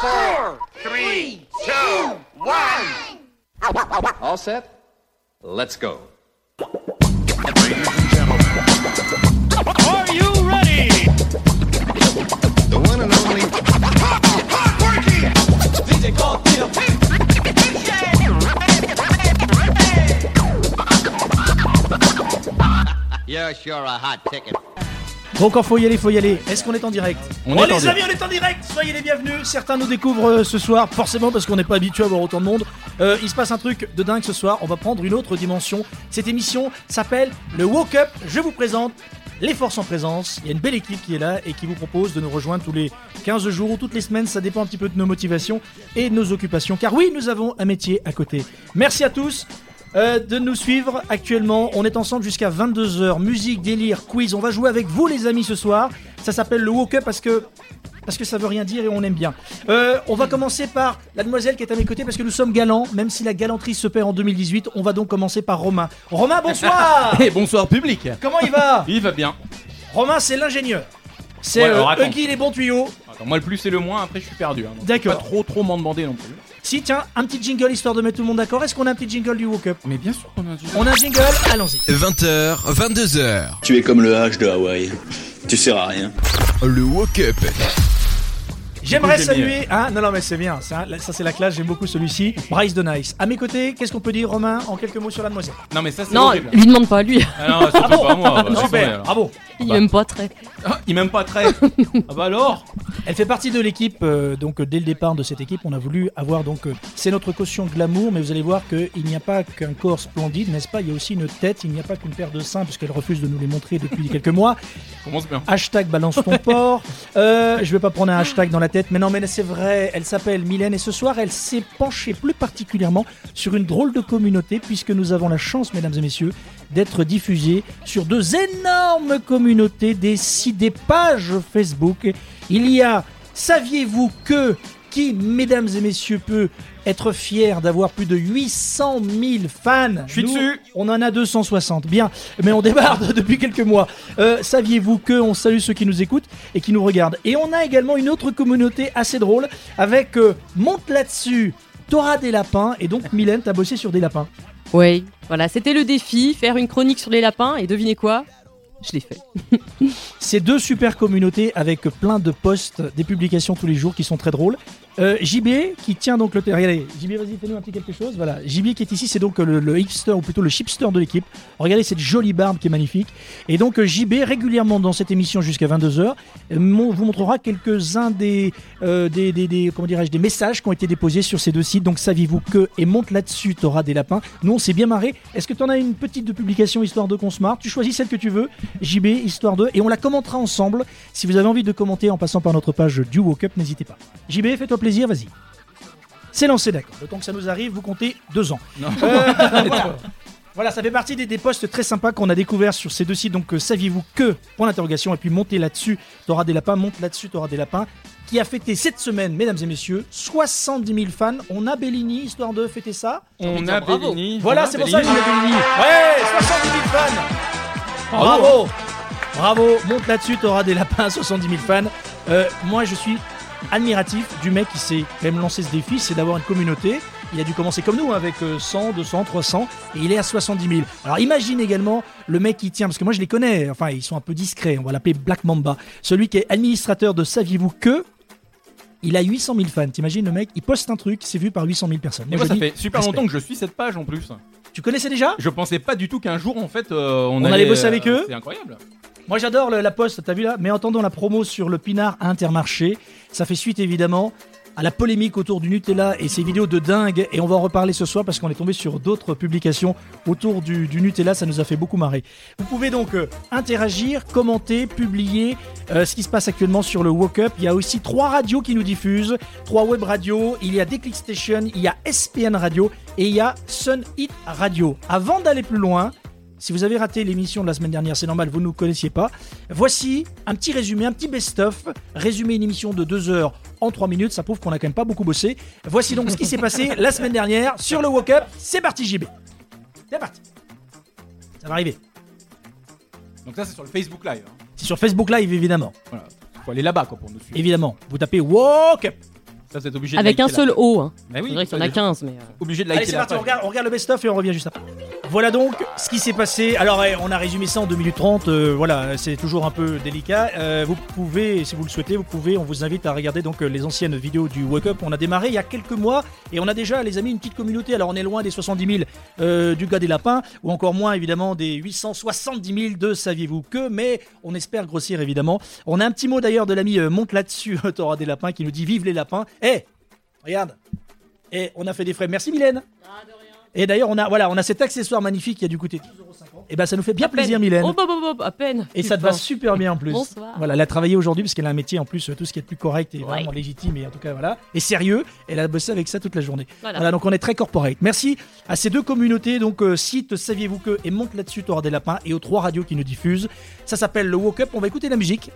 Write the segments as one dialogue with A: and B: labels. A: four, three, two, one.
B: All set? Let's go.
C: Are you ready?
B: The one and only
D: You're sure a hot ticket.
E: Donc en faut y aller, faut y aller. Est-ce qu'on est en direct
F: On
E: Oh,
F: est en
E: les
F: direct.
E: amis, on est en direct. Soyez les bienvenus. Certains nous découvrent euh, ce soir, forcément parce qu'on n'est pas habitué à voir autant de monde. Euh, il se passe un truc de dingue ce soir. On va prendre une autre dimension. Cette émission s'appelle le Woke Up. Je vous présente les forces en présence. Il y a une belle équipe qui est là et qui vous propose de nous rejoindre tous les 15 jours ou toutes les semaines. Ça dépend un petit peu de nos motivations et de nos occupations. Car oui, nous avons un métier à côté. Merci à tous. Euh, de nous suivre actuellement. On est ensemble jusqu'à 22h. Musique, délire, quiz. On va jouer avec vous, les amis, ce soir. Ça s'appelle le woke up parce que. Parce que ça veut rien dire et on aime bien. Euh, on va commencer par la demoiselle qui est à mes côtés parce que nous sommes galants, même si la galanterie se perd en 2018. On va donc commencer par Romain. Romain, bonsoir
F: Et bonsoir public
E: Comment il va
F: Il va bien.
E: Romain, c'est l'ingénieur. C'est
F: Ouais, alors
E: euh,
F: attends.
E: Huggy les bons tuyaux.
F: Attends, moi le plus et le moins, après je suis perdu. hein, donc
E: D'accord.
F: Pas trop trop m'en demander non plus.
E: Si, tiens, un petit jingle histoire de mettre tout le monde d'accord. Est-ce qu'on a un petit jingle du woke up
F: Mais bien sûr qu'on a du...
E: On a un jingle Allons-y.
G: 20h, 22h,
H: Tu es comme le H de Hawaï. Tu sers à rien.
G: le Woke Up.
E: J'aimerais
F: Beaucoup j'aime
E: saluer. Ah non, non, mais c'est bien. Ça, là, ça, c'est la classe. J'aime beaucoup celui-ci. Bryce de Nice. À mes côtés, qu'est-ce qu'on peut dire, Romain, en quelques mots sur la demoiselle
F: Non mais ça c'est
I: Non,
F: horrible.
I: lui demande pas à lui.
F: Ah non, surtout pas moi. bah,
E: Super. Ah
F: c'est vrai, hein.
E: Bravo.
I: Il
F: Bah.
I: m'aime pas très.
F: Ah, il m'aime pas très. ah bah alors
E: Elle fait partie de l'équipe. euh, donc, euh, dès le départ de cette équipe, on a voulu avoir. Donc, euh, c'est notre caution glamour. Mais vous allez voir qu'il n'y a pas qu'un corps splendide, n'est-ce pas Il y a aussi une tête. Il n'y a pas qu'une paire de seins, parce qu'elle refuse de nous les montrer depuis quelques mois.
F: Commence bien.
E: Hashtag balance ton porc. Euh, je vais pas prendre un hashtag dans la tête, mais non, mais c'est vrai. Elle s'appelle Mylène et ce soir, elle s'est penchée plus particulièrement sur une drôle de communauté puisque nous avons la chance, mesdames et messieurs, d'être diffusés sur deux énormes communautés, des, si- des pages Facebook. Il y a, saviez-vous que, qui, mesdames et messieurs, peut être fier d'avoir plus de 800 000 fans
F: Je suis
E: Nous,
F: dessus.
E: on en a 260, bien, mais on débarde depuis quelques mois. Euh, Saviez-vous que on salue ceux qui nous écoutent et qui nous regardent Et on a également une autre communauté assez drôle avec euh, Monte là-dessus, Tora des lapins et donc Mylène, t'as bossé sur des lapins.
I: Oui, voilà, c'était le défi, faire une chronique sur les lapins et devinez quoi Je l'ai fait.
E: Ces deux super communautés avec plein de posts, des publications tous les jours qui sont très drôles. Euh, JB qui tient donc le. Regardez, JB, vas-y, fais-nous un petit quelque chose. Voilà, JB qui est ici, c'est donc le, le hipster ou plutôt le chipster de l'équipe. Regardez cette jolie barbe qui est magnifique. Et donc euh, JB régulièrement dans cette émission jusqu'à 22h vous montrera quelques-uns des, euh, des, des, des- comment dirais-je des messages qui ont été déposés sur ces deux sites. Donc saviez-vous que et monte là-dessus, t'auras des lapins. Nous on s'est bien marré. Est-ce que t'en as une petite de publication histoire de qu'on se marre Tu choisis celle que tu veux, JB histoire de et on la commentera ensemble. Si vous avez envie de commenter en passant par notre page du Woke Up, n'hésitez pas. JB, fais-toi plaisir, vas-y. C'est lancé, d'accord. Le temps que ça nous arrive, vous comptez deux ans. Euh, voilà. Voilà, ça fait partie des, des posts très sympas qu'on a découverts sur ces deux sites. Donc, euh, saviez-vous que Point d'interrogation. Et puis, montez là-dessus, t'auras des lapins. Monte là-dessus, t'auras des lapins. Qui a fêté cette semaine, mesdames et messieurs, 70 000 fans. On a Bellini, histoire de fêter ça.
F: On a Bellini. on
E: Voilà,
F: a
E: c'est pour ça que j'ai
F: Bellini.
E: le Bellini. Ouais, 70 000 fans. Bravo. Bravo. Monte là-dessus, t'auras des lapins. 70 000 fans. Euh, moi, je suis admiratif du mec qui s'est quand même lancé ce défi, c'est d'avoir une communauté. Il a dû commencer comme nous, hein, avec euh, 100, 200, 300, et il est à 70 000. Alors imagine également le mec qui tient, parce que moi je les connais, enfin ils sont un peu discrets, on va l'appeler Black Mamba, celui qui est administrateur de Saviez-vous que Il a 800 000 fans, t'imagines le mec, il poste un truc, c'est vu par 800 000 personnes.
F: Et
E: Moi,
F: moi
E: je
F: ça
E: dis,
F: fait super
E: respect.
F: longtemps que je suis cette page en plus.
E: Tu connaissais déjà
F: Je pensais pas du tout qu'un jour en fait euh, on,
E: On allait bosser avec eux.
F: C'est incroyable.
E: Moi j'adore le- la poste, t'as vu là Mais entendons la promo sur le pinard intermarché. Ça fait suite évidemment à la polémique autour du Nutella et ses vidéos de dingue. Et on va en reparler ce soir parce qu'on est tombé sur d'autres publications autour du, du Nutella. Ça nous a fait beaucoup marrer. Vous pouvez donc euh, interagir, commenter, publier euh, ce qui se passe actuellement sur le Woke Up. Il y a aussi trois radios qui nous diffusent, trois web radios. Il y a Déclic Station, il y a SPN Radio et il y a Sun Hit Radio. Avant d'aller plus loin, si vous avez raté l'émission de la semaine dernière, c'est normal, vous ne nous connaissiez pas. Voici un petit résumé, un petit best-of. Résumer une émission de deux heures en trois minutes, ça prouve qu'on a quand même pas beaucoup bossé. Voici donc ce qui s'est passé la semaine dernière sur le Walk Up. C'est parti, JB. C'est parti. Ça va arriver.
F: Donc ça c'est sur le Facebook Live. hein.
E: C'est sur Facebook Live, évidemment.
F: Voilà. Faut aller là-bas quoi pour nous suivre.
E: Évidemment. Vous tapez Walk Up.
F: Ça, vous êtes obligé
I: Avec
F: de
I: un
F: liker
I: seul O. hein.
F: la- Bah oui,
I: C'est vrai qu'il y en
F: vous
I: a
F: êtes
I: 15, mais. euh,
F: Obligé de liker
E: Allez, c'est
F: la
E: parti,
F: page.
E: on regarde, on regarde le best-of et on revient juste après. Voilà donc ce qui s'est passé. Alors, eh, on a résumé ça en 2 minutes 30. euh, voilà, c'est toujours un peu délicat. Euh, vous pouvez, si vous le souhaitez, vous pouvez, on vous invite à regarder donc euh, les anciennes vidéos du Wake Up. On a démarré il y a quelques mois et on a déjà, les amis, une petite communauté. Alors, on est loin des 70 000 euh, du gars des lapins ou encore moins, évidemment, des 870 000 de Saviez-vous que, mais on espère grossir, évidemment. On a un petit mot d'ailleurs de l'ami euh, Monte là-dessus, Tora des lapins, qui nous dit Vive les lapins. Eh, regarde. Et on a fait des frais. Merci Mylène.
I: Ah,
E: Et d'ailleurs, on a, voilà, on a cet accessoire magnifique qui a du coûter 12,50€. Et ben, ça nous fait bien
I: à peine.
E: plaisir, Mylène.
I: Oh, bah, bah, bah, bah, à peine.
E: et ça te
I: Putain.
E: va super bien en plus.
I: Bonsoir.
E: Voilà, elle a travaillé aujourd'hui parce qu'elle a un métier en plus, euh, tout ce qui est plus correct et vraiment légitime et en tout cas voilà, et sérieux. Elle a bossé avec ça toute la journée.
I: Voilà.
E: Voilà, donc on est très corporate. Merci à ces deux communautés, donc euh, site Saviez-vous que et monte là-dessus, t'auras des lapins et aux trois radios qui nous diffusent. Ça s'appelle le Woke Up. On va écouter la musique.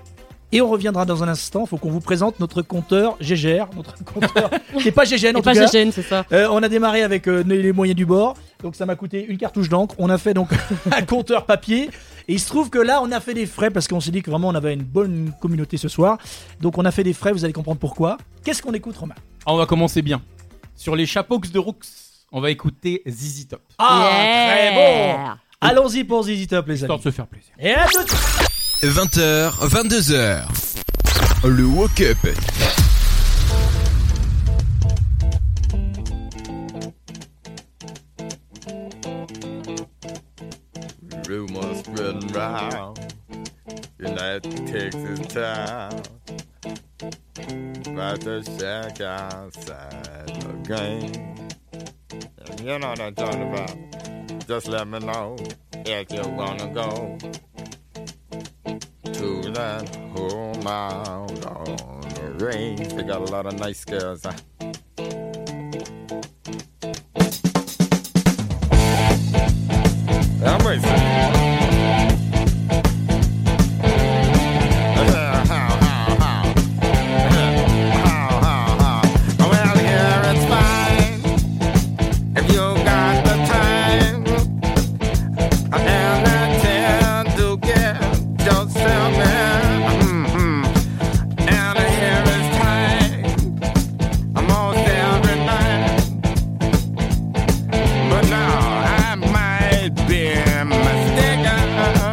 E: Et on reviendra dans un instant. Faut qu'on vous présente notre compteur GGR, notre compteur qui est pas GGN en
I: Et
E: tout
I: pas
E: cas.
I: GGN, c'est ça.
E: Euh, on a démarré avec euh, les moyens du bord, donc ça m'a coûté une cartouche d'encre. On a fait donc un compteur papier. Et il se trouve que là, on a fait des frais parce qu'on s'est dit que vraiment on avait une bonne communauté ce soir. Donc on a fait des frais, vous allez comprendre pourquoi. Qu'est-ce qu'on écoute, Romain
F: Ah, on va commencer bien. Sur les chapeaux de Rooks, on va écouter Zizi Top.
E: Ah, très bon Allons-y pour Zizi Top, les
F: Histoire
E: amis.
F: de se faire plaisir.
E: Et à tout de suite
G: 20h, 22h. Le Woke Up.
C: rumors spreading round in that Texas town about the shack outside the game. And you know what I'm talking about. Just let me know if you wanna go to that home out on the range. They got a lot of nice girls. Huh? I'm racing. Mm-hmm. Almost every night but now I might be mistaken.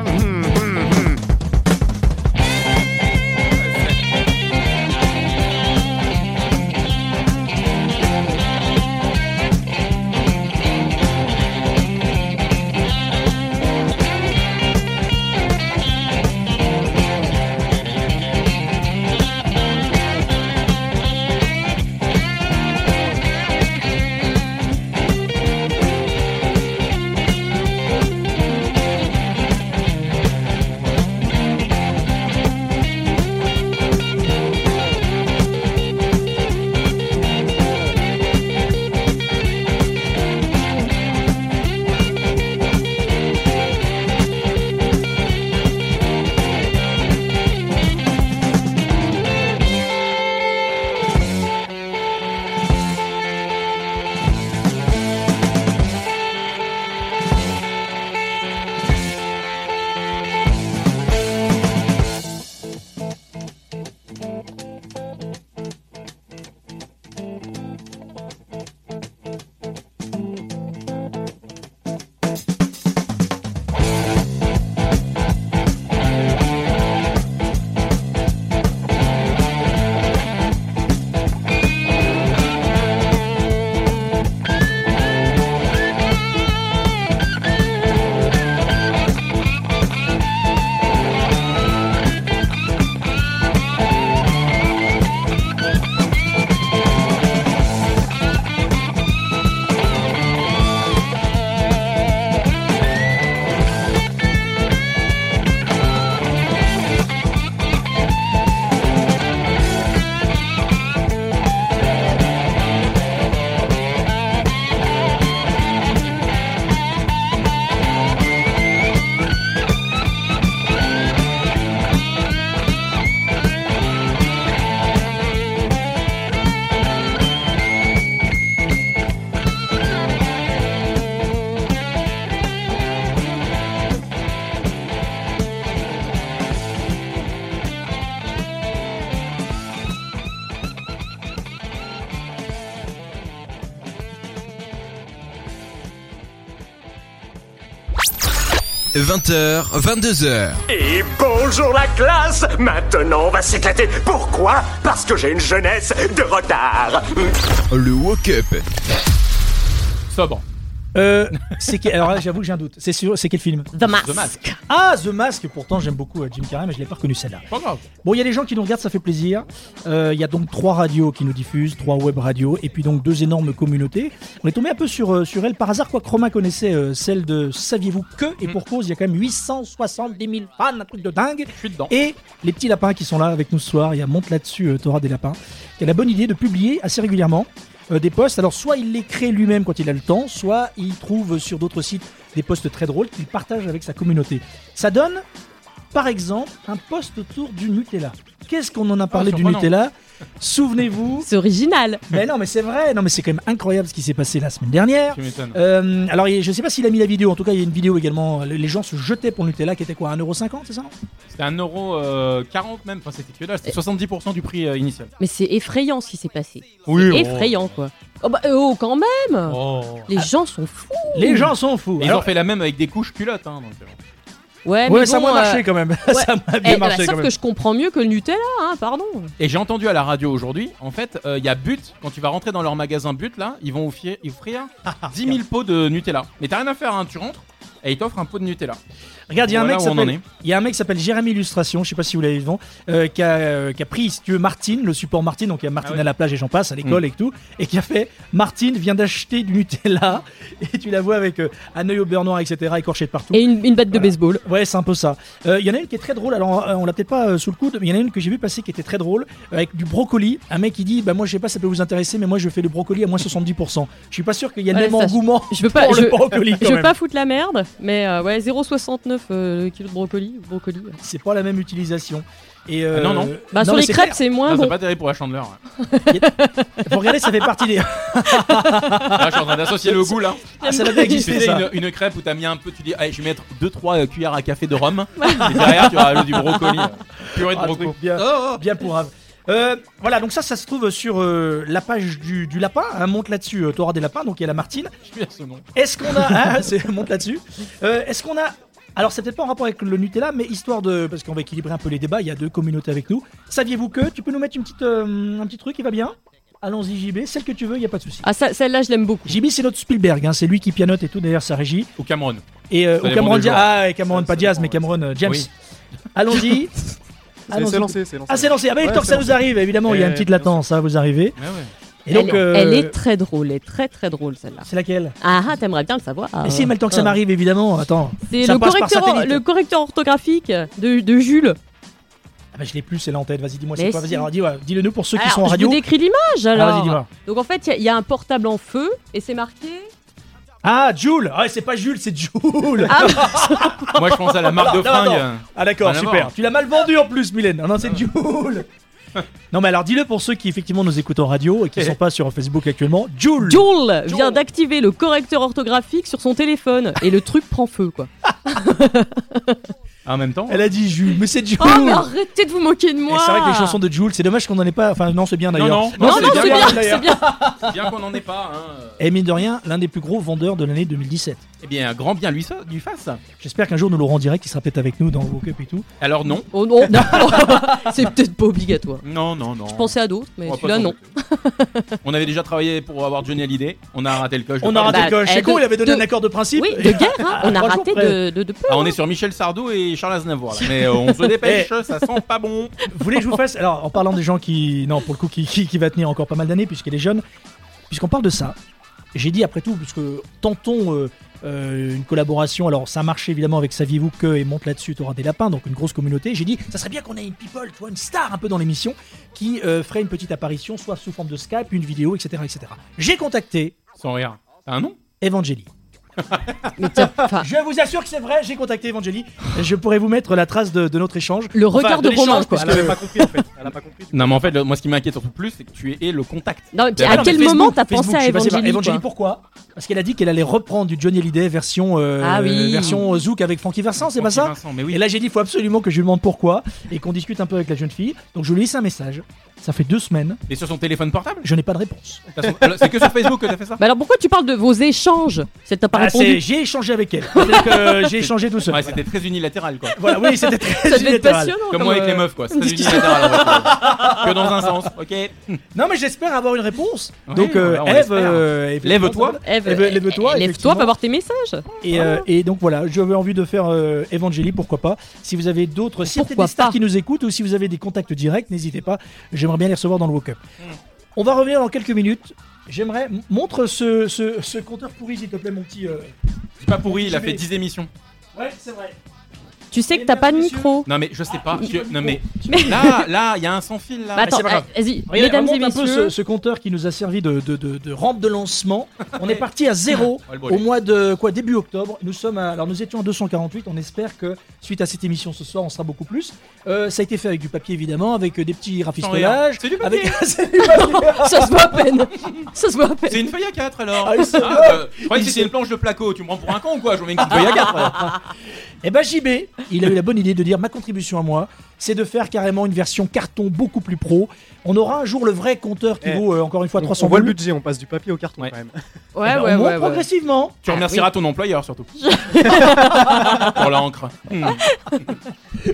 G: 20h, 22h.
D: Et bonjour la classe Maintenant on va s'éclater. Pourquoi Parce que j'ai une jeunesse de retard.
G: Le Woke Up.
F: Sobre.
E: Euh, c'est que- alors là, j'avoue que j'ai un doute. C'est sûr, c'est quel film
I: The Mask.
F: The Mask.
E: Ah, The Mask. Pourtant, j'aime beaucoup euh, Jim Carrey, mais je l'ai pas reconnu celle-là.
F: Pas grave.
E: Bon, il y a des gens qui nous regardent, ça fait plaisir. Euh, Il y a donc trois radios qui nous diffusent, trois web radios, et puis donc deux énormes communautés. On est tombé un peu sur, euh, sur elle par hasard, quoi. que Romain connaissait euh, celle de Saviez-vous que Et pour cause, il y a quand même 870 000 fans, un truc de dingue.
F: Je suis dedans.
E: Et les petits lapins qui sont là avec nous ce soir, il y a Monte là-dessus, euh, Thora des lapins, qui a la bonne idée de publier assez régulièrement euh, des posts. Alors, soit il les crée lui-même quand il a le temps, soit il trouve sur d'autres sites des posts très drôles qu'il partage avec sa communauté. Ça donne, par exemple, un post autour du Nutella. Qu'est-ce qu'on en a parlé du
F: Ah, surprenant.
E: Nutella Souvenez-vous.
I: C'est original.
E: mais non, mais c'est vrai. Non, mais c'est quand même incroyable ce qui s'est passé la semaine dernière.
F: Tu m'étonnes.
E: Euh, alors, il y a- je sais pas s'il a mis la vidéo. En tout cas, il y a une vidéo également. Les gens se jetaient pour le Nutella, qui était quoi 1,50€, c'est ça
F: C'était 1,40€ même. Enfin, c'était que dalle. C'était 70% du prix euh, initial.
I: Mais c'est effrayant ce qui s'est passé.
F: Oui, oh.
I: Effrayant quoi. Oh, bah, oh, quand même
F: Oh.
I: Les gens sont fous.
E: Ah. Les gens sont fous.
F: Ils
E: Alors-
F: ont fait la même avec des couches culottes. Hein, donc, euh,
I: Ouais,
E: Ouais,
I: mais
E: ça
I: bon,
E: m'a
I: euh,
E: marché quand même. ça m'a bien
I: eh, bah,
E: marché
I: sauf
E: quand même.
I: que je comprends mieux que le Nutella, hein, pardon.
F: Et j'ai entendu à la radio aujourd'hui, en fait, euh, il y a But, quand tu vas rentrer dans leur magasin But, là, ils vont offrir, offrir
E: Ah,
F: 10 000 pots de Nutella. Mais t'as rien à faire, hein, tu rentres et ils t'offrent un pot de Nutella.
E: Regarde, il y a un
F: Voilà
E: mec qui
F: où on en
E: s'appelle-
F: est.
E: il y a un mec qui s'appelle Jérémy Illustration, je sais pas si vous l'avez vu, euh, qui, a, euh, qui a pris, si tu veux, Martine, le support Martine, donc il y a Martine
F: Ah Mm. oui.
E: à la plage et j'en passe, à l'école et tout, et qui a fait Martine vient d'acheter du Nutella, et tu la vois avec euh, un œil au beurre noir, etc., écorché de partout.
I: Et une, une batte de baseball.
E: Ouais, c'est un peu ça. Euh, Il y en a une qui est très drôle. Alors, euh, on l'a peut-être pas euh, sous le coude, mais il y en a une que j'ai vu passer qui était très drôle euh, avec du brocoli. Un mec qui dit Bah, moi, je sais pas, ça peut vous intéresser, mais moi, je fais le brocoli à moins 70%. Je suis pas sûr qu'il y ait le
I: Ouais,
E: même
I: ça,
E: engouement
I: Je veux pas,
E: pour
I: je,
E: le brocoli. quand
I: je veux
E: même.
I: pas foutre la merde, mais euh, ouais, 0,69 euh, le kilo de brocoli. brocoli. ouais.
E: C'est pas la même utilisation. Et euh,
F: Ah non, non.
I: Bah, sur
E: mais
I: les
E: c'est
I: crêpes, c'est moins
F: Ça,
I: bon.
F: c'est pas terrible pour la chandeleur. hein.
E: clair. Vous regardez, ça fait partie des.
F: Là, Ah, je suis en train d'associer le goût, là.
E: Ah, ça l'a bien
F: Tu
E: existé
F: faisais
E: ça.
F: une, une crêpe où t'as mis un peu, tu dis, allez, je vais mettre 2-3 cuillères à café de rhum. et derrière, tu auras le- du brocoli. euh, Purée de
E: Ah,
F: brocoli.
E: truc bien, bien pour Ave. Euh, voilà, donc ça, ça se trouve sur euh, la page du, du lapin. hein, monte là-dessus, euh, T'auras des lapins, donc il y a la Martine.
F: Je suis à ce nom.
E: Est-ce qu'on a. hein, c'est- monte là-dessus. Euh, Est-ce qu'on a. Alors, c'est peut-être pas en rapport avec le Nutella, mais histoire de. Parce qu'on va équilibrer un peu les débats, il y a deux communautés avec nous. Saviez-vous que Tu peux nous mettre une petite, euh, un petit truc qui va bien Allons-y, JB, celle que tu veux, il n'y a pas de souci.
I: Ah, ça- celle-là, je l'aime beaucoup.
E: JB, c'est notre Spielberg, hein, c'est lui qui pianote et tout derrière sa régie.
F: Au Cameroun.
E: Et euh,
F: Ça
E: au
F: dépend
E: Cameroun,
F: des
E: Dia-
F: jours.
E: ah, et Cameron, pas
F: ça
E: Diaz,
F: dépend,
E: mais
F: ouais.
E: Cameron, euh, James.
F: Oui.
E: Allons-y. Allons-y.
J: c'est lancé.
E: Ah, c'est lancé. Ah, bah,
J: Ouais,
E: Hector,
J: c'est
E: ça
J: lancé.
E: vous arrive, évidemment, il y a une
J: Ouais,
E: petite
J: bien Ah
E: latence, ça vous arrivez.
F: Ouais, ouais.
E: Et donc,
I: elle,
E: euh,
I: elle est très drôle, elle est très très drôle celle-là.
E: c'est laquelle
I: Ah ah, t'aimerais bien le savoir. Ah.
E: Mais si, mais le temps que ça m'arrive, évidemment. Attends.
I: C'est
E: ça
I: le
E: passe par
I: correcteur,
E: satellite.
I: le correcteur orthographique de, de Jules.
E: Ah, bah, je l'ai plus, c'est là en tête. Vas-y, dis-moi c'est
I: Mais
E: quoi. Vas-y,
I: si.
E: alors, dis, ouais, dis-le nous pour ceux qui
I: Alors,
E: sont en radio.
I: Je vous décris l'image alors.
E: Ah, vas-y, dis-moi.
I: Donc en fait, il y a- il y, a un portable en feu et c'est marqué.
E: Ah, Jules Ah, c'est pas Jules, c'est Jules
I: Ah,
F: Moi, je pense à la marque de
E: Non, non,
F: fringues.
E: non. Ah, d'accord,
F: Rien à
E: super.
F: voir.
E: Tu l'as mal vendu en plus, Mylène. Non, non, c'est Jules Non, mais alors, dis-le pour ceux qui, effectivement, nous écoutent en radio et qui
F: Eh.
E: sont pas sur Facebook actuellement. Jules
I: Joule vient d'activer le correcteur orthographique sur son téléphone et le truc prend feu quoi.
F: euh, En même temps.
E: Elle a dit Jules, mais c'est Jules
I: Oh mais arrêtez de vous moquer de
E: Et
I: moi.
E: Eh, c'est vrai que les chansons de Jules, c'est dommage qu'on n'en ait pas. Enfin, non, c'est bien d'ailleurs.
F: non,
I: Non non, c'est bien,
E: d'ailleurs.
I: c'est bien.
F: Bien qu'on n'en ait pas. Hein. euh,
E: Et mine de rien, l'un des plus gros vendeurs de l'année 2017.
F: Eh bien, grand bien lui, ça- lui fasse.
E: J'espère qu'un jour nous l'aurons en direct, il sera peut-être avec nous dans Woke Up et tout.
F: Alors, non.
I: Oh non, non. c'est peut-être pas obligatoire.
F: Non, non, non.
I: Je pensais à d'autres, mais
F: On va pas
I: celui-là non.
F: s'embêter. on avait déjà travaillé pour avoir Johnny Hallyday. On a raté le coche.
E: On
F: Ah,
E: a raté
I: Bah,
E: le coche. C'est
I: eh,
E: con,
I: de-
E: il avait donné
I: de-
E: un accord de principe. Ah,
I: Oui, de guerre, hein. on a
E: Trois jours
I: raté
E: près.
I: de, de, hein. de peu.
F: Ah, on est sur Michel Sardou et Charles Aznavour. là. Mais euh, on se dépêche,
E: Eh.
F: ça sent pas bon.
E: Vous voulez que je vous fasse Alors, en parlant des gens qui, non, pour le coup, qui, qui, qui va tenir encore pas mal d'années, puisqu'elle est jeune, puisqu'on parle de ça, j'ai dit après tout, puisque tentons euh, euh, une collaboration. Alors, ça a marché évidemment avec Saviez-vous que et monte là-dessus, t'auras des lapins, donc une grosse communauté. J'ai dit, ça serait bien qu'on ait une people, tu vois, une star un peu dans l'émission, qui euh, ferait une petite apparition, soit sous forme de Skype, une vidéo, etc., etc. J'ai contacté
F: Sans rire. T'as un nom
E: Evangeli.
I: Mais tiens, enfin,
E: Je vous assure que c'est vrai, j'ai contacté Evangeli. Je pourrais vous mettre la trace de, de notre échange.
I: Le regard de
E: l'échange,
I: Romain, quoi.
E: parce
J: Elle
E: que-
J: avait pas compris en fait. Elle a pas compris.
F: Non, mais en fait, le- moi, ce qui m'inquiète surtout plus, c'est que tu es le contact.
I: non, et puis
F: Ah
I: à
E: non,
I: quel
E: mais
I: moment
E: Facebook,
I: t'as
E: Facebook,
I: pensé
E: je
I: à
E: suis passé par
I: Evangélie
E: Evangélie,
I: quoi
E: pourquoi Parce qu'elle a dit qu'elle allait reprendre du Johnny Hallyday version, euh,
I: Ah oui.
E: version euh, Zouk avec Francky Vincent, c'est pas
F: Francky
E: ça
F: Vincent, mais oui.
E: Et là j'ai dit il faut absolument que je lui demande pourquoi et qu'on discute un peu avec la jeune fille. Donc je lui ai laissé un message. Ça fait deux semaines,
F: Et sur son téléphone portable
E: je n'ai pas de réponse.
F: T'as son- Alors, C'est que sur Facebook que t'as fait ça
I: Bah alors pourquoi tu parles de vos échanges C'est t'as parlé
E: Ah, c'est-
I: répondu.
E: J'ai échangé avec elle. C'est-à-dire que euh, J'ai échangé tout seul.
F: Ouais, c'était très unilatéral quoi.
E: Voilà, oui, c'était très
I: Ça devait être
E: unilatéral.
I: passionnant.
F: Comme moi avec
I: euh,
F: les meufs quoi, c'est très
I: discussion.
F: unilatéral. en fait. que dans un sens, ok.
E: Non, mais j'espère avoir une réponse.
F: Ouais,
E: Donc, euh,
F: voilà, on
E: Eve,
F: l'espère.
E: euh, effectivement,
F: Lève-toi.
I: Ève,
E: Eh ben, lève-toi,
I: eh,
E: effectivement.
I: Lève-toi, va voir tes messages.
E: Et, euh, et donc voilà, j'avais envie de faire euh, Evangélie, pourquoi pas. Si vous avez d'autres, si vous
I: Pourquoi
E: des stars
I: pas
E: qui nous écoutent ou si vous avez des contacts directs, n'hésitez pas. J'aimerais bien les recevoir dans le Woke Up. On va revenir dans quelques minutes. J'aimerais m- montre ce, ce, ce compteur pourri, s'il te plaît, mon petit. euh,
F: C'est pas pourri, il a
E: Je
F: fait
E: vais-
F: 10 émissions.
E: Ouais, c'est vrai.
I: Tu sais que t'as pas de micro.
F: Non mais je sais pas.
E: Ah,
F: tu-
E: il-
F: Non mais
I: Mais-
F: là, là, il y a un sans fil là.
I: Bah, attends,
E: c'est pas grave.
I: eh, vas-y,
E: Regardez,
I: mesdames et
E: remonte un peu ce,
I: messieurs.
E: ce compteur qui nous a servi de, de, de- de rampe de lancement. On est parti à zéro
F: Ah, le brûlé.
E: au mois de quoi début octobre. Nous sommes à- alors nous étions à 248. On espère que suite à cette émission ce soir on sera beaucoup plus. Euh, ça a été fait avec du papier évidemment, avec euh, des petits rafistolages.
F: C'est du papier.
E: Avec... C'est du papier.
I: Ça se voit à peine. Ça se voit à
F: C'est
I: peine.
F: une feuille à 4 alors.
E: Ah, il se
F: Ah, euh, je croyais que c'était une planche de placo. Tu me prends pour un con ou quoi Je veux bien une petite feuille à 4.
E: Eh ben JB, il a eu la bonne idée de dire ma contribution à moi, c'est de faire carrément une version carton beaucoup plus pro. On aura un jour le vrai compteur qui
K: Eh,
E: vaut euh, encore une fois
K: On,
E: 300
K: on voit le
E: boules.
K: budget, on passe du papier au carton
F: Ouais.
K: quand même.
E: Eh
I: Ouais,
E: ben,
I: ouais,
E: on monte
I: ouais. ouais.
E: progressivement.
F: Tu remercieras ton employeur surtout. pour l'encre. Hmm.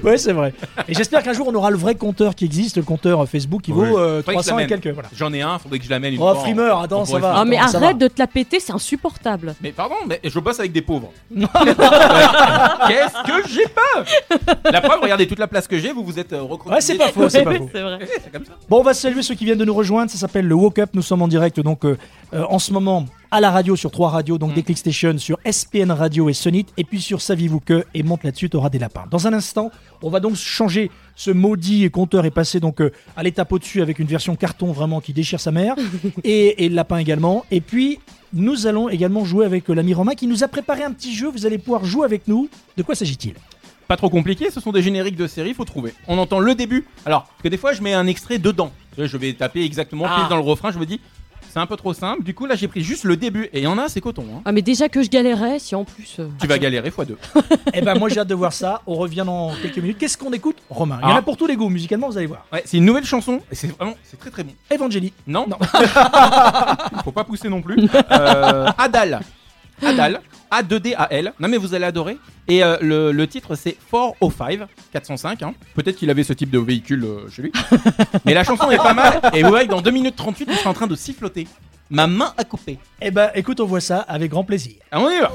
E: Ouais, c'est vrai. Et j'espère qu'un jour on aura le vrai compteur qui existe, le compteur euh, Facebook qui vaut
F: Oui.
E: euh,
F: Faudrait que je
E: 300 et
F: l'amène.
E: quelques. Voilà.
F: J'en ai un, faudrait que je l'amène une
E: Oh,
F: fois. en-
E: Freemer, attends,
F: on
E: ça
F: pourrait
E: va.
F: faire-
I: Ah, mais
E: Attends, ça
I: arrête de
E: va.
I: te la péter, c'est insupportable.
F: Mais pardon, mais je bosse avec des pauvres. Ouais. Qu'est-ce que j'ai pas La preuve, regardez toute la place que j'ai, vous vous êtes euh, recroquevillés.
E: Ouais, c'est pas faux, c'est pas faux.
I: C'est vrai.
E: Bon, on va saluer ceux qui viennent de nous rejoindre. Ça s'appelle le Woke Up. Nous sommes en direct donc euh, euh, en ce moment à la radio sur trois radios, donc Déclic Station, sur SPN Radio et Sonit, et puis sur Saviez-vous que et monte là-dessus, t'auras des lapins. Dans un instant, on va donc changer ce maudit compteur et passer donc euh, à l'étape au-dessus avec une version carton vraiment qui déchire sa mère et, et le lapin également. Et puis nous allons également jouer avec euh, l'ami Romain qui nous a préparé un petit jeu. Vous allez pouvoir jouer avec nous. De quoi s'agit-il
F: Pas trop compliqué, ce sont des génériques de séries, faut trouver. On entend le début. Alors, que des fois, je mets un extrait dedans. Tu vois, Je vais taper exactement
E: Ah.
F: pile dans le refrain, je me dis, c'est un peu trop simple. Du coup, là, j'ai pris juste le début. Et il y en a, c'est coton. hein.
I: Ah, mais déjà que je galérais, si en plus. euh,
F: Tu vas galérer fois deux.
E: Eh ben moi j'ai hâte de voir ça. On revient dans quelques minutes. Qu'est-ce qu'on écoute, Romain Il y en a
F: Ah.
E: pour tous les goûts musicalement. Vous allez voir.
F: Ouais, c'est une nouvelle chanson. Et c'est vraiment, c'est très très bon.
E: Evangélie.
F: Non,
E: Non.
F: Faut pas pousser non plus. Euh, Adal. Adal. A2DAL. Non, mais vous allez adorer. Et euh, le, le titre, c'est 405. 405. hein. Peut-être qu'il avait ce type de véhicule euh, chez lui. mais la chanson est pas mal. Et vous voyez que dans 2 minutes 38, je suis en train de siffloter. Ma main a coupé.
E: Eh ben, écoute, on voit ça avec grand plaisir.
F: Ah, on y va.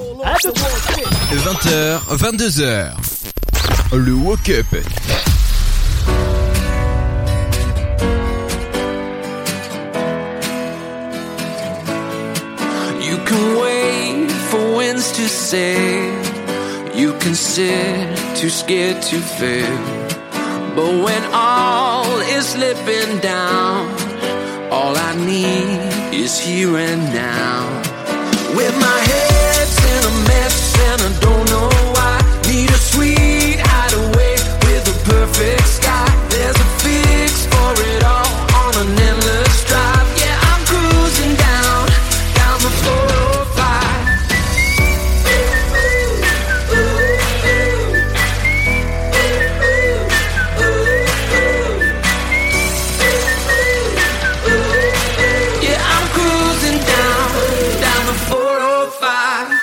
G: 20h, 22h. Le Woke Up.
L: You can wait for winds to sail. You can sit too scared to fail. But when all is slipping down, all I need is here and now. With my head's in a mess and I don't know why. Need a sweet hideaway with a perfect sky. There's a fix for it all on an endless drive. Yeah, I'm cruising down, down the 405. Yeah, I'm cruising down, down the 405.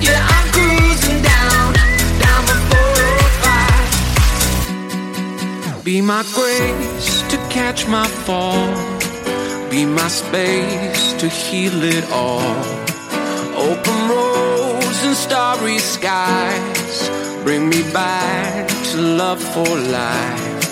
L: Yeah, I'm cruising down, down the 405. Be my grace to catch my fall. Be my space to heal it all. Open roads and starry skies. Bring me back to love for life.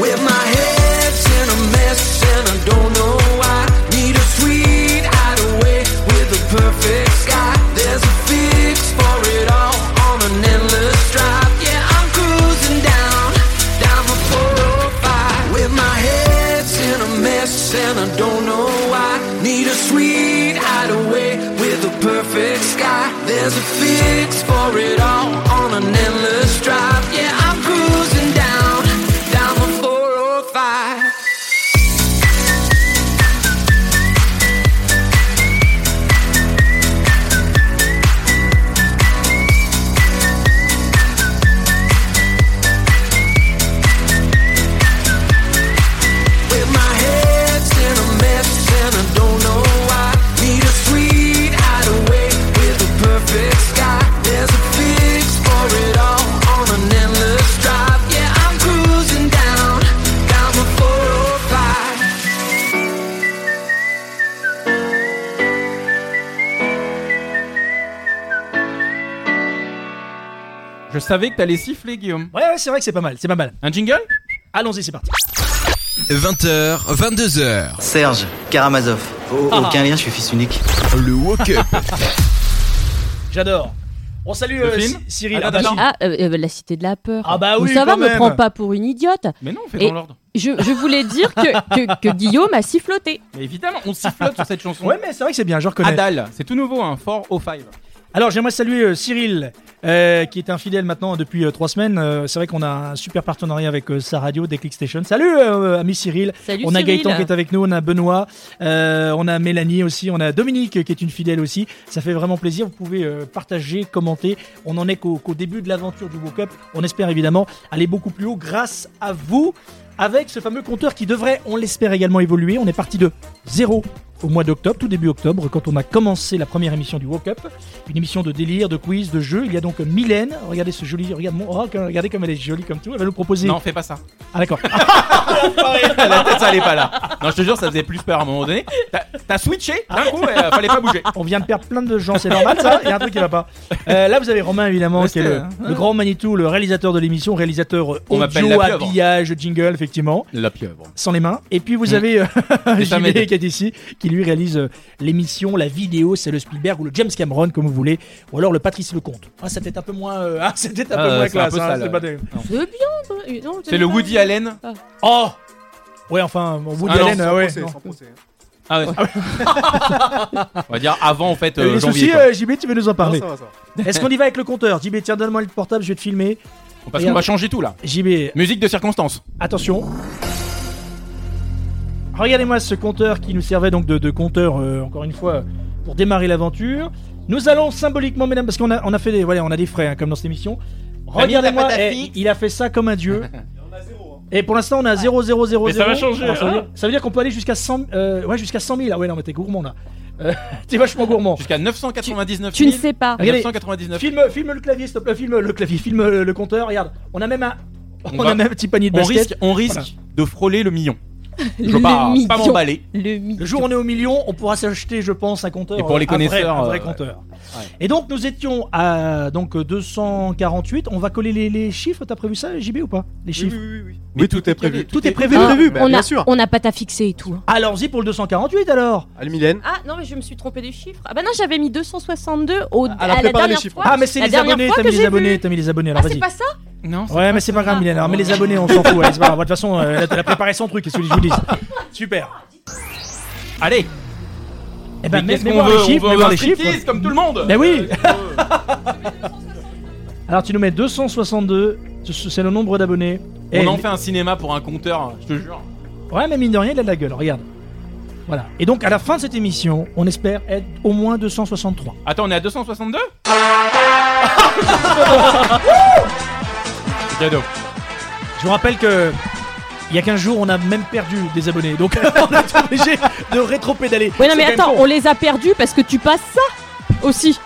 L: With my head's in a mess and I don't know why. Need a sweet hideaway with a perfect sky. There's a fix for it all on an endless drive. Yeah, I'm cruising down, down the 405. With my head's in a mess and I don't know why. Need a sweet hideaway with a perfect sky. There's a fix for it all on an endless drive. Yeah, I'm cruising down, down the 405.
F: Je savais que t'allais siffler, Guillaume.
E: Ouais, ouais, c'est vrai que c'est pas mal, c'est pas mal.
F: Un jingle
E: Allons-y, c'est parti.
G: 20h, 22h,
J: Serge Karamazov. Au- Aucun lien, je suis fils unique.
G: le Woke Up
E: J'adore. On salue
F: Le
E: euh,
F: film
E: Cy- Cyril.
F: Attends,
E: Ah, bah,
F: attends.
E: si.
I: Ah, euh, euh, la cité de la peur.
E: Ah bah
I: Mais
E: oui,
I: ça va,
E: quand
I: me
E: même.
I: prends pas pour une idiote.
F: Mais non, on fait
I: Et-
F: dans l'ordre.
I: Je, je voulais dire que, que, que Guillaume a siffloté.
F: Mais évidemment, on sifflote sur cette chanson.
E: Ouais, mais Eh, c'est vrai que c'est bien, je reconnais.
F: Adal, c'est tout nouveau, un fort au 5.
E: Alors j'aimerais saluer euh, Cyril, euh, qui est un fidèle maintenant depuis euh, trois semaines. Euh, c'est vrai qu'on a un super partenariat avec euh, sa radio, Déclic Station. Salut euh, ami Cyril.
I: Salut
E: on a
I: Cyril.
E: Gaëtan qui est avec nous, on a Benoît, euh, on a Mélanie aussi, on a Dominique euh, qui est une fidèle aussi. Ça fait vraiment plaisir. Vous pouvez euh, partager, commenter. On en est qu'au qu'au début de l'aventure du Woke Up. On espère évidemment aller beaucoup plus haut grâce à vous. Avec ce fameux compteur qui devrait, on l'espère également évoluer. On est parti de zéro au mois d'octobre, tout début octobre, quand on a commencé la première émission du Woke Up. Une émission de délire, de quiz, de jeu. Il y a donc Mylène. Regardez ce joli. Regarde mon- oh, regardez comme elle est jolie comme tout. Elle va nous proposer.
F: Non, fais pas ça.
E: Ah, d'accord.
F: La tête, ça allait pas là. Non, je te jure, ça faisait plus peur à un moment donné. T'as- T'as switché, d'un coup, euh, fallait pas bouger.
E: On vient de perdre plein de gens, c'est normal ça Il y a un truc qui va pas. Euh, là, vous avez Romain, évidemment,
F: Mais
E: qui est le,
F: c'était-
E: le grand Manitou, le réalisateur de l'émission, réalisateur euh,
F: hein. On m'appelle la
E: audio,
F: pieuvre.
E: habillage, jingle, effectivement,
F: La pieuvre.
E: sans les mains. Et puis vous avez euh,
F: Mm. Et ça
E: JB
F: m'aide.
E: qui est ici, qui lui réalise euh, l'émission, la vidéo, c'est le Spielberg ou le James Cameron, comme vous voulez, ou alors le Patrice Lecomte. Ah, c'est peut-être un peu moins, euh, ah, c'est peut-être un peu
F: Euh,
E: moins
F: c'est un
E: classe.
F: peu
E: hein,
F: sale,
E: c'est
F: ouais.
E: pas terrible.
I: C'est bien. toi. Non,
F: C'est le Woody Allen.
E: Oh Ouais, enfin, bon, Woody
F: Ah non,
E: Allen,
F: sans
E: ah ouais.
M: procès,
E: non.
M: sans procès.
F: Ah ouais. On va dire avant, en fait,
E: Euh,
F: euh,
E: les
F: janvier.
E: soucis,
F: quoi.
E: euh, JB, tu veux nous en
M: Non,
E: parler
M: ça va, ça va.
E: Est-ce qu'on y va avec le compteur JB, tiens, donne-moi le portable, je vais te filmer.
F: Parce qu'on va changer tout là.
E: JB,
F: Musique de circonstance.
E: Attention. Regardez-moi ce compteur qui nous servait donc de, de compteur, euh, encore une fois, pour démarrer l'aventure. Nous allons symboliquement, mesdames, parce qu'on a, on a fait des, voilà, on a des frais, hein, comme dans cette émission. Regardez-moi,
F: t'as pas ta
E: eh,
F: fille
E: il a fait ça comme un dieu. Et pour l'instant, on a 0, 0, 0,
F: Mais ça va changer,
E: Alors, ça, veut
F: hein.
E: dire, ça veut dire qu'on peut aller jusqu'à 100, euh, ouais, jusqu'à 100 000. Ah ouais, non, mais t'es gourmand là. Euh, t'es vachement gourmand.
F: Jusqu'à 999
I: Tu ne
F: 000.
I: sais pas.
E: Regardez.
F: 999 000.
E: Filme, filme le clavier, s'il te plaît. Filme le clavier, filme euh, le compteur. Regarde, on a même un, on,
F: va-
E: a même un petit panier de
F: On
E: basket.
F: risque, on risque
E: Voilà.
F: de frôler le million. Je
I: Le
F: veux pas, pas
I: million.
F: m'emballer.
I: Le mi.
E: Le jour où on est au million, on pourra s'acheter, je pense, un compteur.
F: Et pour
E: euh,
F: les
E: un vrai-
F: connaisseurs,
E: un vrai,
F: euh,
E: compteur.
F: ouais.
E: Et donc nous étions à donc 248. On va coller les, les chiffres. T'as prévu ça, JB ou pas Les
M: Oui,
E: chiffres.
M: oui, oui, oui.
F: Mais
M: Oui, tout est prévu.
E: Tout est prévu.
I: Ah,
M: prévu, bah,
I: on,
M: bien
I: a,
M: sûr.
I: on n'a pas ta fixée et tout. hein.
E: Allons-y pour le 248 alors.
M: Allez, Mylène.
I: Ah non, mais je me suis trompé des chiffres. Ah bah non, j'avais mis 262 au,
M: Alors,
I: à la
M: prépare les
I: dernière
M: chiffres.
I: fois.
E: Ah mais c'est
I: La
E: les
I: dernière
E: abonnés.
I: fois
E: T'as
I: que
E: mis les
I: j'ai
E: abonnés.
I: vu.
E: T'as mis les abonnés.
I: Ah,
E: Alors
I: c'est
E: vas-y.
I: pas ça
F: Non, c'est
E: Ouais, mais c'est pas grave,
I: ça.
E: Mylène. Alors, mais les abonnés, on s'en fout. Allez, c'est pas grave. De toute façon, euh, elle a- elle a préparé son truc. Qu'est-ce que je vous dis Super. Ah,
F: Allez,
E: Eh
F: mais
E: ben, mets
F: qu'est-ce
E: mets
F: qu'on
E: voir
F: veut
E: les chiffres.
F: On
E: mets
F: veut
E: voir
F: un
E: les chiffres.
F: striptease comme tout le monde
E: Mais oui Alors, tu nous mets 262. ce- C'est le nombre d'abonnés.
F: On
E: Eh,
F: en fait un cinéma pour un compteur, je te jure.
E: Ouais, mais mine de rien, il a de la gueule, regarde. Voilà. Et donc, à la fin de cette émission, on espère être au moins 263.
F: Attends, on est à 262 Cadeau.
E: Je vous rappelle que. Il y a 15 jours, on a même perdu des abonnés, donc on est obligé de rétro-pédaler.
I: Ouais, non,
E: C'est
I: mais
E: quand même
I: attends,
E: con.
I: on les a perdus parce que tu passes ça aussi.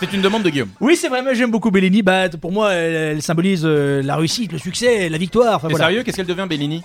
F: C'est une demande de Guillaume.
E: Oui, c'est vrai, moi j'aime beaucoup Bellini. Bah, t- pour moi, elle, elle symbolise euh, la réussite, le succès, la victoire. Enfin,
F: T'es
E: voilà.
F: sérieux Qu'est-ce qu'elle devient, Bellini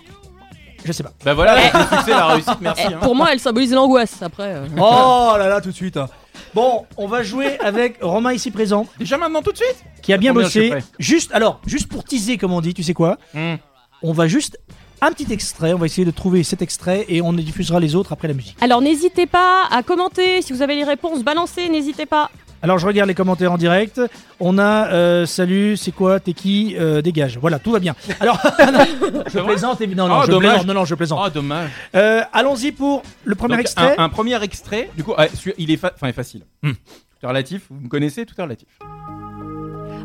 E: Je sais pas.
F: Bah voilà, le succès, la réussite, merci.
I: Eh,
F: hein.
I: Pour moi, elle symbolise l'angoisse après. euh.
E: Oh là là, tout de suite. hein. Bon, on va jouer avec Romain ici présent,
F: Déjà maintenant, tout de suite
E: qui a bien
F: Combien je suis
E: bossé.
F: prêt
E: Juste, alors, juste pour teaser, comme on dit, tu sais quoi
F: Hmm.
E: On va juste un petit extrait, on va essayer de trouver cet extrait et on diffusera les autres après la musique.
I: Alors n'hésitez pas à commenter si vous avez les réponses, balancez, n'hésitez pas.
E: Alors je regarde les commentaires en direct. On a euh, salut, c'est quoi, t'es qui, Euh, dégage. Voilà, tout va bien. Alors non, je
F: vrai
E: plaisante évidemment. Non,
F: Ah,
E: je
F: dommage.
E: plaisante. non, non, je plaisante.
F: Oh, dommage.
E: Euh, Allons-y pour le premier
F: Donc,
E: extrait.
F: Un, un premier extrait. Du coup, ouais, celui- il est, fa- enfin, il est facile. Hmm. Tout est relatif. Vous me connaissez, tout est relatif.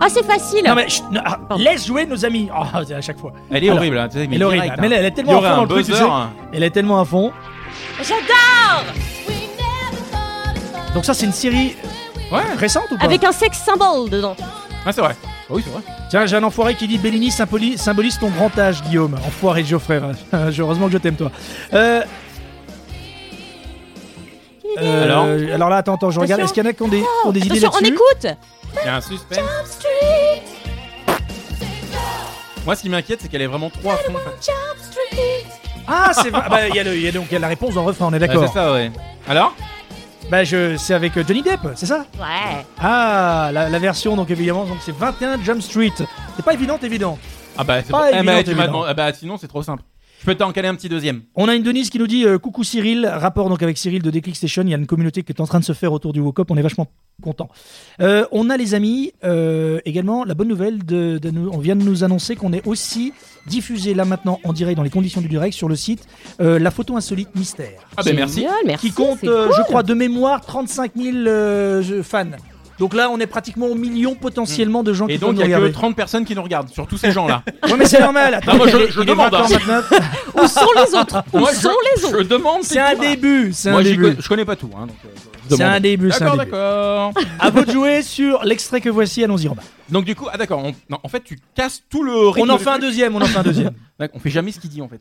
I: Ah c'est facile
E: Non mais chut, non, ah,
I: Pardon.
E: laisse jouer nos amis. Oh, c'est à chaque fois.
F: Elle est
E: Alors,
F: horrible. Hein, tu sais, mais
E: elle est horrible,
F: direct,
E: mais
F: hein.
E: elle est tellement
F: Il y aurait
E: à
F: un
E: fond dans le truc, tu
F: buzzer,
E: sais.
F: hein.
E: Elle est tellement à fond.
I: J'adore
E: Donc ça c'est une série
F: Ouais,
E: Ah, récente ou pas
I: Avec un sex symbole dedans.
F: ah, c'est vrai. Ah oui, c'est vrai.
E: Tiens, j'ai un enfoiré qui dit Bellini symboli- symbolise ton grand âge, Guillaume. Enfoiré de Geoffrey. Heureusement que je t'aime, toi. Euh, euh,
F: Alors
E: alors là, attends, attends, je regarde. Est-ce qu'il y en a qui ont des, qui ont des idées
I: Attention, on
E: là-dessus
I: écoute
F: Il y a un suspense. Moi, ce qui m'inquiète, c'est qu'elle est vraiment trop à fond. en fait.
E: bah, Ah, c'est vrai. Bah, Il y, a le- il y a donc il y a la réponse dans le refrain, on est
F: Ah,
E: d'accord.
F: c'est ça, ouais. Alors
E: Bah, je, c'est avec euh, Johnny Depp, c'est ça
I: Ouais.
E: Ah, la, la version, donc évidemment, donc c'est 21 Jump Street. C'est pas évident, évident.
F: Ah bah, c'est
E: Pas
F: bon. Eh,
E: évident,
F: mais tu m'as
E: évident.
F: demandé- ah bah, sinon, c'est trop simple. Je peux t'en caler un petit deuxième.
E: On a une Denise qui nous dit euh, Coucou Cyril, rapport donc avec Cyril de Déclic Station. Il y a une communauté qui est en train de se faire autour du Wokop. On est vachement content. on a les amis euh, également la bonne nouvelle de, de nous, on vient de nous annoncer qu'on est aussi diffusé là maintenant en direct dans les conditions du direct sur le site euh, la photo insolite mystère.
F: Ah bah, merci.
I: merci.
E: qui compte,
I: c'est
E: euh,
I: cool.
E: je crois, de mémoire 35 000 euh, je- fans. Donc là, on est pratiquement au million potentiellement de gens
F: Et
E: qui
F: donc, il
E: peuvent nous
F: y a que
E: regarder.
F: 30 personnes qui nous regardent, sur tous ces gens-là.
E: Ouais, mais c'est normal. Attends,
F: Non, moi, je-
E: il est-
F: je
E: il est
F: demande, hein.
E: 20h29.
I: Où sont les autres Où
F: Moi, je-
I: sont les autres
F: Je demande.
E: C'est un début. C'est
F: Moi,
E: un
F: j'y
E: début.
F: con- je connais pas tout. hein, donc, euh, je
E: C'est un
F: demande.
E: début. c'est un
F: D'accord,
E: début.
F: d'accord.
E: À vous de jouer sur l'extrait que voici, allons-y Romain.
F: Donc du coup, ah d'accord, on- non, en fait tu casses tout le rythme.
E: On en
F: du
E: fait un
F: truc.
E: deuxième, on en fait un deuxième.
F: Ouais, on fait jamais ce qu'il dit en fait.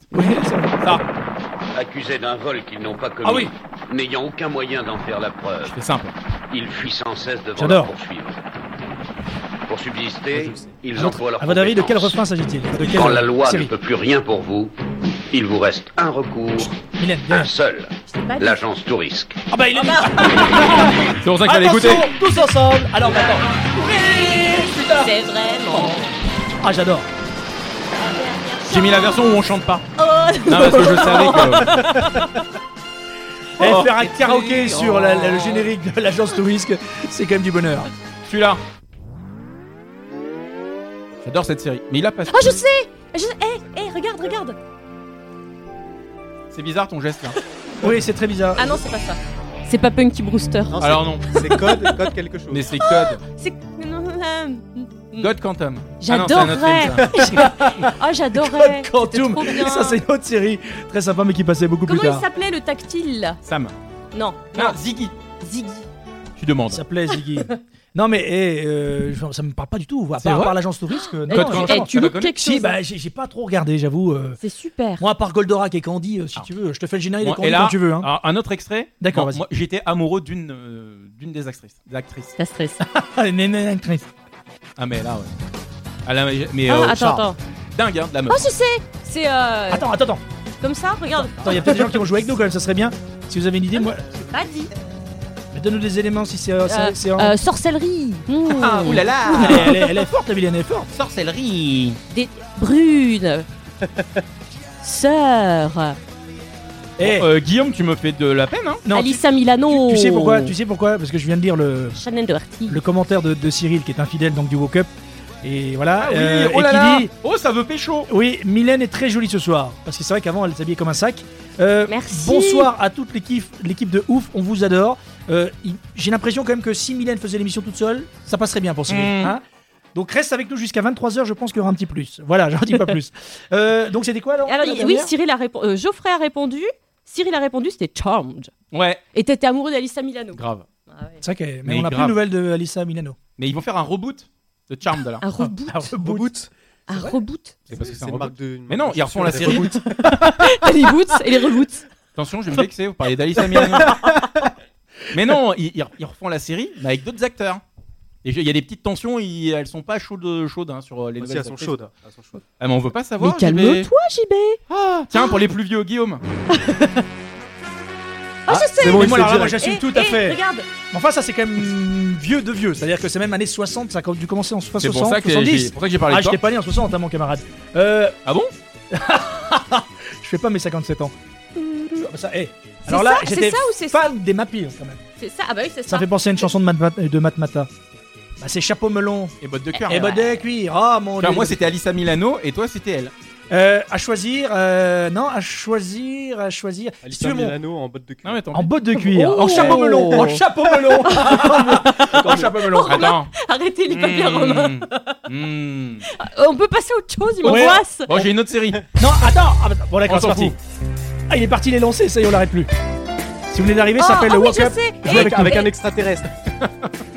M: Accusés d'un vol qu'ils n'ont pas commis,
F: Ah oui.
M: n'ayant aucun moyen d'en faire la preuve,
F: C'est simple.
M: ils fuient sans cesse devant
E: J'adore.
M: leurs poursuivants. Pour subsister, ils
E: À votre-
M: emploient leur
E: à votre avis, de quel refrain
M: compétence.
E: s'agit-il De
M: Quand la
E: quelle
M: loi ne
E: série
M: peut plus rien pour vous, il vous reste un recours,
E: Mylène,
M: un
E: viens.
M: seul,
I: pas dit.
M: l'agence Tourisque.
E: Ah bah il est
F: C'est pour ça qu'il fallait
E: Attention,
F: écouter.
E: tous ensemble Alors maintenant,
I: C'est vraiment.
E: ah j'adore
F: J'ai mis la version où on chante pas.
I: Oh,
F: Non parce que je savais que.
I: Oh.
E: Eh, Faire un karaoké sur la- la- le générique de l'agence Tourisque, c'est quand même du bonheur.
F: Celui-là. J'adore cette série. Mais il a pas.
I: Ah, je sais je... Eh, eh, regarde, regarde
F: C'est bizarre ton geste là.
E: Oui, c'est très bizarre.
I: Ah non, c'est pas ça. C'est pas Punky Brewster. Ah,
K: Non, c'est-
F: Alors non.
K: C'est code, code quelque chose.
F: Mais c'est Code.
I: C'est. non, euh,
E: Mm.
F: God Quantum.
I: J'adorerais
F: Ah non, c'est un autre film,
I: Ah, j'adorerais
E: Code Quantum,
I: C'était trop bien.
E: ça c'est une autre série très sympa mais qui passait beaucoup
I: Comment
E: plus
I: il
E: tard. Ah,
I: s'appelait le tactile là
F: ça. Sam.
I: Non,
F: Non, Ziggy.
I: Ziggy.
F: Tu demandes.
E: Il s'appelait Ziggy. Non mais eh, euh, je- ça me parle pas du tout, à
F: C'est
E: part, à
F: vrai
E: part l'agence Tourisque. euh,
I: Eh,
E: non,
F: Code
I: tu-
E: franchement.
F: Quantum,
I: eh, tu
F: ça
I: loupes
F: la
I: quelque chose.
E: Si, bah j'ai j'ai pas trop regardé, j'avoue. euh.
I: C'est super.
E: Moi, à part Goldorak et Candy, euh, si
F: Ah.
E: tu veux, je te fais le générique
F: Bon,
E: de Candy quand tu veux. hein.
F: alors, un autre extrait.
E: D'accord,
F: Bon,
E: vas-y.
F: Moi, j'étais amoureux d'une euh, d'une des actrices. Des actrices.
I: Ça stresse.
E: Ah, mais- mais- mais- mais-
F: Ah mais là ouais. Ah, là, mais mais,
I: Ah,
F: euh,
I: attends,
F: Charles.
I: attends.
F: Dingue hein, de la meuf.
I: Oh, je sais C'est euh,
E: Attends, attends, attends.
I: comme ça, regarde.
E: Attends, il y a peut-être des gens qui vont jouer avec nous quand même, ça serait bien. Si vous avez une idée, moi.
I: Pas dit.
E: Mais Donne-nous des éléments si c'est. euh, c'est- c'est en-
I: Euh, sorcellerie. Mmh.
F: Ah, oulala
E: Elle est- elle, est, elle est forte, la vilaine, elle est forte.
F: Sorcellerie
I: Des brunes. Sœur.
E: Eh,
F: Euh, Guillaume, tu me fais de la peine, hein
E: non, tu,
I: Alissa Milano.
E: tu sais pourquoi
F: Oh.
E: Tu sais pourquoi Parce que je viens de lire le,
I: Shannon Doherty.
E: le commentaire de, de Cyril, qui est infidèle donc du Woke Up. Et voilà. euh,
F: oh
E: et
F: là
E: qui
F: là
E: dit
F: Oh, ça veut pécho
E: Oui, Mylène est très jolie ce soir. Parce que c'est vrai qu'avant, elle s'habillait comme un sac. Euh,
I: Merci.
E: Bonsoir à toute l'équipe, l'équipe de ouf, on vous adore. Euh, il- J'ai l'impression quand même que si Mylène faisait l'émission toute seule, ça passerait bien pour Cyril.
F: Mm.
E: hein. donc reste avec nous jusqu'à 23h, je pense qu'il y aura un petit plus. Voilà, j'en dis pas plus. Euh, donc c'était quoi alors,
I: Alors,
E: la
I: il- oui,
E: dernière
I: Cyril a répondu. Geoffrey a répondu. Cyril a répondu, c'était Charmed.
F: Ouais,
I: Et t'étais amoureux d'Alissa Milano.
F: grave.
I: Ah ouais.
E: C'est vrai que- mais,
F: Mais
E: on n'a plus de
F: grave.
E: nouvelles de Alissa Milano.
F: Mais ils vont faire un reboot de Charmed, là.
I: Un reboot.
E: Ah, reboot.
K: Boot.
I: Un reboot.
F: C'est parce que c'est un
K: une
F: reboot.
K: marque de.
F: Mais non, ils refont la série.
I: les boots et les reboots.
F: Attention, je vais me vexer, vous parlez d'Alice Milano. Mais non, ils, ils- ils refont la série, mais avec d'autres acteurs. Et je- il y a des petites tensions, ils- elles sont pas chaudes, chaudes hein, sur euh, les
K: Aussi,
F: nouvelles
K: elles sont
F: actrices.
K: chaudes. Elles sont chaudes.
F: Ah, mais on veut pas
I: Mais
F: savoir. JB.
I: calme-toi, JB.
F: Ah, Tiens, pour les plus vieux, Guillaume.
I: Ah, je sais.
K: c'est bon,
E: Mais
K: il
E: moi,
K: sait
E: alors là, moi
K: direct.
E: j'assume
I: Eh,
E: tout à
I: eh,
E: fait.
I: Regarde,
E: Enfin, ça c'est quand même vieux de vieux. C'est-à-dire que c'est même années 60, ça a dû commencer en 60,
F: C'est pour ça que j'ai
E: 70.
F: pour ça que j'ai parlé
E: Ah,
F: de toi.
E: j'étais pas né en 60, hein, mon camarade. Euh,
F: Ah bon
E: je fais pas mes 57 ans. Ah, ça, eh.
I: C'est
E: Alors là,
I: ça- c'est
E: j'étais
I: ça ou c'est ça
E: fan des Mappies quand même.
I: c'est ça. Ah bah oui, c'est
E: Ça
I: ça.
E: fait penser à une chanson de Mat, de Mat Mata. Bah, c'est chapeau melon
F: Et bottes de cœur.
E: et
F: hein.
E: bottes de cuir. Ah mon
F: Enfin,
E: dieu.
F: moi, c'était Alissa Milano et toi, c'était elle.
E: Euh, à choisir, euh, non, à choisir, à choisir. Si tu
K: Alicia
E: veux mon-
K: Milano en botte de cul.
F: Non, mais attends.
E: En bottes de cuir,
I: Oh.
E: en chapeau melon, en chapeau melon, en chapeau melon.
F: Attends.
I: Arrêtez les papiers
F: Hmm.
I: romains.
F: Mmh. Mmh.
I: Euh, On peut passer à autre chose, il
E: Ouais.
I: m'angoisse.
F: Bon, j'ai une autre série.
E: Non, attends, ah, bon
F: On
E: d'accord, c'est
F: s'en
E: parti.
F: fout.
E: Ah, il est parti, il est lancé, ça y est, on l'arrête plus. Si vous venez d'arriver,
I: Oh,
E: ça s'appelle
I: oh,
E: le
I: mais
E: Walk
I: je
E: Up.
I: sais.
E: Jouez avec
K: Avec, avec
E: nous.
K: un extraterrestre.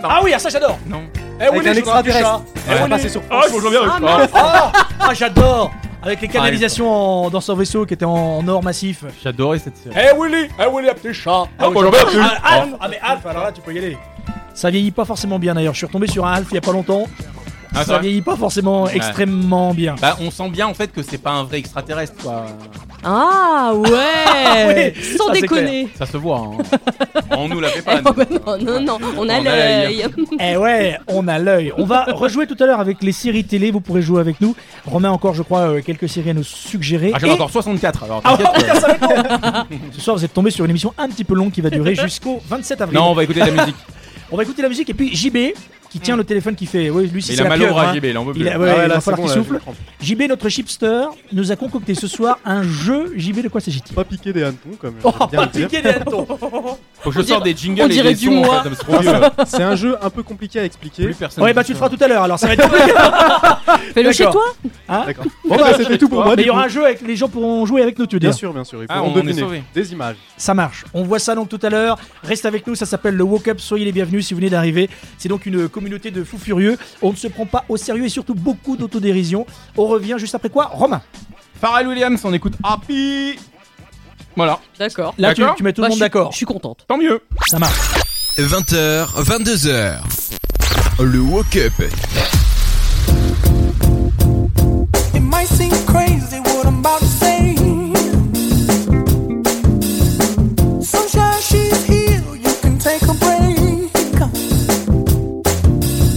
E: Ah oui, ah, ça j'adore.
F: Non.
E: Eh oui,
K: avec un
E: les joueurs du
K: extraterrestre.
E: chat.
K: Elle va passer sur.
F: Oh, je reviens.
I: Ah,
F: Ah,
I: mince.
E: Oh, ah, j'adore Avec les canalisations en- dans son vaisseau qui était en, en or massif.
F: J'adorais cette série.
E: Eh Willy Eh Willy, petit chat Ah,
F: bon, j'en veux plus.
E: Ah, Alf Ah, mais Alf, alors là, tu peux y aller. Ça vieillit pas forcément bien d'ailleurs. Je suis retombé sur un Alf il y a pas longtemps.
F: Ah, c'est
E: ça
F: vrai
E: vieillit pas forcément
F: Ouais.
E: extrêmement bien.
F: Bah, on sent bien en fait que c'est pas un vrai extraterrestre, quoi.
I: Ah
F: Eh,
I: ouais
F: Oui,
I: Sans
F: ça, c'est
I: déconner
F: clair. Ça se voit. hein. on nous l'avait pas.
I: Eh, oh, bah non, non, non, on a
F: On a l'œil.
I: l'œil.
E: Eh ouais, on a l'œil. On va rejouer tout à l'heure avec les séries télé. Vous pourrez jouer avec nous. Romain, encore, je crois, euh, quelques séries à nous suggérer.
F: Ah, j'en ai
E: Et-
F: encore 64. Alors,
E: Ah,
F: t'inquiète,
E: putain,
F: euh,
E: ça va être long. Ce soir, vous êtes tombé sur une émission un petit peu longue qui va durer jusqu'au 27 avril.
F: Non, on va écouter la musique. Mm.
E: on va écouter la musique et puis JB qui tient le téléphone qui fait. Oui, lui, si
F: Il
E: c'est
F: a
E: la
F: mal au
E: pieuvre,
F: bras,
E: hein.
F: JB, il en veut plus.
E: Il a- ouais,
F: Ah ouais,
E: il
F: là,
E: va
F: c'est
E: falloir
F: bon,
E: qu'il
F: là, je
E: souffle.
F: comprends.
E: JB, notre chipster, nous a concocté ce soir un jeu. JB, de quoi s'agit-il Pas
K: piquer des hannetons, comme
E: Oh,
K: j'aime bien
E: pas
K: le dire.
E: piquer des hannetons
F: Faut que je sorte des jingles et des sons, en fait, ça me fait trop
K: Ah, C'est-
F: vieux.
K: C'est un jeu un peu compliqué à expliquer.
F: Plus personne
E: Ouais, bah tu le feras tout à l'heure alors, ça va être
K: Fais-le chez
E: D'accord.
K: toi.
E: Hein
K: D'accord. Bon, bah,
E: Fais-le
K: c'était
E: chez
K: tout
E: toi.
K: pour moi,
E: Mais il
K: du
E: y aura
K: coup.
E: un jeu avec les gens pourront jouer avec nous, tu veux
K: Bien
E: dire.
K: sûr, bien sûr, il faut
E: Ah,
K: en
E: on en est
K: deviner
E: sauvés.
K: des images.
E: Ça marche. On voit ça donc tout à l'heure. Reste avec nous, ça s'appelle le Woke Up. Soyez les bienvenus si vous venez d'arriver. C'est donc une communauté de fous furieux. On ne se prend pas au sérieux et surtout beaucoup d'autodérision. On revient juste après quoi Romain
F: Pharrell Williams, on écoute Happy Voilà.
I: D'accord. Bah,
E: Là, tu- tu mets tout le monde d'accord.
I: Je suis contente.
F: Tant mieux.
E: Ça marche.
G: 20h, 22h. Le Woke Up.
A: It might seem crazy what I'm about to say. Sunshine, she's here. You can take a break.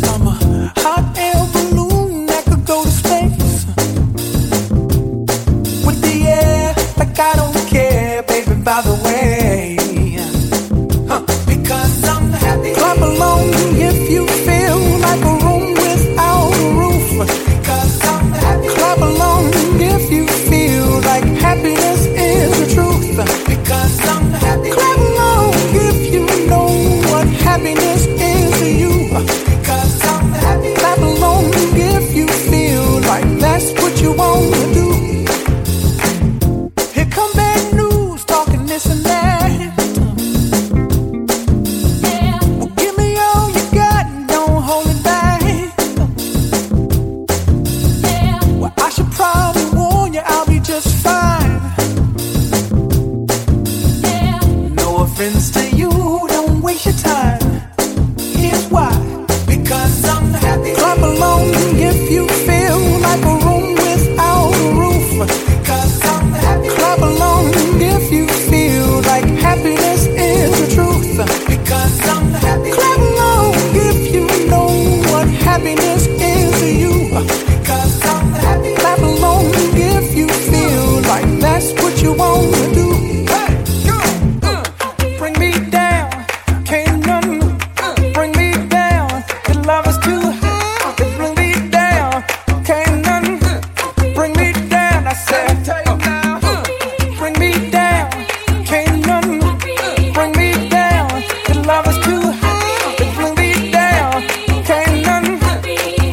A: I'm a hot air balloon that could go to space. With the air, like I don't care, baby, by the way. Huh. Because I'm happy. Clap along if you feel like a room without a roof. Because I'm happy. Clap along if you feel like happiness is the truth. Because I'm happy. Clap along if you know what happiness is to you. Because I'm happy. Clap along if you feel like that's what you want to do. Here come bad news talking this and that. Well, give me all you got, don't hold it back. Well, I should probably warn you, I'll be just fine. No offense to you, don't waste your time. Here's why. Because I'm happy. Clap along if you feel like a room without a roof. Because I'm happy. Clap along if you feel like happiness is the truth. Because I'm happy. Clap along if you know what happiness is to you. Because I'm happy. Clap along if you feel like that's what you want to do. Hey, you, uh, bring me down, can't none Bring me down, your love is too high. Bring me down, can't none. Bring me down, I said. Uh, Bring me down, can't none. Bring me down, your love is too high. Bring me down, can't none.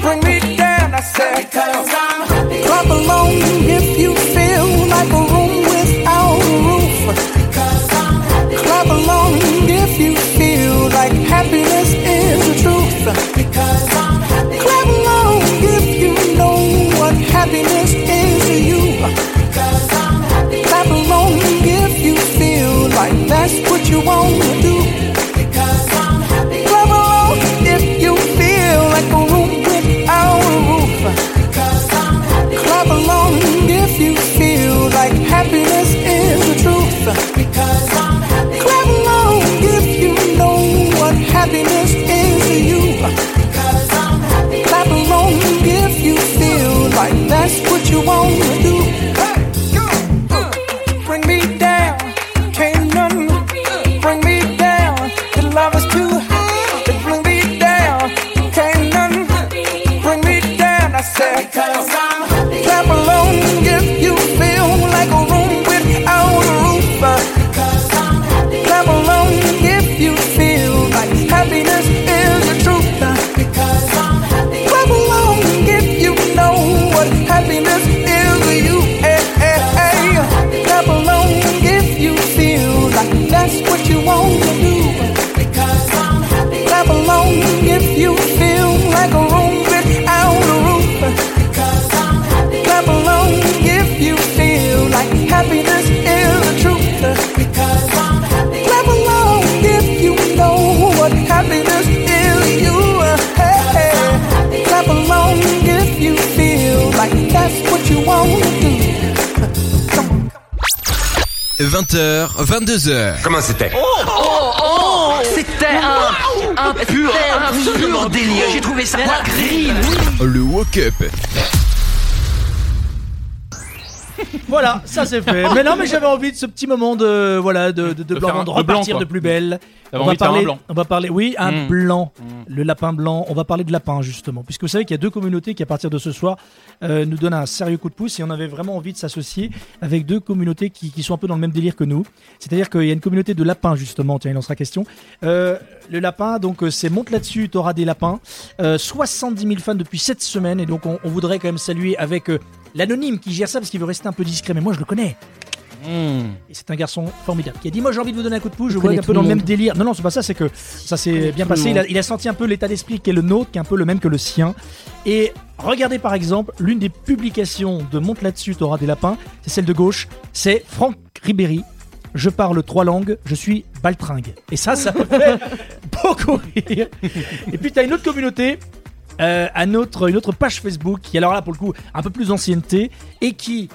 A: Bring me down, I said. Because I'm happy. Clap along if you feel like a room without a roof. Because I'm happy. Clap along if you feel like happiness is the truth. Because I'm happy. Clap along if you know what happiness is to you. Because I'm happy. Clap along if you feel like that's what you want to do. Because I'm happy. Clap along if you feel like a room without a roof. Because I'm happy. Clap along if you feel like happiness is the truth. Because I'm happy. Clap along if you know what happiness is to you. Because I'm happy. Clap along if you feel like that's what you want to do. Hey, you, uh, bring me down, can't none bring me down. Your love is too high. They bring me down, can't none bring me down. I said, because I'm happy. Clap along if you feel like a room without a roof. Because I'm happy. Clap along if you feel like happiness is the truth. Because I'm happy. Clap along if you know what happiness is to you. Hey, hey, hey. Clap along if you feel like that's what you want to do. Because I'm happy. Clap along if you feel like a room without a roof. Because
G: 20h, 22h. Comment c'était
A: Oh, oh, oh C'était un, un pur, absolument délire. J'ai trouvé ça gris.
G: Le Woke Up.
E: Voilà, ça c'est fait. Mais non, mais j'avais envie de ce petit moment de voilà de, de, de
F: De
E: blanc,
F: faire un-
E: de
F: de
E: repartir
F: blanc,
E: de
F: quoi.
E: plus belle.
F: T'avais envie de faire un
E: parler,
F: blanc.
E: on va parler, oui, un
F: Mm.
E: blanc, le lapin blanc. On va parler de lapin justement, puisque vous savez qu'il y a deux communautés qui à partir de ce soir euh, nous donnent un sérieux coup de pouce et on avait vraiment envie de s'associer avec deux communautés qui, qui sont un peu dans le même délire que nous. C'est-à-dire qu'il y a une communauté de lapins justement. Tiens, il en sera question. Euh, le lapin, donc euh, c'est monte là-dessus, t'auras des lapins. Euh, 70 000 fans depuis 7 semaines et donc on, on voudrait quand même saluer avec euh, l'anonyme qui gère ça parce qu'il veut rester un peu discret. Mais moi je le connais.
F: Mmh.
E: Et c'est un garçon formidable qui a dit Moi j'ai envie de vous donner un coup de pouce, je vois
F: connais
E: un
F: tout
E: peu
F: le
E: dans le
F: monde.
E: même délire. Non, non, c'est pas ça, c'est que ça s'est bien
F: tout le
E: passé. Il a,
F: monde.
E: il a senti un peu l'état d'esprit qui est le nôtre, qui est un peu le même que le sien. Et regardez par exemple, l'une des publications de Monte là-dessus, t'auras des lapins, c'est celle de gauche, c'est Franck Ribéry. Je parle trois langues, je suis baltringue. Et ça, ça me fait beaucoup rire. Et puis t'as une autre communauté euh, un autre- une autre page Facebook qui, alors là, pour le coup, un peu plus d'ancienneté et qui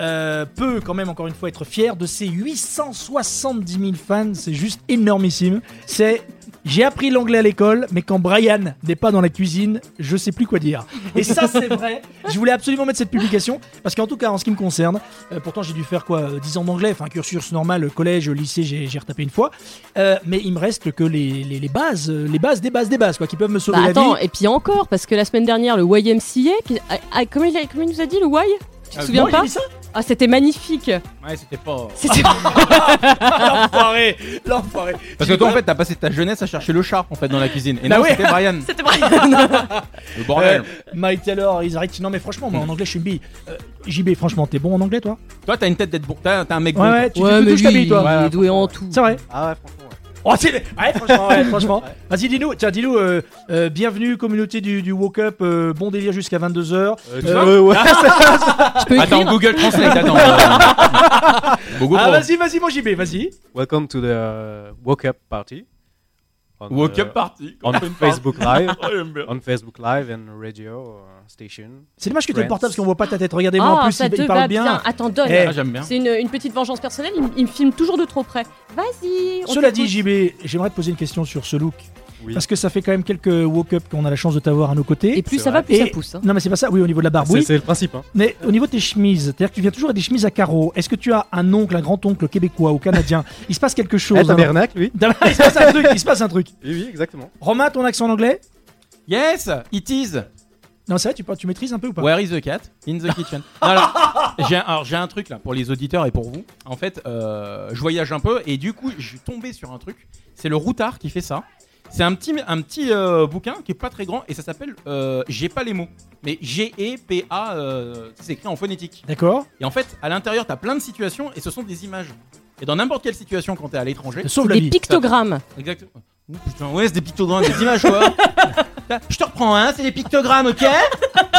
E: euh, peut quand même, encore une fois, être fier de ses 870 000 fans. C'est juste énormissime. C'est j'ai appris l'anglais à l'école, mais quand Brian n'est pas dans la cuisine, je sais plus quoi dire. Et ça, c'est vrai. Je voulais absolument mettre cette publication parce qu'en tout cas, en ce qui me concerne, euh, pourtant j'ai dû faire quoi euh, 10 ans d'anglais, enfin cursus normal, euh, collège, lycée, j'ai j'ai retapé une fois. Euh, mais il me reste que les, les- les bases, euh, les bases des bases des bases, quoi, qui peuvent me sauver
I: Bah,
E: la
I: attends,
E: vie.
I: et puis encore, parce que la semaine dernière, le YMCA, qui- ah, ah, comment, il a- comment il nous a dit le Y Tu te
F: Ah,
I: souviens
F: moi,
I: pas
F: j'ai dit ça
I: Ah, c'était magnifique.
F: Ouais, c'était pas.
I: C'était-
E: l'enfoiré, l'enfoiré.
F: Parce que toi, en fait, t'as passé ta jeunesse à chercher le chat en fait dans la cuisine. Et
E: Bah
F: non,
E: oui.
F: c'était Brian.
I: C'était Brian.
E: Ah.
F: Le bordel.
E: Euh, Mike Taylor, ils arrêtent. Non, mais franchement, moi en anglais, je suis une bille. Euh, JB, franchement, t'es bon en anglais, toi
F: Toi, t'as une tête d'être bon. T'as t'as un mec
E: Ouais,
F: bon.
E: ouais, tu tu- tu touches ta bille, toi.
I: en tout.
E: C'est vrai.
K: Ah ouais, franchement.
E: Oh, c'est- ouais, franchement, ouais, franchement. Vas-y, dis-nous, tiens, dis-nous, euh, euh, bienvenue, communauté du, du Woke Up, euh, bon délire jusqu'à Euh, 22h.
F: tout Ah, ça Ouais, ouais. Attends, Google Translate, attends. Beaucoup
E: ah,
F: trop.
E: vas-y, vas-y, mon JB, vas-y.
K: Welcome to the uh, Woke Up Party. On,
F: Woke Up party.
K: On
F: Comme une
K: Facebook
F: party.
K: Live.
F: Ouais, j'aime bien.
K: on Facebook Live and radio uh, station.
E: C'est dommage que t'aies le
K: Friends.
E: portable parce qu'on voit pas ta tête. Regardez-moi, en
I: Ah,
E: plus,
I: ça
E: il,
I: te
E: il parle
I: va
E: bien.
I: Attends, donne.
E: Eh,
F: Ah,
I: C'est une, une petite vengeance personnelle, il, il me filme toujours de trop près. Vas-y. on
E: Cela dit,
I: t'écoute.
E: JB, j'aimerais te poser une question sur ce look. Parce que ça fait quand même quelques woke up qu'on a la chance de t'avoir à nos côtés. Et
I: plus C'est ça va, vrai. plus ça pousse, hein.
E: Non, mais c'est pas ça, oui, au niveau de la barbe.
K: C'est-
E: oui.
K: c'est le principe, hein.
E: Mais au niveau de tes chemises, c'est-à-dire que tu viens toujours à des chemises à carreaux. Est-ce que tu as un oncle, un grand-oncle québécois ou canadien Il se passe quelque chose.
K: Eh,
E: hein, non
K: tabernacle, oui.
E: il se passe un truc, il se passe un truc.
K: Oui, oui, exactement.
E: Romain, ton accent en anglais
F: Yes, it is.
E: Non, c'est vrai, tu, tu maîtrises un peu ou pas
F: Where is the cat In the kitchen. Non, alors, j'ai un- alors, j'ai un truc là pour les auditeurs et pour vous. En fait, euh, je voyage un peu et du coup, je suis tombé sur un truc. C'est le routard qui fait ça. C'est un petit, un petit euh, bouquin qui est pas très grand et ça s'appelle euh, J'ai pas les mots. Mais G-E-P-A, euh, c'est écrit en phonétique.
E: D'accord.
F: Et en fait, à l'intérieur, t'as plein de situations et ce sont des images. Et dans n'importe quelle situation, quand t'es à l'étranger,
I: Sauve la Des vie. pictogrammes.
F: Exactement. Ouh, putain, ouais, c'est des pictogrammes, des images quoi. Je te reprends, hein, c'est des pictogrammes, ok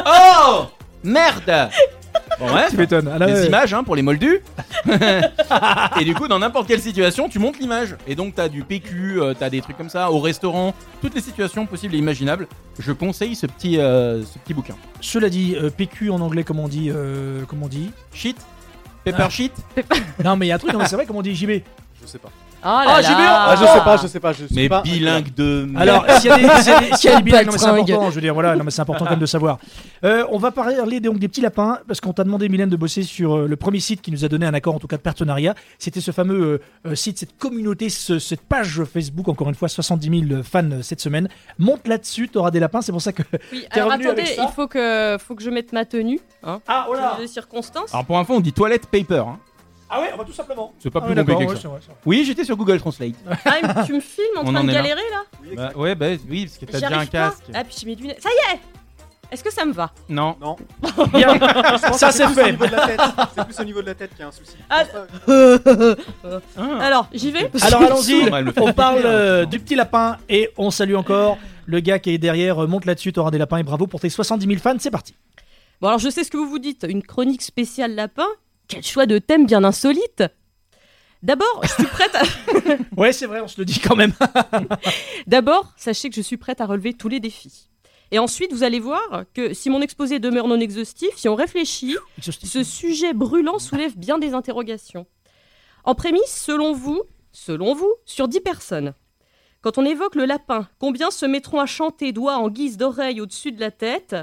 F: Oh Merde Bon, ouais,
E: Tu m'étonnes. Ah là,
F: des
E: ouais.
F: images hein, pour les moldus. et du coup, dans n'importe quelle situation, tu montes l'image. Et donc, t'as du PQ, euh, t'as des trucs comme ça, au restaurant, toutes les situations possibles et imaginables. Je conseille ce petit, euh, ce petit bouquin.
E: Cela dit, euh, PQ en anglais, comment on dit euh, Comment on dit
F: Shit Pepper shit
E: Non, mais il y a un truc, non, mais c'est vrai, comment on dit JB
K: Je sais pas.
I: Ah
E: là là.
K: Ah, je sais pas, je sais pas. Je suis
F: Mais
K: pas
F: bilingue de.
E: Alors, s'il y a des, s'il y a des- s'il y a
F: Quel
E: des bilingues, non, mais c'est
F: patringue.
E: important, je veux dire, voilà, non, mais c'est important quand même de savoir. Euh, on va parler donc des petits lapins, parce qu'on t'a demandé, Mylène, de bosser sur euh, le premier site qui nous a donné un accord, en tout cas de partenariat. C'était ce fameux euh, euh, site, cette communauté, ce- cette page Facebook, encore une fois, 70 000 fans euh, cette semaine. Monte là-dessus, t'auras des lapins, c'est pour ça que.
I: Oui,
E: t'es
I: alors
E: revenu
I: attendez,
E: avec ça.
I: il faut que, faut que je mette ma tenue.
F: Hein
E: ah,
I: voilà. De circonstances.
F: Alors, pour info, on dit toilette paper. hein.
E: Ah ouais, on va tout simplement.
F: Ah. C'est pas
E: Ah
F: plus
E: ouais, d'accord,
F: compliqué
E: ouais,
F: que
E: c'est
F: ça.
E: vrai,
F: Oui, j'étais sur Google Translate.
I: Ah, mais tu me filmes en
F: On
I: train
F: en
I: de
F: est là.
I: galérer là
F: Bah, ouais, bah oui, parce que t'as
I: J'y
F: déjà un
I: arrive pas.
F: casque.
I: Ah, puis j'ai mes lunettes. Ça y est Est-ce que ça me va
F: Non.
K: Non.
E: Bien.
K: Ça, c'est fait. C'est plus au niveau de la tête qu'il y a un souci.
I: Ah, Euh. Alors, j'y vais
E: Alors allons-y,
F: Ah. Elle me fait
E: on parle euh, du petit lapin et on salue encore le gars qui est derrière. euh, Monte là-dessus, t'auras des lapins et bravo pour tes 70 000 fans, c'est parti.
I: Bon, alors je sais ce que vous vous dites. Une chronique spéciale lapin Quel choix de thème bien insolite D'abord, je suis prête à...
E: Ouais, c'est vrai, on se le dit quand même.
I: D'abord, sachez que je suis prête à relever tous les défis. Et ensuite, vous allez voir que si mon exposé demeure non exhaustif, si on réfléchit, ce sujet brûlant soulève bien des interrogations. En prémisse, selon vous, selon vous, sur 10 personnes. Quand on évoque le lapin, combien se mettront à chanter doigts en guise d'oreille au-dessus de la tête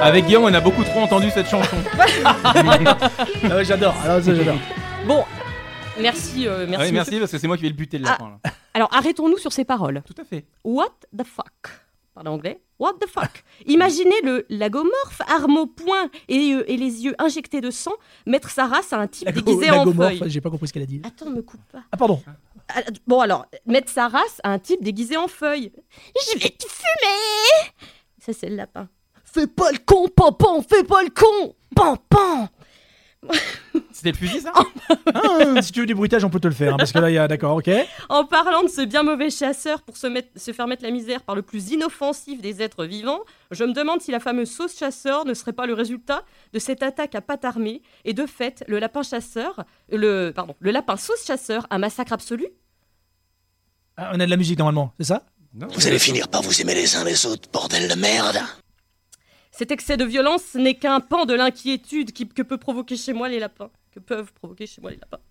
F: Avec Guillaume, on a beaucoup trop entendu cette chanson.
E: Ah j'adore, alors ça, j'adore.
I: Bon, merci, euh,
F: Ah
I: merci.
F: oui,
I: monsieur.
F: merci parce que c'est moi qui vais le buter le
I: Ah.
F: lapin. là.
I: Alors arrêtons-nous sur ces paroles.
F: Tout à fait.
I: What the fuck Parlez anglais. What the fuck Imaginez le lagomorphe, arme au poing et, euh, et les yeux injectés de sang, mettre sa race à un type déguisé en
E: Lagomorphe,
I: feuille.
E: j'ai pas compris ce qu'elle a dit.
I: Attends, me coupe pas.
E: Ah, pardon.
I: Ah, Bon alors, mettre sa race à un type déguisé en feuille. Je vais te fumer Ça c'est le lapin. Fais pas le con, pampan, fais pas le con, pampan
F: C'était le fusil, ça
E: Ah, Si tu veux du bruitage, on peut te le faire, hein, parce que là, il y a. D'accord, ok.
I: En parlant de ce bien mauvais chasseur pour se, mettre- se faire mettre la misère par le plus inoffensif des êtres vivants, je me demande si la fameuse sauce chasseur ne serait pas le résultat de cette attaque à pattes armées et de fait le lapin chasseur, le pardon, le lapin sauce chasseur, un massacre absolu.
E: Ah, on a de la musique normalement, c'est ça
N: Vous allez finir par vous aimer les uns les autres, bordel de merde.
I: Cet excès de violence n'est qu'un pan de l'inquiétude qui- que peut provoquer chez moi les lapins, que peuvent provoquer chez moi les lapins.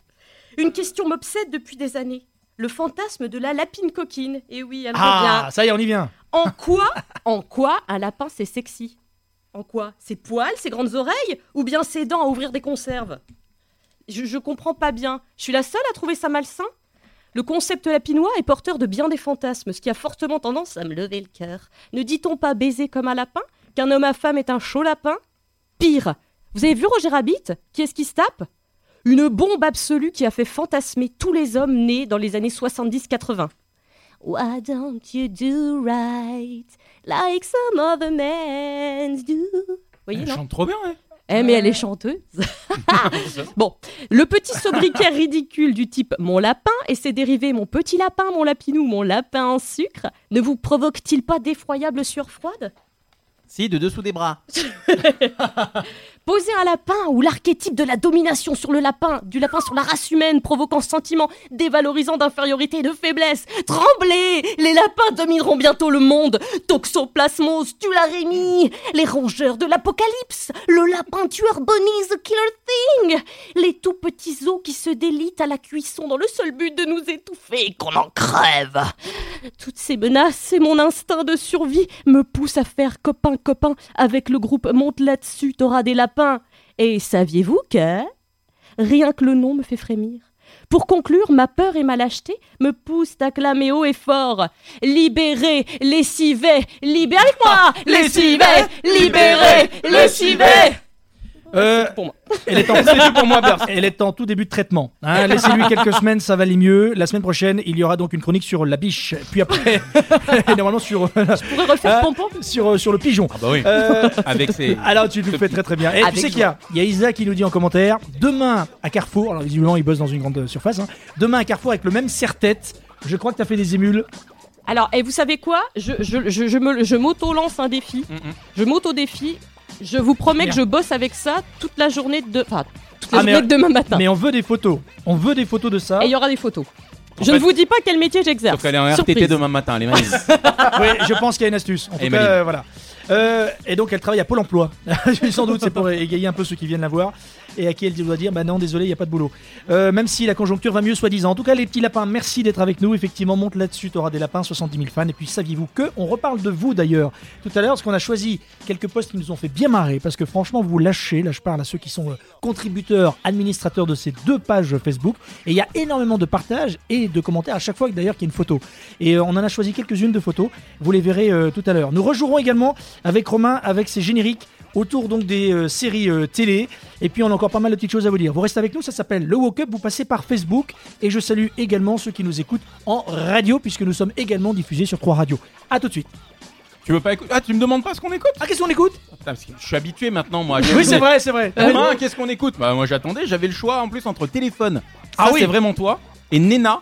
I: Une question m'obsède depuis des années, le fantasme de la lapine coquine. Et oui, elle
E: Ah,
I: revient.
E: ça y est, on y vient.
I: En quoi, en quoi un lapin c'est sexy En quoi Ses poils, ses grandes oreilles ou bien ses dents à ouvrir des conserves je, je comprends pas bien. Je suis la seule à trouver ça malsain Le concept lapinois est porteur de bien des fantasmes, ce qui a fortement tendance à me lever le cœur. Ne dit-on pas baiser comme un lapin Qu'un homme à femme est un chaud lapin Pire Vous avez vu Roger Rabbit Qui est-ce qui se tape Une bombe absolue qui a fait fantasmer tous les hommes nés dans les années 70-80. Why don't you do right like some other men do? Vous voyez,
F: Elle
I: non
F: chante trop bien, ouais.
I: Eh, mais elle est chanteuse. bon, le petit sobriquet ridicule du type mon lapin et ses dérivés mon petit lapin, mon lapinou, mon lapin en sucre ne vous provoque-t-il pas d'effroyables sueurs froides
F: Si, de dessous des bras.
I: Poser un lapin ou l'archétype de la domination sur le lapin, du lapin sur la race humaine, provoquant ce sentiment dévalorisant d'infériorité et de faiblesse. Tremblez Les lapins domineront bientôt le monde Toxoplasmose, tularémie Les rongeurs de l'apocalypse Le lapin tueur Bonnie the Killer Thing Les tout petits os qui se délitent à la cuisson dans le seul but de nous étouffer et qu'on en crève toutes ces menaces et mon instinct de survie me poussent à faire copain-copain avec le groupe Monte là-dessus, t'auras des lapins. Et saviez-vous que Rien que le nom me fait frémir. Pour conclure, ma peur et ma lâcheté me poussent à clamer haut et fort Libérez, lessivez, libérez moi Lessivez, libérez, lessivez
E: Euh, Elle est en,
F: C'est mieux pour moi, Berce.
E: Elle est en tout début de traitement. hein. Laissez-lui quelques semaines, ça va aller mieux. La semaine prochaine, il y aura donc une chronique sur la biche. Puis après, et normalement sur. Je
I: pourrais refaire pompon
E: sur, euh, sur le pigeon. Ah
F: bah oui. Avec ses-
E: Alors tu nous fais très très bien. Et
F: Avec
E: tu sais qu'il y
F: joie.
E: a, il y a Isa qui nous dit en commentaire demain à Carrefour, alors visiblement il bosse dans une grande euh, surface, hein. demain à Carrefour avec le même serre-tête. Je crois que t'as fait des émules.
I: Alors, et vous savez quoi Je, je, je, je me- je m'auto-lance un défi. Je m'auto-défi. Je vous promets que je
E: Mm, Bien.
I: bosse avec ça toute la journée de. Enfin, toute la
E: Ah,
I: journée de demain matin.
E: Mais on veut des photos. On veut des photos de ça.
I: Et il y aura des photos.
E: En
I: je
E: fait-
I: ne vous dis pas quel métier j'exerce.
F: Sauf qu'elle est en RTT
I: Surprise.
F: demain matin, les malines.
E: oui, je pense qu'il y a une astuce. En tout
F: Et
E: cas,
F: Maline.
E: euh, voilà. Euh, et donc, elle travaille à Pôle emploi. Sans doute, c'est pour égayer un peu ceux qui viennent la voir et à qui elle doit dire Bah non, désolé, il n'y a pas de boulot. Euh, même si la conjoncture va mieux, soi-disant. En tout cas, les petits lapins, merci d'être avec nous. Effectivement, monte là-dessus, t'auras des lapins, 70 000 fans. Et puis, saviez-vous que On reparle de vous d'ailleurs tout à l'heure, parce qu'on a choisi quelques postes qui nous ont fait bien marrer. Parce que franchement, vous lâchez. Là, je parle à ceux qui sont euh, contributeurs, administrateurs de ces deux pages Facebook. Et il y a énormément de partages et de commentaires à chaque fois d'ailleurs qu'il y a une photo. Et euh, on en a choisi quelques-unes de photos. Vous les verrez euh, tout à l'heure. Nous rejouerons également avec Romain avec ses génériques autour donc des euh, séries euh, télé. Et puis on a encore pas mal de petites choses à vous dire. Vous restez avec nous, ça s'appelle le Woke Up. Vous passez par Facebook. Et je salue également ceux qui nous écoutent en radio, puisque nous sommes également diffusés sur trois radios. À tout de suite.
F: Tu veux pas écouter Ah, tu me demandes pas ce qu'on écoute
E: Ah, qu'est-ce qu'on écoute
F: Je suis habitué maintenant, moi.
E: Oui, c'est vrai, c'est vrai.
F: Romain,
E: Oui.
F: qu'est-ce qu'on écoute Bah, moi j'attendais, j'avais le choix en plus entre téléphone. Ça,
E: Ah oui.
F: c'est vraiment toi. Et Nena.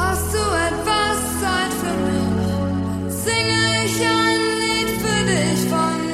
O: Hast du etwas Zeit für mich? Singe ich ein Lied für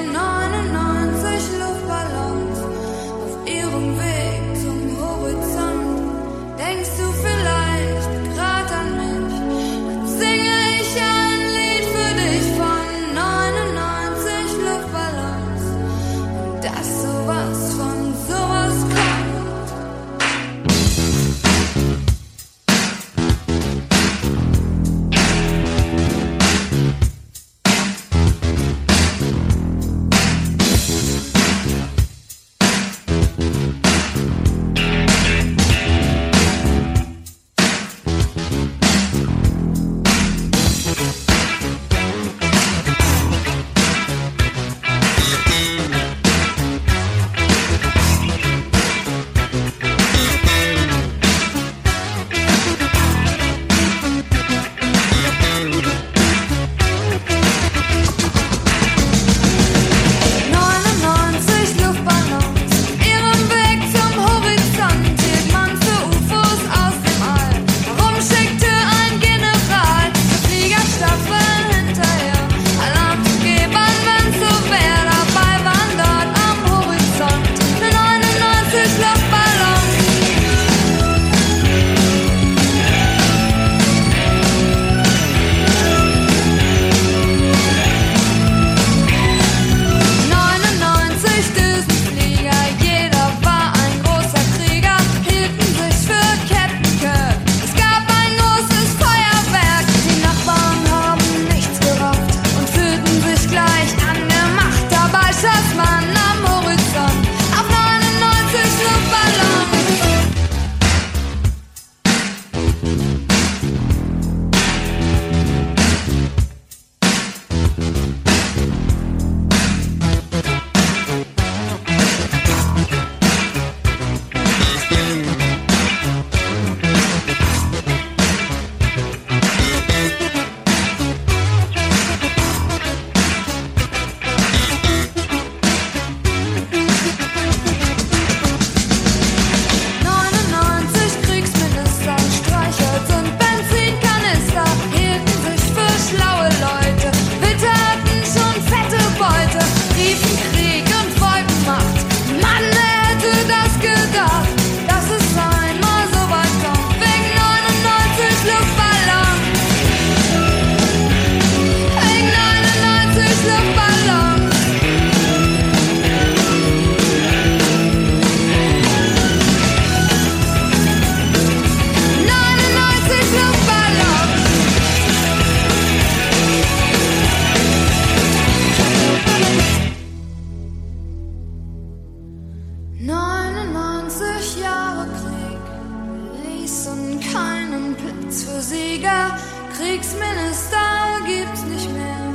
O: Siebenpitz für Sieger, Kriegsminister gibt's nicht mehr.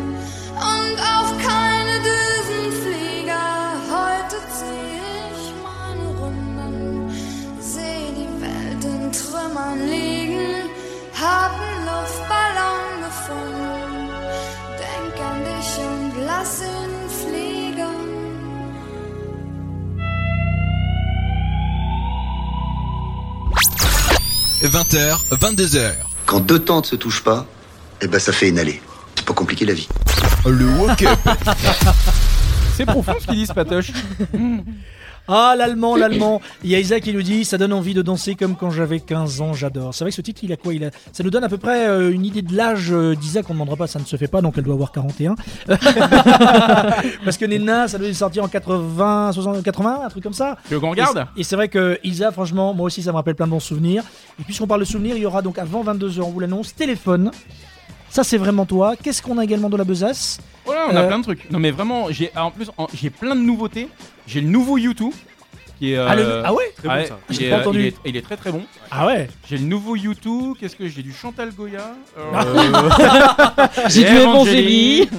O: Und auch keine Düsenflieger. Heute zieh ich meine Runden, seh die Welt in Trümmern liegen, hab einen Luftballon gefunden. Denk an dich und lass ihn fliegen.
G: Europe
P: 20h, 22h. Quand deux tentes se touchent pas, eh ben ça fait une allée. C'est pas compliqué la vie.
G: Le woke up.
F: C'est profond ce qu'ils disent, Patoche.
E: Ah, l'allemand, l'allemand. Il y a Isaac qui nous dit Ça donne envie de danser comme quand j'avais 15 ans, j'adore. C'est vrai que ce titre, il a quoi il a... Ça nous donne à peu près euh, une idée de l'âge euh, d'Isaac. On ne demandera pas, ça ne se fait pas, donc elle doit avoir 41. Parce que Nena, ça devait sortir en 80, 60, 80, un truc comme ça.
F: Tu veux qu'on regarde
E: Et c'est- Et c'est vrai que Isa, franchement, moi aussi, ça me rappelle plein de bons souvenirs. Et puisqu'on parle de souvenirs, il y aura donc avant 22h, on vous l'annonce, téléphone. Ça, c'est vraiment toi. Qu'est-ce qu'on a également de la besace
F: Voilà, Oh on a
E: Euh,
F: plein de trucs. Non mais vraiment, j'ai ah, en plus en- j'ai plein de nouveautés. J'ai le nouveau YouTube qui est
E: Ah, le-
F: euh,
E: ah ouais Très bon, ça.
F: il
E: J'ai
F: est,
E: pas
F: euh,
E: entendu.
F: Il est, il est très très bon.
E: Ah ouais.
F: J'ai le nouveau YouTube. Qu'est-ce que j'ai du Chantal Goya. euh,
E: J'ai du
F: Evangélie.
E: Evangélie.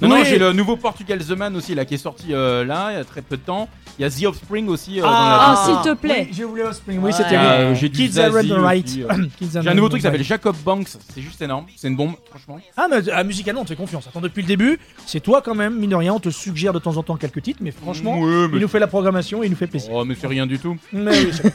F: non non,
E: Oui.
F: j'ai le nouveau Portugal The Man aussi là qui est sorti euh, là il y a très peu de temps. Il y a The Offspring aussi. euh, dans la-
E: Ah, Oui, je voulais Offspring. Oui,
F: Ouais.
E: c'était
F: Euh,
E: lui.
F: J'ai du
E: Kids Are on
F: Zazie
E: the Right.
F: aussi, euh.
E: Kids Are
F: J'ai un
E: on
F: nouveau
E: the
F: truc qui s'appelle
E: Right.
F: Jacob Banks. C'est juste énorme. C'est une bombe franchement.
E: Ah, mais ah, musicalement, on te fait confiance. Attends, depuis le début, c'est toi quand même, mine de rien. On te suggère de temps en temps quelques titres, mais franchement,
F: Mm, Ouais, mais-
E: il nous fait la programmation et il nous fait plaisir.
F: Oh mais c'est rien du tout.
E: Mais oui, c'est-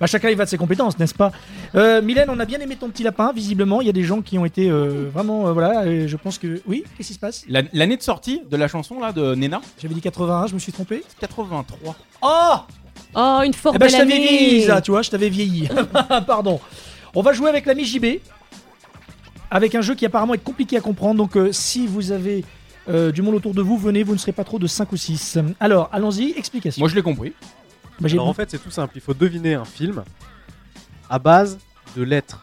E: bah, chacun il va de ses compétences, n'est-ce pas Euh, Mylène, on a bien aimé ton petit lapin. Visiblement, il y a des gens qui ont été euh, vraiment. euh, voilà, euh, je pense que. Oui, qu'est-ce qui se passe
F: La- L'année de sortie de la chanson là de Nena.
E: J'avais dit 81, je me suis trompé
F: 83.
E: Oh
I: Oh, une forte
E: Eh ben, je t'avais
I: année.
E: vieilli, Isa, tu vois, je t'avais vieilli. Pardon. On va jouer avec l'ami JB, avec un jeu qui apparemment est compliqué à comprendre. Donc, euh, si vous avez euh, du monde autour de vous, venez, vous ne serez pas trop de 5 ou 6. Alors, allons-y, explication.
F: Moi je l'ai compris.
E: Bah, j'ai-
K: Alors en fait, c'est tout simple. Il faut deviner un film à base de lettres,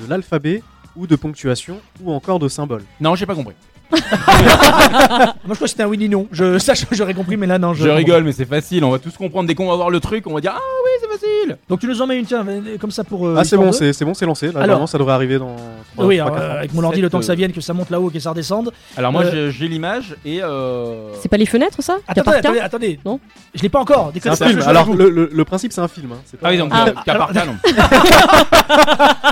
K: de l'alphabet ou de ponctuation ou encore de symboles.
F: Non, j'ai pas compris.
E: Moi, je crois que c'était un oui ni non. Je, ça, j'aurais compris, mais là, non.
F: Je rigole, mais c'est facile, on va tous comprendre. Dès qu'on va voir le truc, on va dire Ah oui, c'est facile
E: Donc, tu nous emmènes une, tiens, comme ça pour. euh,
K: ah c'est
E: histoire
K: bon,
E: de-
K: c'est Oh, c'est bon, c'est lancé. Là,
E: Alors-
K: normalement, ça devrait arriver dans. trois-
E: oui,
K: trois,
E: alors,
K: quatre,
E: euh,
K: cinq,
E: avec mon ordi,
K: sept,
E: le temps que ça
K: euh,
E: vienne, que ça monte là-haut, que ça redescende.
F: Alors, moi,
E: Euh,
F: je- j'ai l'image et. euh,
I: C'est pas les fenêtres, ça Cas
E: Attendez,
I: par cas
E: attendez, attendez. Non Je l'ai pas encore.
K: C'est
E: déconnez
K: un
E: pas,
K: film.
E: je joue
K: Alors
E: avec vous.
K: le, le- le principe, c'est un film. hein, c'est pas-
F: Ah oui, donc,
E: Ah,
F: euh, cas
E: alors-
F: par cas, non.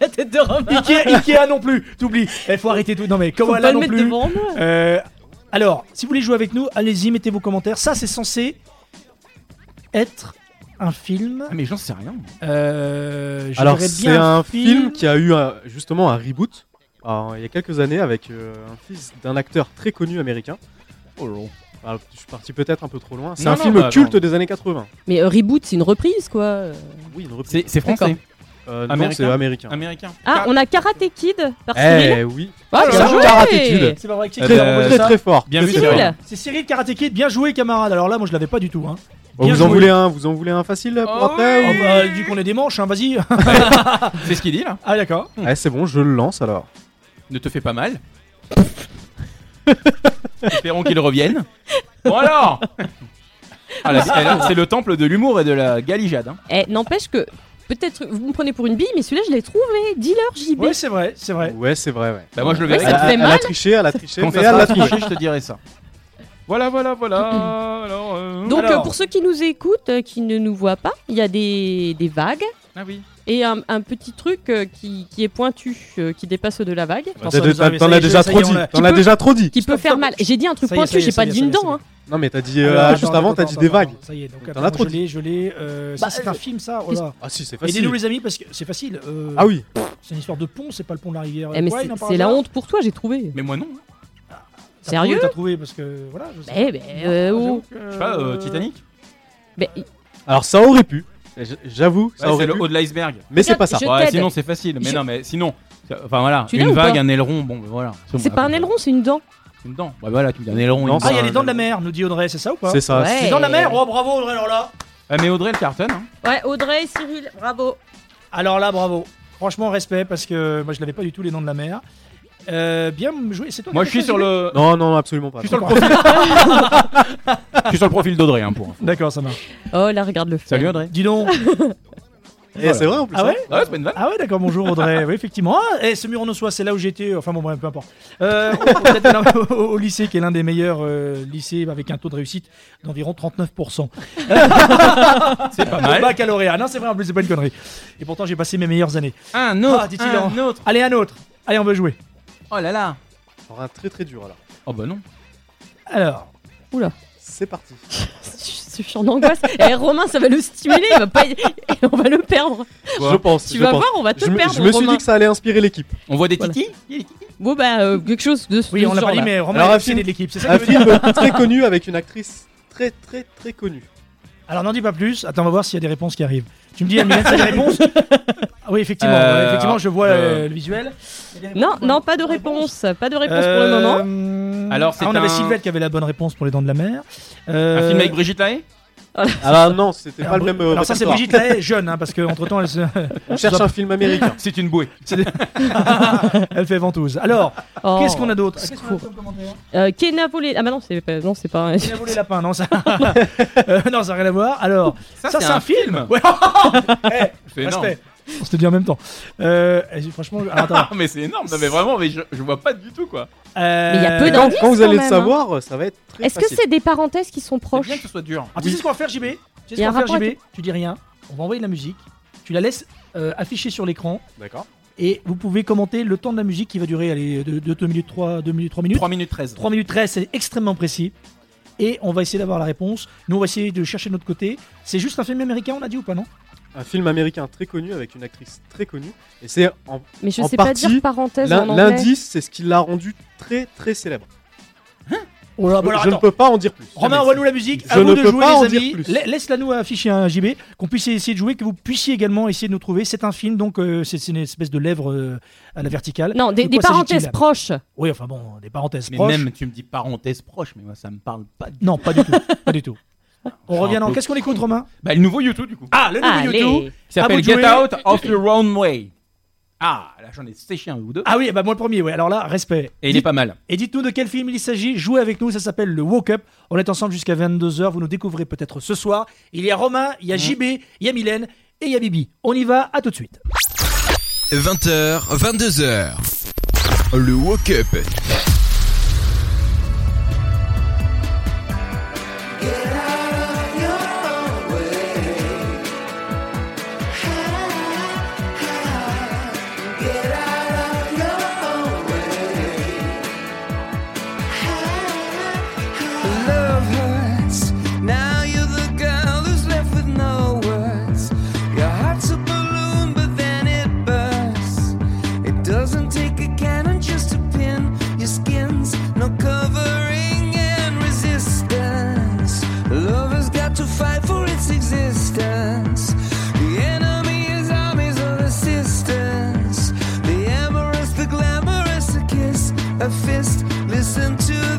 I: La tête de Romain.
E: Ikea, Ikea non plus, t'oublies. Il faut arrêter tout. Non mais
I: pas
E: Koala
I: le
E: non
I: mettre
E: plus.
I: devant moi.
E: Euh, alors, si vous voulez jouer avec nous, allez-y, mettez vos commentaires. Ça, c'est censé être un film.
F: Ah, mais j'en sais rien.
E: Euh, je
K: Alors
E: dirais
K: c'est
E: bien
K: un film, qui a eu un- justement un reboot alors, il y a quelques années avec euh, un fils d'un acteur très connu américain. Alors, je suis parti peut-être un peu trop loin. C'est
I: Non,
K: un
I: non,
K: film
I: bah, attends.
K: culte des années 80.
I: Mais euh, reboot, c'est une reprise, quoi. euh.
K: Oui, une reprise.
F: C'est c'est français.
K: Euh, non, c'est américain.
F: Américain.
I: Ah, on a Karaté Kid par
K: Eh
I: Cyril.
K: oui.
I: Ah, bien
K: Karaté
I: joué
K: Kid.
E: C'est pas vrai que c'est
K: Très-
E: Cyril qui a envoyé
K: très
E: ça
K: très fort.
F: Bien
K: Très,
F: vu,
K: très
F: Cyril.
K: fort.
E: C'est Cyril Karate Kid. Bien joué, camarade. Alors là, moi, je l'avais pas du tout. Hein.
K: Oh,
E: Bien
K: vous en
E: joué.
K: voulez un, vous en voulez un facile là, pour après
E: Oh,
K: ou-
E: bah, vu qu'on est des manches, hein, vas-y.
F: C'est ce qu'il dit là.
E: ah d'accord.
K: Eh, C'est bon, je le lance alors.
F: Ne te fais pas mal.
E: Ah,
F: Espérons qu'il revienne. Bon alors Ah, là, c'est- là, C'est le temple de l'humour et de la galijade. hein.
I: Eh, n'empêche que. Peut-être vous me prenez pour une bille, mais celui-là je l'ai trouvé. Dealer JB.
E: Ouais, c'est vrai, c'est vrai.
K: Ouais, c'est vrai. Ouais.
F: Bah, moi, je le
I: Ouais,
F: verrai.
I: ça te fait
K: elle,
I: mal
K: a triché, elle a triché,
F: Quand
K: mais
F: ça
K: elle
F: sera
K: l'a trouvé.
F: affiché, je te dirai ça. Voilà, voilà, voilà. Alors, euh,
I: Donc
F: alors.
I: euh, pour ceux qui nous écoutent, euh, qui ne nous voient pas, il y a des, des vagues
F: Ah oui.
I: et un, un petit truc euh, qui, qui est pointu, euh, qui dépasse de la vague,
E: Enfin, ça
K: T'en
E: nous
K: as-
E: arrive,
K: T'en
E: ça y
K: as
E: est,
K: déjà
E: ça y est,
K: trop dit.
E: on a-
K: T'en as déjà trop dit.
I: qui peut faire mal. J'ai dit un truc
E: Ça y est, ça
I: pointu,
E: y est,
I: j'ai
E: ça
I: pas
E: y est,
I: dit
E: ça y
I: une
E: est, ça y
I: dent.
E: est.
I: hein.
K: Non, mais t'as dit
E: Alors,
K: euh, ah,
E: attends,
K: juste
E: attends,
K: avant, t'as
E: attends,
K: dit des
E: attends,
K: vagues.
E: Ça y est, donc
K: T'en
E: attends,
K: as trop
E: je
K: dit.
E: l'ai, je l'ai. euh, ça,
I: Bah,
E: c'est un
I: je-
E: film, ça. oh
I: Qu'est-ce-
E: là.
K: Ah si, c'est
E: Aidez-nous,
K: facile.
E: les amis, parce que c'est facile. euh,
K: Ah oui.
E: C'est une histoire de pont, c'est pas le pont de la rivière.
I: Eh, mais
E: Ouais,
I: c'est-
E: non, par
I: c'est la
E: hasard.
I: honte pour toi, j'ai trouvé.
F: Mais moi non.
E: T'as trouvé,
I: Sérieux
E: T'as trouvé parce que voilà. Je sais
I: Eh ben, euh, oh.
E: J'avoue que-
F: Je sais pas, euh, Titanic
I: Ben, il-
K: Alors ça aurait pu. J- J'avoue, ça
F: Ouais,
K: aurait
F: c'est le
K: pu.
F: haut de l'iceberg.
K: Mais c'est pas ça.
I: Je
F: Ouais,
I: t'aide.
F: sinon c'est facile. Mais
I: Je-
F: non, mais sinon. Enfin voilà,
I: Tu l'as
F: une
I: ou
F: vague,
I: pas
F: un aileron, bon ben voilà.
I: C'est pas un aileron, c'est une dent.
F: Une dent. Ouais, Bah, voilà, tu me dis un aileron.
K: Non,
F: une
E: Ah, il y
F: dent.
E: a les dents de la mer, nous dit Audrey, c'est ça ou pas
K: C'est ça.
I: Ouais.
E: Les dents de la mer Oh, bravo Audrey, alors là.
F: Ah, mais Audrey, le carton. Hein.
I: Ouais, Audrey, Cyril, bravo.
E: Alors là, bravo. Franchement, respect parce que moi je l'avais pas du tout les dents de la mer. Euh, bien joué, c'est toi. qui
F: Moi
E: as
F: je suis
E: fait,
F: sur
E: Julie
F: le.
K: Non, non, absolument pas.
F: Je suis sur le profil. je suis sur le profil d'Audrey hein, pour.
E: D'accord, ça marche.
I: Oh là, regarde le film.
F: Salut Audrey.
E: Dis donc.
K: Et c'est vrai en plus.
E: Ah
K: hein.
E: ouais Ah ouais, d'accord, bonjour Audrey. oui, effectivement. Ah, et ce mur en Ossois, c'est là où j'étais. Enfin bon, bref, peu importe. Euh, on- on était là- au, au lycée, qui est l'un des meilleurs euh, lycées avec un taux de réussite d'environ 39%.
F: C'est pas mal.
E: Au baccalauréat. Non, c'est vrai, en plus, c'est pas une connerie. Et pourtant, j'ai passé mes meilleures années. Ah,
F: Un autre,
E: dit-il
F: un
E: en- Allez, un autre. Allez, on veut jouer.
F: Oh là là.
K: Alors, un très très dur alors.
F: Oh bah non.
E: Alors.
I: Oula.
K: hein. C'est parti.
I: Je suis en angoisse. Eh, Romain, ça va le stimuler. Il va pas... on va le perdre.
K: Je pense.
I: Tu
K: je
I: vas
K: pense.
I: voir, on va te
K: je me-
I: perdre.
K: Je me suis
I: Romain.
K: dit que ça allait inspirer l'équipe.
F: On voit des
I: Voilà.
F: titis
I: Bon, bah, euh, quelque chose de ce
E: Oui, on l'a
I: genre
E: pas dit, mais Romain
K: Alors,
E: est
K: un
E: le CD
K: film-
E: de l'équipe. C'est ça
K: Un
E: que tu veux
K: film
E: dire
K: très connu avec une actrice très très très connue.
E: Alors n'en dis pas plus. Attends, on va voir s'il y a des réponses qui arrivent. Tu me dis, Amine, c'est des réponses Ah Oui, effectivement.
F: Euh,
E: effectivement, je vois
F: euh,
E: euh, le visuel.
I: Non, non, pas de réponse. Pas de réponse
E: Euh,
I: pour le moment.
F: Alors, c'est
E: Ah, on avait
F: un-
E: Sylvette qui avait la bonne réponse pour les dents de la mer. Euh,
F: Un film avec Brigitte Lahaye
K: Ah non, c'était
E: Alors,
K: pas le même. euh,
E: Alors ça c'est
K: répertoire.
E: Brigitte Lahaye jeune, hein, parce que entre temps elle se.
K: On cherche un film américain.
F: C'est une bouée.
E: elle fait ventouse. Alors,
I: Oh,
E: qu'est-ce qu'on a d'autre
I: secours.
E: Qu'est-ce qu'on a comme commentaire
I: Euh, Kenna volé. Ah, bah non, c'est pas. Non, c'est pas.
E: Qui a volé lapin, non ça. Euh, non, ça n'a rien à voir. Alors, ça,
F: c'est
E: c'est
F: un
E: un,
F: film.
E: film. Ouais. Eh,
F: C'est énorme.
E: respect. On se le dit en même temps. Euh, eh, franchement, je- alors, attends.
F: Ah, mais c'est énorme. Non, mais vraiment, mais je, je vois pas du tout quoi.
E: Euh,
I: Mais il y a peu
K: quand,
I: d'indices
K: quand vous
I: quand
K: allez le
I: même, hein.
K: savoir, ça va être très
I: Est-ce que
K: facile.
I: c'est des parenthèses qui sont proches
F: Bien que ce soit dur.
E: Alors, Ah, tu sais ce qu'on va faire, JB Tu sais
I: Il y
E: ce
I: a
E: qu'on va
I: un
E: faire,
I: rapport
E: JB Tu dis rien. On va envoyer de la musique. Tu la laisses euh, afficher sur l'écran.
K: D'accord.
E: Et vous pouvez commenter le temps de la musique qui va durer allez, de, de 2 minutes 3, 2 minutes 3 minutes.
F: 3 minutes 13.
E: 3 minutes 13, c'est extrêmement précis. Et on va essayer d'avoir la réponse. Nous, on va essayer de chercher de notre côté. C'est juste un film américain, on a dit ou pas, non
K: Un film américain très connu avec une actrice très connue. Et c'est en.
I: Mais je
K: en
I: sais pas
K: partie,
I: dire parenthèse
K: l'in-
I: en anglais.
K: L'indice, c'est ce qui l'a rendu très très célèbre.
E: Oh là,
K: je
E: bah alors,
K: je ne
E: attends.
K: peux pas en dire plus.
E: Romain, envoie-nous la musique. À
K: Je
E: vous
K: ne
E: de
K: peux
E: jouer,
K: pas en
E: les
K: dire
E: amis.
K: plus.
E: La- Laisse-la nous afficher un JB, qu'on puisse essayer de jouer, que vous puissiez également essayer de nous trouver. C'est un film, donc euh, c'est c'est une espèce de lèvre euh, à la verticale.
I: Non, des,
E: De
I: des
E: quoi s'agit-il
I: parenthèses proches.
E: Oui, enfin bon, des parenthèses
F: Mais
E: proches.
F: même, tu me dis parenthèse proche, mais moi ça me parle pas du
E: Non, pas du tout. pas du tout. On
F: suis
E: revient
F: un
E: dans.
F: peu
E: Qu'est-ce qu'on écoute, Romain
F: Bah, le nouveau YouTube du coup.
E: Ah, le nouveau
I: Allez.
E: YouTube. Ah,
F: Qui s'appelle Get
E: Out
F: Out of Your Own Way. Ah, là j'en ai séché un ou deux.
E: Ah oui, bah moi le premier, ouais. Alors là, respect.
F: Et il est pas mal.
E: Et dites-nous de quel film il s'agit, jouez avec nous, ça s'appelle le Woke Up. On est ensemble jusqu'à 22h, vous nous découvrez peut-être ce soir. Il y a Romain, il y a JB, il y a Mylène et il y a Bibi. On y va, à tout de suite.
G: 20h, 22h. Le Woke Up.
A: Love hurts. Now you're the girl who's left with no words. Your heart's a balloon, but then it bursts. It doesn't take a cannon just to pin you oh.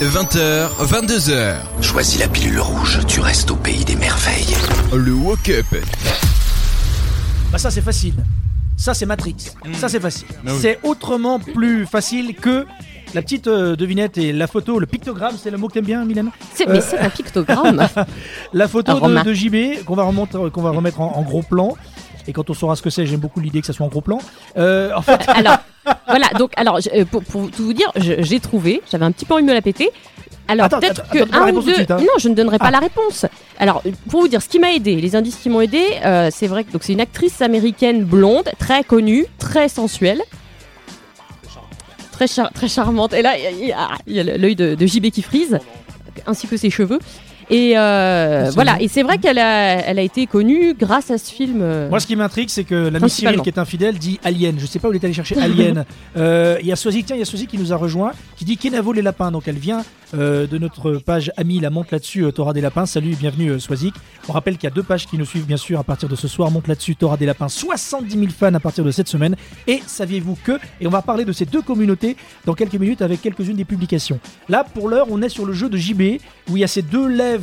Q: 20h, 22h.
G: Choisis la pilule rouge, tu restes au pays des merveilles.
Q: Le Woke-up.
E: Bah ça c'est facile. Ça c'est Matrix. Ça c'est facile.
Q: Ah oui.
E: C'est autrement plus facile que la petite euh, devinette et la photo, le pictogramme, c'est le mot que t'aimes bien, Mylène
I: C'est- mais c'est un pictogramme.
E: la photo
I: Un
E: de,
I: romain.
E: de JB qu'on va, remonter- qu'on va remettre en, en gros plan. Et quand on saura ce que c'est, j'aime beaucoup l'idée que ça soit en gros plan. Euh, en fait,
I: alors, voilà, donc, alors, je- euh, pour, pour tout vous dire, je- j'ai trouvé, j'avais un petit peu envie de me la péter. Alors,
E: Attends,
I: peut-être
E: attends,
I: que
E: attends, donne la
I: un ou
E: réponse tout
I: deux.
E: de suite, hein.
I: Non, je ne donnerai pas
E: Ah.
I: la réponse. Alors, euh, pour vous dire ce qui m'a aidé, les indices qui m'ont aidé, euh, c'est vrai que donc, c'est une actrice américaine blonde, très connue, très sensuelle. Très, char- très charmante. Et là, il y a- il y a, l'œil de, de JB qui frise, ainsi que ses cheveux. Et euh,
E: Absolument.
I: voilà, et c'est vrai qu'elle a, elle a été connue grâce à ce film. euh,
E: Moi, ce qui m'intrigue, c'est que l'ami Cyril,
I: Principalement.
E: qui est infidèle, dit Alien. Je sais pas où il est allé chercher Alien. Euh, Il y a Sozy, tiens, il y a Sozy qui nous a rejoint, qui dit Kenavo les lapins. Donc, elle vient euh, de notre page Ami la monte là-dessus, euh, Torah des lapins. Salut, et bienvenue, euh, Sozik. On rappelle qu'il y a deux pages qui nous suivent, bien sûr, à partir de ce soir. Monte là-dessus, Torah des lapins. 70 000 fans à partir de cette semaine. Et saviez-vous que Et on va parler de ces deux communautés dans quelques minutes avec quelques-unes des publications. Là, pour l'heure, on est sur le jeu de JB, où il y a ces deux lèvres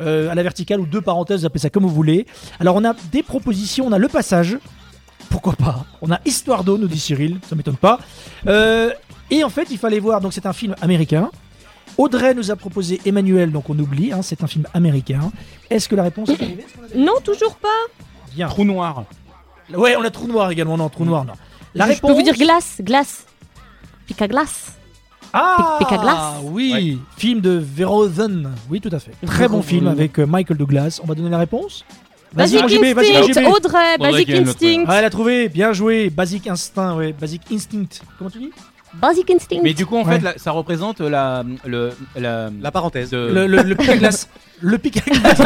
E: euh, à la verticale ou deux parenthèses, vous appelez ça comme vous voulez. Alors, on a des propositions, on a le passage. Pourquoi pas On a Histoire d'eau, nous dit Cyril, ça m'étonne pas. Euh, et en fait, il fallait voir, donc c'est un film américain. Audrey nous a proposé Emmanuel, donc on oublie, hein, c'est un film américain. Est-ce que la réponse est arrivée
I: Non, toujours pas.
E: Bien. Trou noir. Ouais, on a Trou noir également, non, Trou noir, non. La
I: je
E: réponse.
I: peux vous dire glace, glace. Pic à glace.
E: Ah
I: Pic- pic à glace.
E: oui, film de Verhoeven. Oui, tout à fait. Très bon film avec euh, Michael Douglas. On va donner la réponse
I: Basic
E: JB,
I: Instinct, Audrey, Basic
E: JB.
I: Audrey qui aime notre- Instinct.
E: Ah, elle a trouvé, bien joué. Basic Instinct, ouais. Basic Instinct. Comment tu dis
I: Basic Instinct.
F: Mais du coup, en
E: Ouais.
F: fait, la- ça représente euh, la, le, la,
K: parenthèse.
E: Le, le, le pic à glace. Le pic à glace.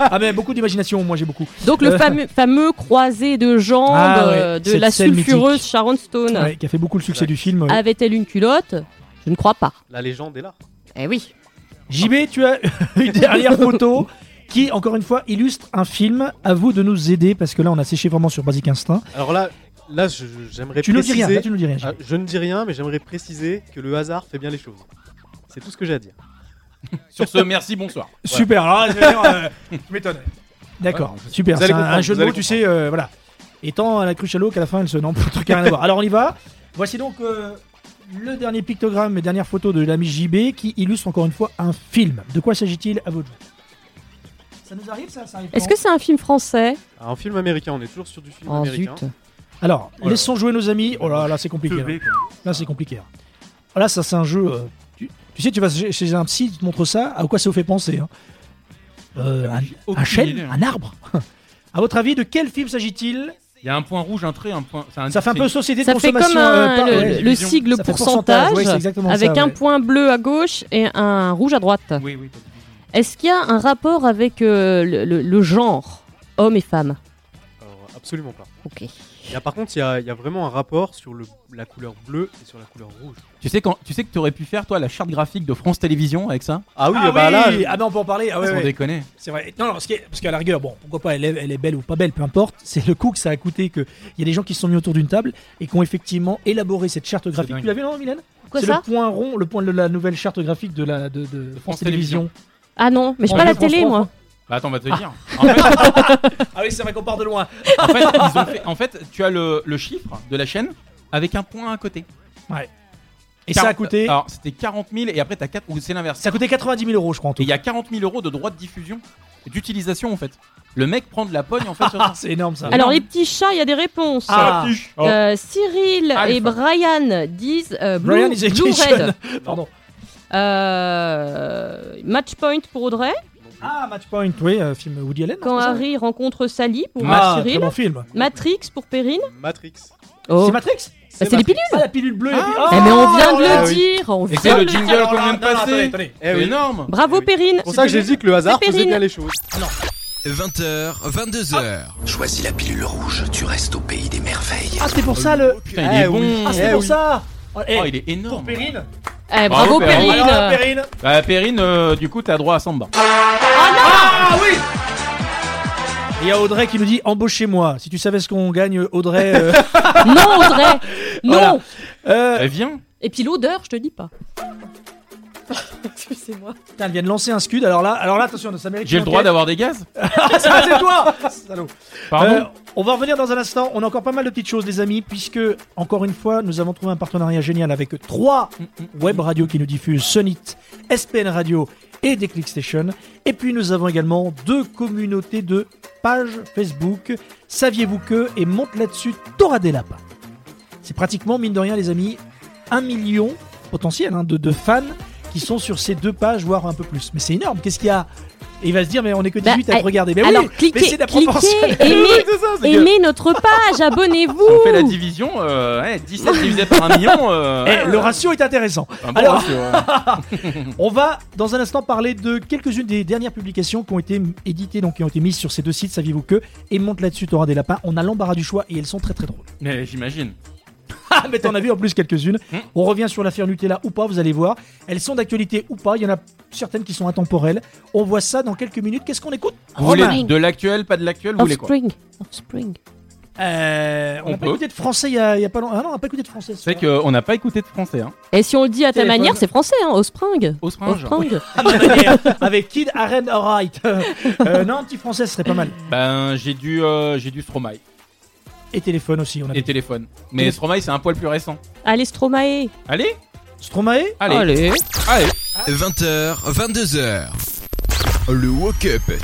E: ah, mais beaucoup d'imagination, moi j'ai beaucoup.
I: Donc le
E: Euh,
I: fameux, fameux croisé de jambes
E: Ah ouais,
I: euh, de
E: cette
I: la
E: scène
I: sulfureuse
E: mythique.
I: Sharon Stone.
E: ouais, qui a fait beaucoup le succès du film. ouais.
I: Avait-elle une culotte Euh, Je ne crois pas.
K: La légende est là.
I: Eh oui.
E: JB, tu as une dernière photo qui, encore une fois, illustre un film. À vous de nous aider parce que là, on a séché vraiment sur Basic Instinct.
K: Alors là, là, je- je- j'aimerais
E: Tu nous dis
K: préciser.
E: rien, là, tu nous dis rien,
K: Ah, je ne dis rien, mais j'aimerais préciser que le hasard fait bien les choses. C'est tout ce que j'ai à dire.
F: Sur ce, merci, bonsoir.
E: Super. Alors, là, je vais dire, euh, je m'étonne. D'accord,
F: Ouais,
E: super.
F: vous allez
E: C'est un,
F: comprendre,
E: un jeu de
F: vous
E: mots,
F: allez
E: tu sais, euh, voilà. Étant à la cruche à l'eau qu'à la fin, elle se. Non, truc rien à voir. Alors, on y va. Voici donc euh, le dernier pictogramme et dernière photo de l'ami JB qui illustre encore une fois un film. De quoi s'agit-il à votre jeu Ça nous arrive, ça,
I: Est-ce que c'est un film français
K: Un film américain, on est toujours sur du film
I: Oh,
K: américain.
I: zut.
E: Alors, laissons jouer nos amis. Oh là là, c'est compliqué.
K: Teubé,
E: Là, Là, c'est compliqué. hein. Là, ça, c'est un jeu. euh, tu, tu sais, tu vas chez chez un psy, il te montre ça. À quoi ça vous fait penser hein Euh, un, un
F: aucune idée,
E: chêne
F: hein.
E: Un arbre À votre avis, de quel film s'agit-il
F: Il y a un point rouge, un trait, un point.
E: Ça fait un peu société de
F: Ça fait
E: consommation.
I: comme un-
E: euh, par-
I: le,
E: ouais,
I: le
E: télévision.
I: sigle
E: Ça fait
I: pourcentage,
E: ouais, c'est exactement
I: avec
E: ça,
I: un
E: ouais.
I: point bleu à gauche et un rouge à droite. Est-ce qu'il y a un rapport avec euh, le, le- le genre homme et femme
K: Alors, Euh, absolument pas.
I: Ok.
K: Il y a- par contre, il y, a, il y a vraiment un rapport sur le, la couleur bleue et sur la couleur rouge.
F: Tu sais, quand, tu sais que tu aurais pu faire, toi, la charte graphique de France Télévisions avec ça
K: Ah oui,
E: Ah
K: bah là,
E: oui, ah non, on peut en parler. Ah ouais,
F: Sans
E: ouais.
F: déconner.
E: C'est vrai. Non, non, ce qui est- parce qu'à la rigueur, bon, pourquoi pas, elle est, elle est belle ou pas belle, peu importe. C'est le coût que ça a coûté que il y a des gens qui se sont mis autour d'une table et qui ont effectivement élaboré cette charte graphique.
F: dingue.
E: Tu l'as vu, non, Mylène
I: Quoi
E: C'est
I: ça
E: le point rond, le point de la nouvelle charte graphique de la de, de France Télévisions.
I: Ah non, mais je suis pas à la télé, moi.
F: Bah attends, on va te
E: Ah.
F: dire. En fait,
E: Ah oui, c'est vrai qu'on part de loin.
F: en fait, ils ont fait- en fait, tu as le, le chiffre de la chaîne avec un point à côté.
E: Ouais. Et ça a coûté
F: Alors, c'était 40 000 et après, t'as 4. Ou c'est l'inverse.
E: Ça a coûté 90 000 euros, je crois, en tout.
F: Et il y a 40 000 euros de droits de diffusion, et d'utilisation en fait. Le mec prend de la pogne en fait sur ça.
E: Ah, C'est énorme ça.
I: Alors les petits chats, il y a des réponses.
F: Ah.
I: Euh, Cyril
F: Alpha.
I: et Brian disent euh, Blue,
E: Brian is a
I: Blue
E: Christian.
I: Red.
E: Pardon.
I: Euh, match point pour Audrey.
E: Ah, Matchpoint, oui, euh, film Woody Allen.
I: Quand
E: c'est ça
I: Harry rencontre Sally pour
E: Ah,
I: Cyril.
E: très bon film.
I: Matrix pour Perrine.
K: Matrix.
E: C'est Matrix
I: Oh. Bah, C'est les pilules.
E: Ah, la pilule bleue. et puis-
I: Eh, mais on vient
E: oh
I: de
E: là là.
I: le dire. On
F: Et
I: vient
F: c'est
I: de
F: le jingle qu'on vient de passer.
K: Eh oui.
F: C'est énorme.
I: Bravo Perrine.
K: C'est pour ça que j'ai dit que le hasard
I: C'est
K: faisait
I: Perrine.
K: bien les choses.
Q: 20h, 22h.
G: Choisis la pilule rouge, tu restes au pays des merveilles.
E: Ah, c'était pour ça le.
F: Putain, il est
E: Eh oui.
F: bon.
E: Ah, c'était
F: Eh
E: pour
F: oui.
E: ça. Oh, eh,
F: Oh, il est énorme.
E: Pour Perrine.
I: Eh, bravo, Perrine.
E: Alors là, Perrine.
F: Bah, Perrine, euh, du coup, t'as droit à Samba.
E: Ah oui Il y a Audrey qui nous dit embauchez-moi. Si tu savais ce qu'on gagne, Audrey. euh,
I: Non Audrey. Non.
E: voilà. Euh,
F: Eh, Elle vient.
I: Et puis l'odeur, je te dis pas.
R: Excusez-moi.
E: Putain, elle vient de lancer un scud. Alors là, alors là attention, ça mérite.
F: J'ai le
E: une
F: droit
E: enquête.
F: d'avoir des gaz
E: Ah, ça, c'est toi Salaud.
F: Pardon
E: Euh, On va revenir dans un instant. On a encore pas mal de petites choses, les amis, puisque, encore une fois, nous avons trouvé un partenariat génial avec trois web radios qui nous diffusent Sonit, SPN Radio et Déclic Station. Et puis, nous avons également deux communautés de pages Facebook, Saviez-vous que et monte là-dessus Tora des Lapins. C'est pratiquement, mine de rien, les amis, un million potentiel hein, de, de fans qui sont sur ces deux pages, voire un peu plus. Mais c'est énorme. Qu'est-ce qu'il y a Et il va se dire, mais on est que 18 à te
R: eh,
E: regarder. Mais
R: alors
E: oui, mais
R: cliquez,
E: c'est de la
R: cliquez,
E: proportionnelle.
R: aimez,
E: C'est ça, c'est que-
R: aimez notre page, abonnez-vous.
F: On fait la division, euh, ouais, 17 divisé par 1 million. euh,
E: Eh,
F: ouais,
E: le ratio est intéressant.
F: Un bon
E: Alors-
F: ratio, ouais.
E: On va dans un instant parler de quelques-unes des dernières publications qui ont été éditées, donc qui ont été mises sur ces deux sites, saviez-vous que Et monte là-dessus, t'auras des lapins. On a l'embarras du choix et elles sont très très drôles.
F: Mais j'imagine.
E: Ah, mais t'en as vu en plus quelques-unes. On revient sur l'affaire Nutella ou pas, vous allez voir. Elles sont d'actualité ou pas. Il y en a certaines qui sont intemporelles. On voit ça dans quelques minutes. Qu'est-ce qu'on écoute
F: Vous voulez
E: Romain
F: de l'actuel, pas de l'actuel, vous voulez quoi
R: Offspring. Offspring.
E: Euh, on
F: On
E: n'a pas
F: peut.
E: écouté de français il y, a, il y a pas longtemps. Ah non, on n'a pas écouté de français.
F: C'est vrai qu'on n'a pas écouté de français. Hein.
R: Et si on le dit à ta
E: Téléphone.
R: manière, c'est français, hein, Offspring.
F: Offspring.
E: Ah, bah, d'ailleurs, Avec Kid Aren Alright. Euh, non, un petit français, ce serait pas mal.
F: Ben, j'ai dû, euh, j'ai dû Stromae
E: Et téléphone aussi, on a
F: et téléphone. Mais
E: Télé-
F: Stromae, c'est un poil plus récent.
R: Allez, Stromae.
F: Allez
E: Stromae
F: Allez.
R: Allez.
F: Allez.
G: 20h, 22h. Le Woke Up.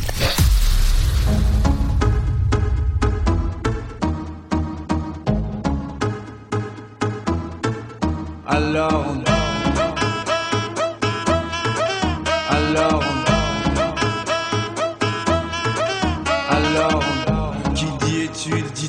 S: Alors on dort. Alors on dort. Alors on dort. Qui dit études dit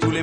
S: tous les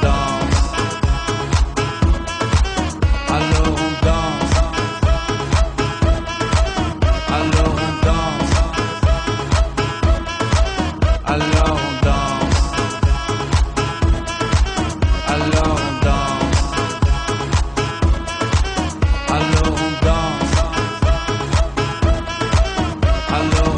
S: danse. Alors on danse. Alors on danse. Alors on danse. Alors on danse. Alors on danse. Alors on danse. Alors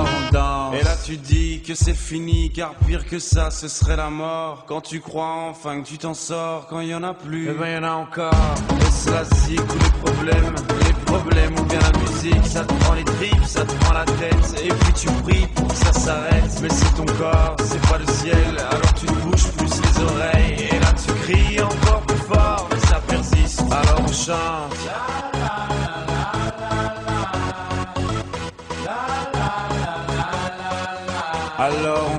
S: on danse. Et là tu dis que c'est fini, car pire que ça, ce serait la mort. Quand tu crois enfin que tu t'en sors, quand il y en a plus, eh ben y en a encore. Et cela c'est tous les problèmes, les problèmes ou bien la musique, ça te prend les tripes, ça te prend la tête, et puis tu pries pour que ça s'arrête. Mais c'est ton corps, c'est pas le ciel, alors tu te bouges plus les oreilles, et là tu cries encore plus fort, mais ça persiste. Alors on chante. Alors on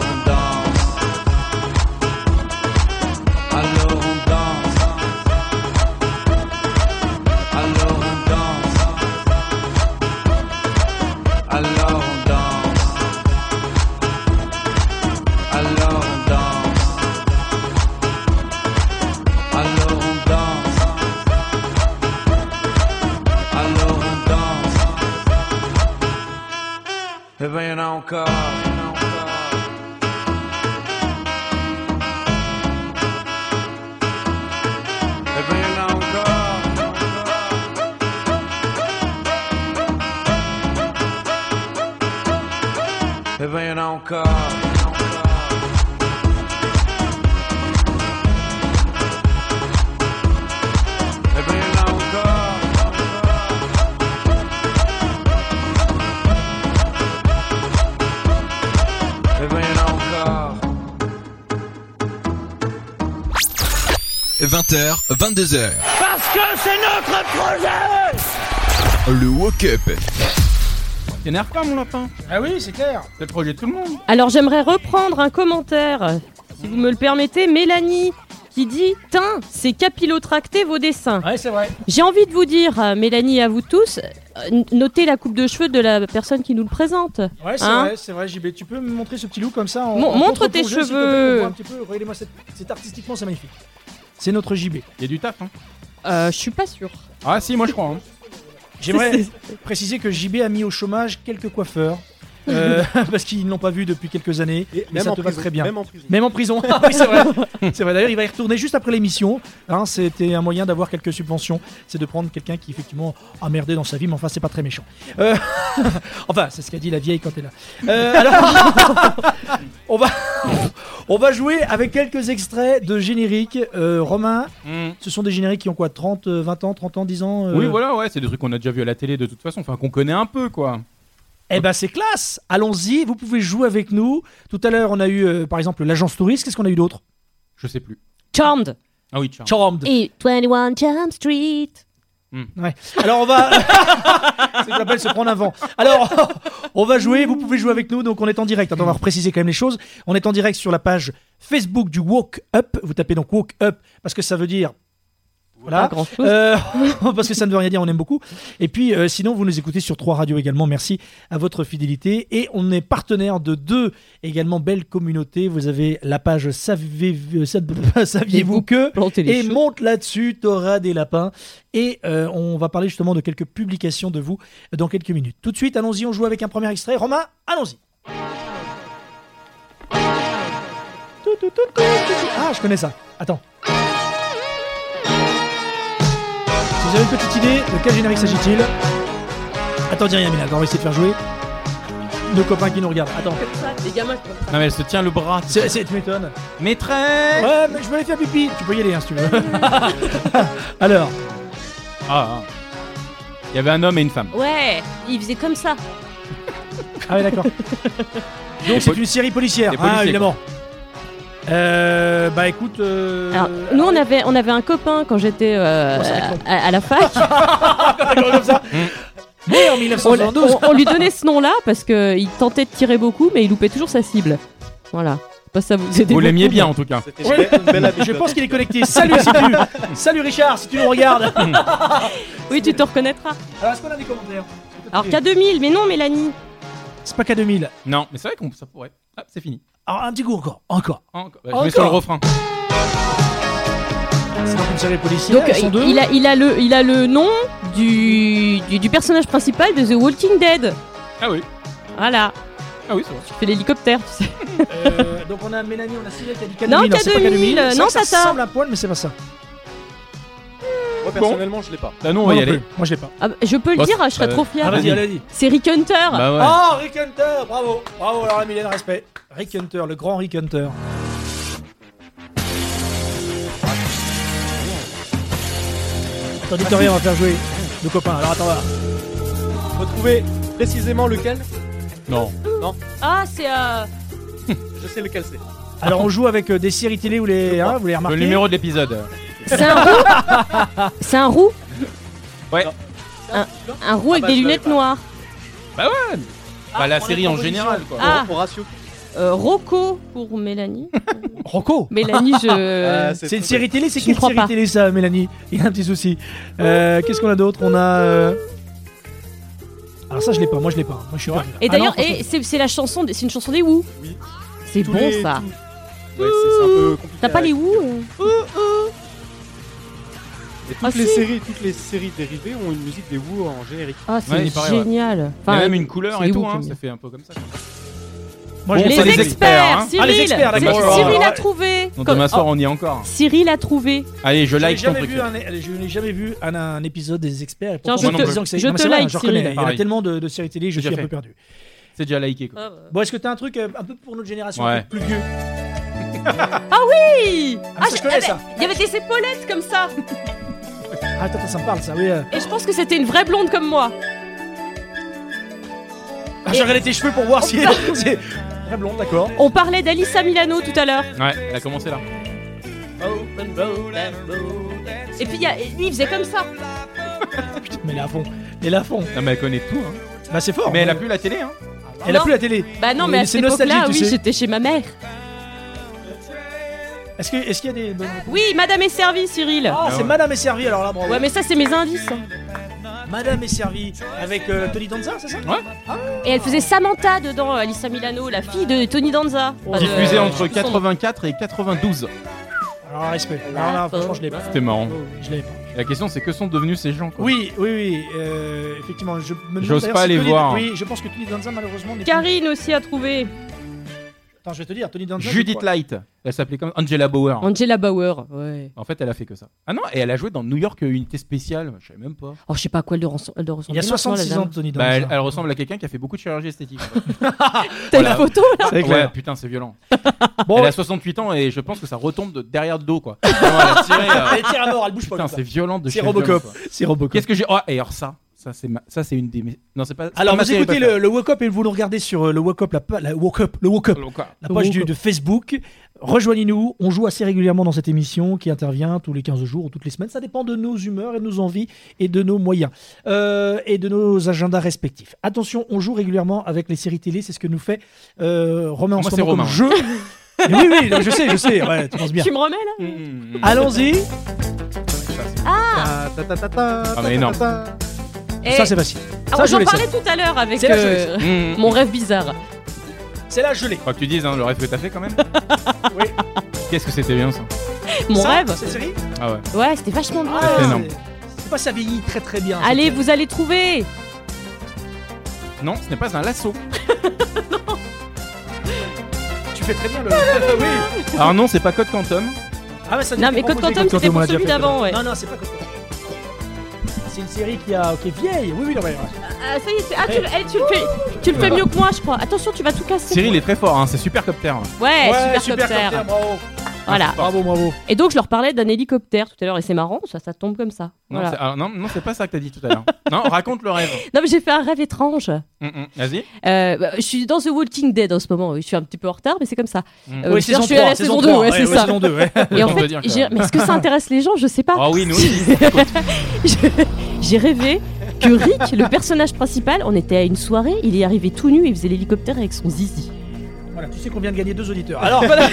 S: on danse. Alors on danse. Alors on danse. Alors on danse. Alors on danse. Alors on danse. Alors on danse. Eh ben y'en a encore. Eh ben y'en a encore. Eh ben y'en a encore. Eh ben y'en a encore. Eh ben y'en a encore.
G: 20h, 22h.
L: Parce que c'est notre projet
G: Le Woke Up.
F: T'énerves pas, mon lapin
E: Ah oui, c'est clair.
F: C'est le projet de tout le monde.
I: Alors j'aimerais reprendre un commentaire, euh, si vous me le permettez, Mélanie qui dit Tin, c'est capillotracter vos dessins.
E: Ouais, c'est vrai.
I: J'ai envie de vous dire, euh, Mélanie, et à vous tous, euh, n- notez la coupe de cheveux de la personne qui nous le présente.
E: Ouais, c'est
I: Hein
E: vrai, c'est vrai, JB. Tu peux me montrer ce petit loup comme ça en-
I: Mon-
E: en
I: montre tes
E: contre-plongée, s'il te plaît,
I: cheveux.
E: pour voir un petit peu Regardez-moi, cette- c'est artistiquement, c'est magnifique. C'est notre JB.
F: Il y a du taf, hein
I: Euh, Je suis pas sûr.
F: Ah si, moi je crois.
E: hein. J'aimerais préciser que JB a mis au chômage quelques coiffeurs. euh, parce qu'ils ne l'ont pas vu depuis quelques années. Et
K: même
E: ça
K: en
E: te va
K: prison,
E: très bien.
K: même en prison.
E: Même en prison. Ah oui, c'est vrai. C'est vrai. D'ailleurs, il va y retourner juste après l'émission. Hein, C'était un moyen d'avoir quelques subventions. C'est de prendre quelqu'un qui, effectivement, a merdé dans sa vie, mais enfin, c'est pas très méchant. Euh, enfin, c'est ce qu'a dit la vieille quand elle a. Euh, alors, on va, on va jouer avec quelques extraits de génériques. Euh, Romain, ce sont des génériques qui ont quoi 30, euh, 20 ans, 30 ans, 10 ans euh,
F: Hmm. Oui, voilà, ouais, c'est des trucs qu'on a déjà vu à la télé de toute façon, enfin qu'on connaît un peu, quoi.
E: Eh ben c'est classe. Allons-y, vous pouvez jouer avec nous. Tout à l'heure, on a eu euh, par exemple l'agence touriste. Qu'est-ce qu'on a eu d'autre
F: Je sais plus.
I: Charmed.
F: Ah oui, Charmed.
E: Charmed.
I: Et 21 Jump Street.
E: Ouais. Alors on va. c'est ce qu'on appelle se prendre un vent. Alors on va jouer. Vous pouvez jouer avec nous. Donc on est en direct. Attends, on va repréciser quand même les choses. On est en direct sur la page Facebook du Walk Up. Vous tapez donc Walk Up parce que ça veut dire. Voilà.
I: Pas grand-chose.
E: Euh, parce que ça ne veut rien dire, on aime beaucoup. Et puis, euh, sinon, vous nous écoutez sur trois radios également. Merci à votre fidélité. Et on est partenaire de deux également belles communautés. Vous avez la page Savez- euh, Sa- Saviez-vous que
I: les
E: et
I: choses.
E: monte là-dessus, t'auras des lapins. Et euh, on va parler justement de quelques publications de vous dans quelques minutes. Tout de suite, allons-y, on joue avec un premier extrait. Romain, allons-y. Tout, tout, tout, tout, tout, tout. Ah, je connais ça. Attends. Si vous avez une petite idée de quel générique s'agit-il Attends, dis rien, Mina, on va essayer de faire jouer nos copains qui nous regardent. Attends.
I: Les gamins comme ça.
F: Non, mais elle se tient le bras.
E: C'est, c'est, tu m'étonnes.
F: Maîtresse
E: Ouais, mais je vais aller faire pipi. Tu peux y aller, hein, si tu veux. Alors.
F: Ah, ah. Il y avait un homme et une femme.
I: Ouais, il faisait comme ça.
E: Ah ouais, d'accord. Donc c'est une série policière,
F: Des
E: hein,
F: policiers,
E: évidemment. Euh, bah écoute, euh,
I: Alors, nous, on avait, on avait un copain quand j'étais euh,
E: Bon, ça
I: à, à la fac.
E: mais en
I: on, l'a-
E: 1972.
I: on- on lui donnait ce nom-là parce qu'il tentait de tirer beaucoup, mais il loupait toujours sa cible. Voilà. Je sais Pas si ça vous aidait
F: Vous l'aimiez
I: beaucoup,
F: bien,
I: mais-
F: en tout cas.
E: Ouais, je pense qu'il est connecté. Salut si tu, salut Richard si tu nous regardes.
I: Oui, tu te reconnaîtras.
E: Alors est-ce qu'on a des commentaires
I: Alors K2000, mais non, Mélanie.
E: C'est pas K2000.
F: Non, mais c'est vrai qu'on ça pourrait. Ah, c'est fini.
E: Alors un petit coup encore, encore.
F: Encore. Bah, je mets sur le refrain.
E: C'est donc une série policière.
I: Donc,
E: ils sont deux.
I: il, a, il, a le, il a le nom du, du, du personnage principal de The Walking Dead.
F: Ah oui.
I: Voilà.
F: Ah oui, c'est vrai.
I: Tu fais l'hélicoptère, tu sais.
E: Euh, donc on a Mélanie, on a Sylvia qui a dit K2000.
I: Non,
E: c'est pas
I: K2000,
E: C'est vrai
I: non,
E: que ça
I: Tata.
E: ressemble un poil, mais c'est pas ça.
K: Moi personnellement, je l'ai pas.
F: Bah non, on
E: Moi
F: va y
E: non
F: aller.
E: plus. Moi, je l'ai pas.
I: Ah, bah, je peux le
F: Bah,
I: dire, je serais
F: bah,
I: trop fière.
E: ah, vas-y, allez-y.
I: C'est Rick Hunter.
F: Bah ouais.
E: Oh, Rick Hunter, bravo, bravo, alors Emilien, respect. Rick Hunter, le grand Rick Hunter. Attends, dites rien, on va faire jouer nos copains. Alors attends, voilà.
K: Retrouver précisément lequel
F: Non.
K: Non,
I: Ah, c'est. euh,
K: je sais lequel c'est.
E: Alors on joue avec euh, des séries télé, vous les, hein, vous les
F: Le
E: remarquez
F: numéro de l'épisode.
E: Oh
I: C'est un roux C'est un roux
F: Ouais.
I: Un, un roux avec
E: Ah
K: bah,
I: des
K: je
I: lunettes
K: l'avais pas.
I: noires.
F: Bah ouais. Bah la
K: on a
F: série en
K: proposition.
F: général, quoi.
I: Ah.
K: Pour ratio.
I: Euh, Rocco pour Mélanie.
E: Rocco
I: Mélanie, je.
K: Ah,
E: C'est une série télé, c'est
I: Je
E: quelle
I: comprends
E: série
I: pas.
E: télé ça, Mélanie Il y a un petit souci. Euh, Qu'est-ce qu'on a d'autre On a. euh, Alors ça, je l'ai pas, moi je l'ai pas. Moi je suis
I: Et
E: Ah non,
I: d'ailleurs,
E: franchement.
I: et c'est c'est la chanson, des- c'est une chanson des Who.
K: Oui.
I: C'est
K: Tous
I: bon
K: les-
I: ça.
K: tous- Ouais, c'est c'est un peu compliqué.
I: T'as pas les Who euh
K: Et toutes
I: Ah,
K: les
I: si.
K: séries, toutes les séries dérivées ont une musique des Who en générique.
I: Ah, c'est
F: Ouais, il paraît, ouais.
I: génial.
F: Il y
I: Enfin,
F: a même une couleur
I: c'est
F: et
I: les
F: tout,
I: Who
F: hein,
I: qui
F: ça
I: aiment.
F: fait un peu comme ça.
E: Moi,
F: Bon,
E: je l'ai
F: c'est
E: pas.
F: les experts, hein.
I: Cyril,
E: Ah, les experts,
I: c'est-
E: d'accord. Oh,
I: Cyril a
E: ouais.
I: trouvé.
F: Donc
I: Comme-
F: demain soir,
I: oh,
F: on y est encore. hein.
I: Cyril a trouvé.
F: Allez, je
E: Je n'ai
F: like ton
E: jamais,
F: truc.
E: vu un, je n'ai jamais vu un, un épisode des experts. et
I: Tiens,
E: pourtant,
I: je
E: en
I: te-
E: disant que c'est-
I: je
E: Non, mais
I: te
E: c'est vrai,
I: like,
E: Je reconnais,
I: Cyril.
E: il y en a
F: Pareil.
E: tellement de, de séries télé, je
F: Déjà
E: suis un
F: fait.
E: peu perdu. Ah,
F: C'est déjà liké, quoi.
E: Bon, est-ce que t'as un truc euh, un peu pour notre génération
F: Ouais.
E: un peu plus vieux
I: Hey
E: Ah, ça, je connais
I: eh ben,
E: ça.
I: Il y avait des épaulettes comme ça.
E: Ah, attends, ça me parle ça, oui. euh.
I: Et je pense que c'était une vraie blonde comme moi.
E: Ah, j'ai regardé tes cheveux pour voir si.
F: Oh,
E: c'est Très blonde, d'accord.
I: On parlait d'Alissa Milano tout à l'heure.
F: Ouais, elle a commencé là.
E: Oh,
I: and roll and roll. Et puis il y a- et lui, il faisait comme ça.
E: Mais elle est à fond. Elle est à fond.
F: Non, mais elle connaît tout. Hein.
E: Bah, c'est fort.
F: Mais elle a plus la télé. Hein.
E: Elle a
I: Non.
E: plus la télé. Euh,
I: Bah non, mais à
E: c'est
I: cette époque-là,
E: nostalgique,
I: oui,
E: tu sais.
I: j'étais chez ma mère.
E: Est-ce que- est-ce qu'il y a des bonnes
I: Oui, Madame est servie, Cyril.
E: Ah, c'est Madame est servie alors là, bravo.
I: Ouais, mais ça, c'est mes indices. hein.
E: Madame est servie avec euh, Tony Danza, c'est ça Ouais.
I: Et elle faisait Samantha dedans, Alissa Milano, la fille de Tony Danza. Enfin, de-
F: Diffusée entre
I: son nom.
F: 84 et 92.
E: Alors respect. Alors là, franchement, je l'ai pas.
F: C'était marrant.
E: Oh, Je l'avais pas.
F: La question, c'est que sont devenus ces gens quoi
E: Oui, oui, oui. euh, effectivement, je me demande
F: J'ose
E: d'ailleurs
F: pas
E: si
F: les
E: Tony-
F: voir.
E: Oui, je pense que Tony Danza, malheureusement. n'est plus-
I: Karine aussi a trouvé.
E: Attends, je vais te dire, Tony Danza. je
F: Judith
E: crois.
F: Light. Elle s'appelait comme Angela Bauer.
R: Angela Bauer, ouais.
F: En fait, elle a fait que ça. Ah non, et elle a joué dans New York euh, Unité Spéciale. Je savais même pas.
R: Oh, je sais pas à quoi elle doit ressembler. elle doit
E: Il y a
R: ressembler maintenant, la
E: 66
R: dame.
E: ans de Tony
F: Bah,
E: Danza.
F: elle, elle ressemble à quelqu'un qui a fait beaucoup de chirurgie esthétique.
R: T'as une photo là
F: Ouais,
R: Ouais.
F: putain, c'est violent. elle a 68 ans et je pense que ça retombe de derrière le dos, quoi. Vraiment, elle a tiré, euh,
E: Elle est tirée à mort, elle bouge pas,
F: Putain,
E: comme ça.
F: c'est violent de
E: C'est
F: chez
E: Robocop.
F: violent, quoi.
E: C'est Robocop.
F: Qu'est-ce que j'ai. Oh, et alors ça, ça c'est ma- ça c'est une des. mes- Non, c'est pas. c'est
E: Alors
F: pas ma
E: vous
F: série
E: écoutez
F: préférée.
E: le, le Woke Up et vous le regardez sur euh, le Woke Up, la, pa- la Woke Up, le Woke Up, la
F: Le
E: page
F: Woke
E: du-
F: Up.
E: de Facebook. Rejoignez-nous, on joue assez régulièrement dans cette émission qui intervient tous les 15 jours ou toutes les semaines. Ça dépend de nos humeurs et de nos envies et de nos moyens euh, et de nos agendas respectifs. Attention, on joue régulièrement avec les séries télé, c'est ce que nous fait euh, Romain en
F: Moi,
E: ce
F: c'est
E: moment
F: Romain.
E: comme jeu. Mais oui, oui, je sais, je sais, ouais, tu penses bien.
I: Tu me remets là
E: Allons-y.
I: Ah
F: Ah, mais énorme.
I: Eh.
E: Ça, c'est facile.
I: Ah,
E: Ça, je
I: J'en
E: l'ai, ça.
I: parlais tout à l'heure avec
E: C'est la
I: euh,
F: gelée.
I: mon rêve bizarre.
E: C'est la gelée.
F: Faut que tu dises hein, le rêve que t'as fait quand même. oui. Qu'est-ce que c'était bien ça
I: Mon
E: Ça,
I: rêve
E: Cette série
F: Ah ouais.
I: Ouais, c'était vachement bien.
F: C'est énorme.
E: C'est pas ça vieillit très très bien.
I: Allez, vous allez trouver. Ah,
F: Non, ce n'est pas un lasso.
E: Tu fais très bien le. oui.
F: Alors non, c'est pas Code Quantum.
E: Ah bah, ça
I: Non,
E: dépend
I: mais Code
E: comment
I: Quantum,
E: j'ai-
I: c'était pour celui d'avant, ouais.
E: Non, non, c'est pas Code Quantum. C'est une série qui, a, qui est vieille. Oui, oui, non, euh, ouais, ouais.
I: Ah, ça y est, c'est- ah, tu, le- eh, tu le fais, tu le fais mieux que moi, je crois. Attention, tu vas tout casser.
F: Cyril est très fort, hein, c'est Supercopter.
I: Ouais,
E: Ouais,
I: supercopter.
E: supercopter, bravo.
I: Voilà.
E: Bravo, bravo.
I: Et donc, je leur parlais d'un hélicoptère tout à l'heure, et c'est marrant, ça, ça tombe comme ça.
F: Non,
I: Voilà.
F: c'est- ah, non, non, c'est pas ça que t'as dit tout à l'heure. non, raconte le rêve.
I: Non, mais j'ai fait un rêve étrange.
F: Hum, hum, Vas-y.
I: Euh, bah, je suis dans The Walking Dead en ce moment. Je suis un petit peu en retard, mais c'est comme ça.
F: Mm.
I: Euh,
F: Oui,
I: je veux dire,
F: saison
I: je suis à la
F: 3, saison
I: saison 2,
F: 3,
I: ouais,
F: ouais,
I: c'est
F: ouais,
I: ça.
F: saison 2, ouais.
I: Et en
F: Autant
I: fait,
F: te dire,
I: j'ai-
F: quand même.
I: mais est-ce que ça intéresse les gens Je sais pas.
F: Ah oui, nous aussi.
I: Je- J'ai rêvé que Rick, le personnage principal, on était à une soirée, il est arrivé tout nu, il faisait l'hélicoptère avec son zizi.
E: Voilà, tu sais qu'on vient de gagner deux auditeurs. Alors, voilà.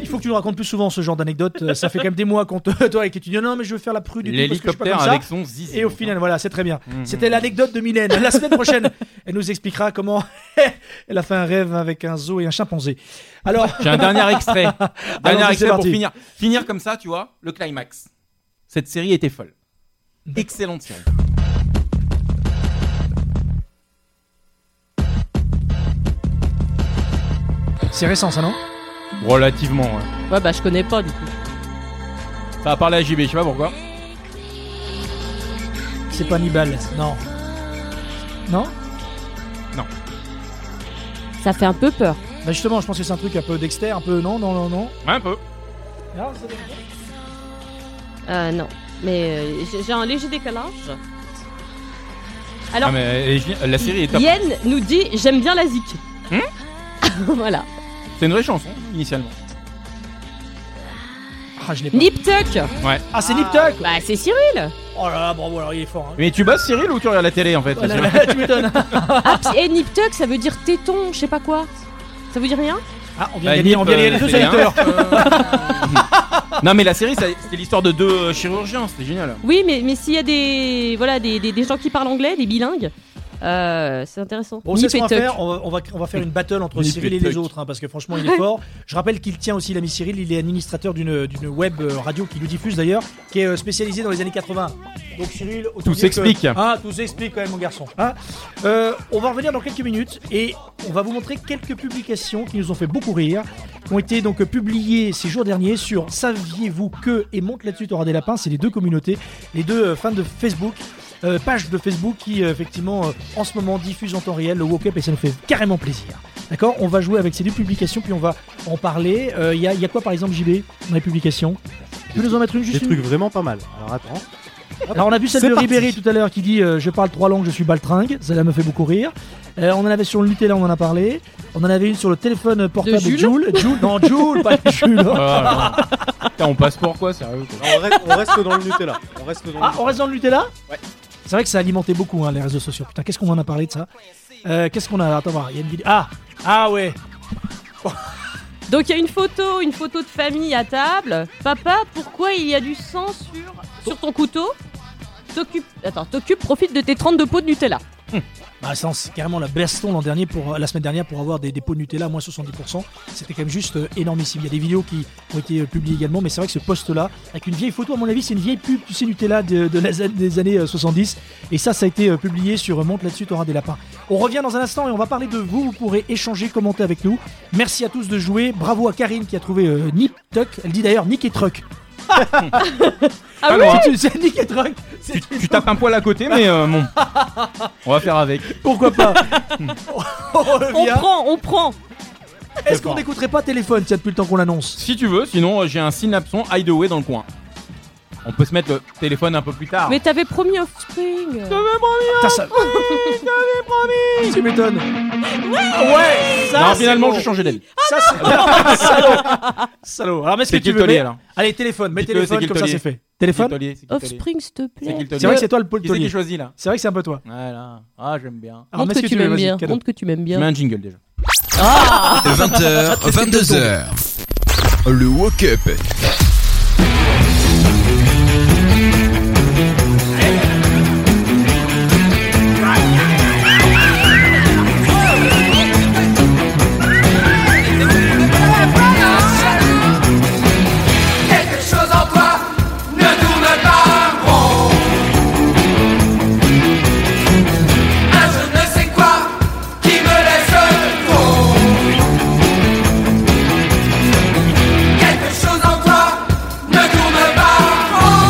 E: il faut que tu nous racontes plus souvent ce genre d'anecdote. Euh, Ça fait quand même des mois qu'on te. Toi, et que tu dis non, mais je veux faire la prude du tout parce que je suis pas
F: L'hélicoptère
E: comme ça.
F: avec son zizi. Mhm.
E: Et au final, voilà, c'est très bien. C'était l'anecdote de Mylène. La semaine prochaine, elle nous expliquera comment elle a fait un rêve avec un zoo et un chimpanzé. Alors,
F: J'ai un dernier extrait.
E: Allons-y,
F: dernier
E: Ah c'est
F: extrait pour
E: parti.
F: finir. Finir comme ça, tu vois, le climax. Cette série était folle. Excellente série.
E: C'est récent, ça, non
F: Relativement, ouais.
I: Ouais, bah je connais pas du coup.
F: Ça a parlé à JB, je sais pas pourquoi.
E: C'est pas Nibal, non. Non
F: Non.
I: Ça fait un peu peur.
E: Bah justement, je pense que c'est un truc un peu Dexter, un peu non, non, non, non.
F: Ouais, un peu.
I: Euh, non. Mais euh, j'ai- j'ai un léger décalage. Alors,
F: Ah, mais, euh, je- la série est top.
I: Yen nous dit J'aime bien la zik.
F: Hmm
I: voilà.
F: C'est une vraie chanson, initialement.
E: Ah, je l'ai
I: Nip Tuck
F: Ouais.
E: Ah, c'est Nip Tuck
I: Bah, c'est Cyril
E: Oh là là, bravo, alors il est fort. hein.
F: Mais tu bosses Cyril ou tu regardes la télé en fait
E: Oh là là, tu m'étonnes.
I: Ah, puis- Et Nip Tuck, ça veut dire téton, je sais pas quoi. Ça vous dit rien
E: Ah, on
F: Bah,
E: vient de gagner,
F: Nip,
E: on vient de gagner
F: euh,
E: les deux
F: c'est bien.
E: auditeurs.
F: Non mais la série, ça- c'était l'histoire de deux euh, chirurgiens, c'était génial.
I: Oui, mais, mais s'il y a des, voilà, des, des, des gens qui parlent anglais, des bilingues, euh, c'est intéressant.
E: Bon,
I: Nip
E: c'est ce qu'on va
I: et Tuck.
E: faire. On va, on va, on va faire une battle entre
F: Nip
E: Cyril
F: et
E: et les
F: Tuck.
E: autres, hein, parce que franchement, il est fort. Je rappelle qu'il tient aussi l'ami Cyril. Il est administrateur d'une d'une web euh, radio qui nous diffuse d'ailleurs, qui est euh, spécialisée dans les années 80. Donc Cyril, autant
F: Tout
E: dire que-
F: s'explique.
E: Ah, tout s'explique quand même, mon garçon. hein. Euh, on va revenir dans quelques minutes et on va vous montrer quelques publications qui nous ont fait beaucoup rire, qui ont été donc euh, publiées ces jours derniers sur Saviez-vous que et Monte là-dessus, t'auras des lapins. C'est les deux communautés, les deux euh, fans de Facebook. euh, pages de Facebook qui euh, effectivement euh, en ce moment diffusent en temps réel le woke up et ça nous fait carrément plaisir. D'accord On va jouer avec ces deux publications puis on va en parler. Euh, Il y, a- y a quoi par exemple JB dans les publications Tu peux nous en mettre une juste
K: Des
E: une
K: trucs vraiment pas mal. Alors attends.
E: alors on a vu celle
K: C'est
E: de
K: parti.
E: Ribéry tout à l'heure qui dit euh, je parle trois langues, je suis baltringue, ça me fait beaucoup rire. Euh, on en avait sur le Nutella, on en a parlé. On en avait une sur le téléphone portable
F: Jules
E: Jules. Jules- non, Jules, pas Jules.
F: Ah, non. Putain, on passe pour quoi, sérieux quoi.
K: On reste, on reste dans le Nutella. On reste dans le
E: Ah, on reste dans le Nutella
K: Ouais.
E: C'est vrai que ça alimentait beaucoup hein, les réseaux sociaux. Putain, qu'est-ce qu'on en a parlé de ça Euh, Qu'est-ce qu'on a Attends, voir, il y a une vidéo. Ah Ah ouais
I: Donc il y a une photo, une photo de famille à table. Papa, pourquoi il y a du sang sur, sur ton couteau T'occupes, attends, t'occupes, profite de tes 32 pots de Nutella.
E: Bah, ça, c'est carrément la baston l'an dernier pour, la semaine dernière pour avoir des, des pots de Nutella à moins 70%. C'était quand même juste euh, énormissime. Il y a des vidéos qui ont été euh, publiées également, mais c'est vrai que ce poste-là, avec une vieille photo, à mon avis, c'est une vieille pub, tu sais, Nutella de, de la- des années euh, 70. Et ça, ça a été euh, publié sur euh, Monte là-dessus, t'auras des lapins. On revient dans un instant et on va parler de vous. Vous pourrez échanger, commenter avec nous. Merci à tous de jouer. Bravo à Karine qui a trouvé euh, Nip Tuck. Elle dit d'ailleurs Nick et Truck.
F: Ah oui
E: C'est- c'est Nick et Truck. C'est-
F: Tu tapes un poil à côté, mais euh, bon. On va faire avec.
E: Pourquoi pas on,
F: On
I: prend, on prend.
E: Est-ce qu'on n'écouterait pas téléphone, tiens, depuis le temps qu'on l'annonce
F: Si tu veux, sinon euh, j'ai un synapson hideaway dans le coin. On peut se mettre le téléphone un peu plus tard.
I: Mais t'avais promis Offspring. T'avais
E: promis
I: Offspring, t'avais
E: promis. Ah Tu m'étonnes.
F: ouais
E: ça,
F: Non,
E: c'est
F: finalement,
E: bon.
F: j'ai changé d'avis.
E: Ça, c'est- Salaud. Salaud. Alors, mais ce que
F: C'est
E: tu
F: qui le
E: veux.
F: taulier,
E: mais-
F: alors
E: Allez, téléphone, mets
F: Qui le- c'est qui le
E: téléphone, comme ça
F: taulier
E: c'est fait.
F: C'est qui le
E: Téléphone
F: taulier C'est qui le taulier
I: Offspring, s'il te plaît.
F: qui le taulier
E: C'est vrai que c'est toi le pôle
F: Qui c'est
E: taulier.
F: qui choisit là
E: C'est vrai que c'est un peu toi.
F: Voilà. Ah, j'aime bien.
E: Alors,
I: Montre
E: mets ce
I: que tu
E: que tu veux,
I: m'aimes
E: vas-y,
I: bien.
E: cadeau.
I: Montre que tu m'aimes bien.
F: Mets un jingle déjà.
I: Ah
G: 20h, 22h. Le Woke Up.
L: Quelque chose en toi ne tourne pas rond. Un je ne sais quoi qui me laisse faux. Quelque chose en toi ne tourne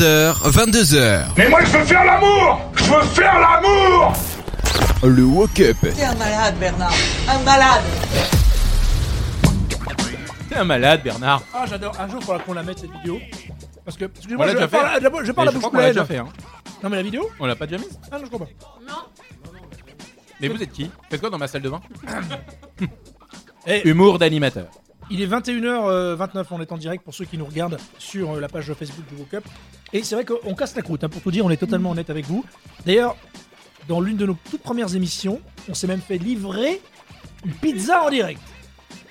O: euh,
G: 20h, 22h.
T: Mais moi je veux faire l'amour Je veux faire l'amour
G: Le Woke Up
A: T'es un malade, Bernard. Un malade.
F: T'es un malade, Bernard.
E: Ah, j'adore. Un jour, il faudra qu'on la mette cette vidéo. Parce que, excusez-moi,
F: On l'a
E: je,
F: déjà
E: parle,
F: fait. hein.
E: je parle- je
F: Mais
E: parle à
F: je
E: bouche
F: crois qu'on l'a
E: pleine.
F: déjà fait, hein.
E: Non, mais la vidéo
F: On l'a pas déjà mise
E: Ah non, je comprends pas.
F: Mais vous êtes qui Faites quoi dans ma salle de bain
E: Eh,
F: Humour d'animateur.
E: Il est 21h29, euh, on est en direct pour ceux qui nous regardent sur euh, la page Facebook du Woke Up. Et c'est vrai qu'on casse la croûte, hein, pour tout dire, on est totalement honnête avec vous. D'ailleurs, dans l'une de nos toutes premières émissions, on s'est même fait livrer une pizza en direct.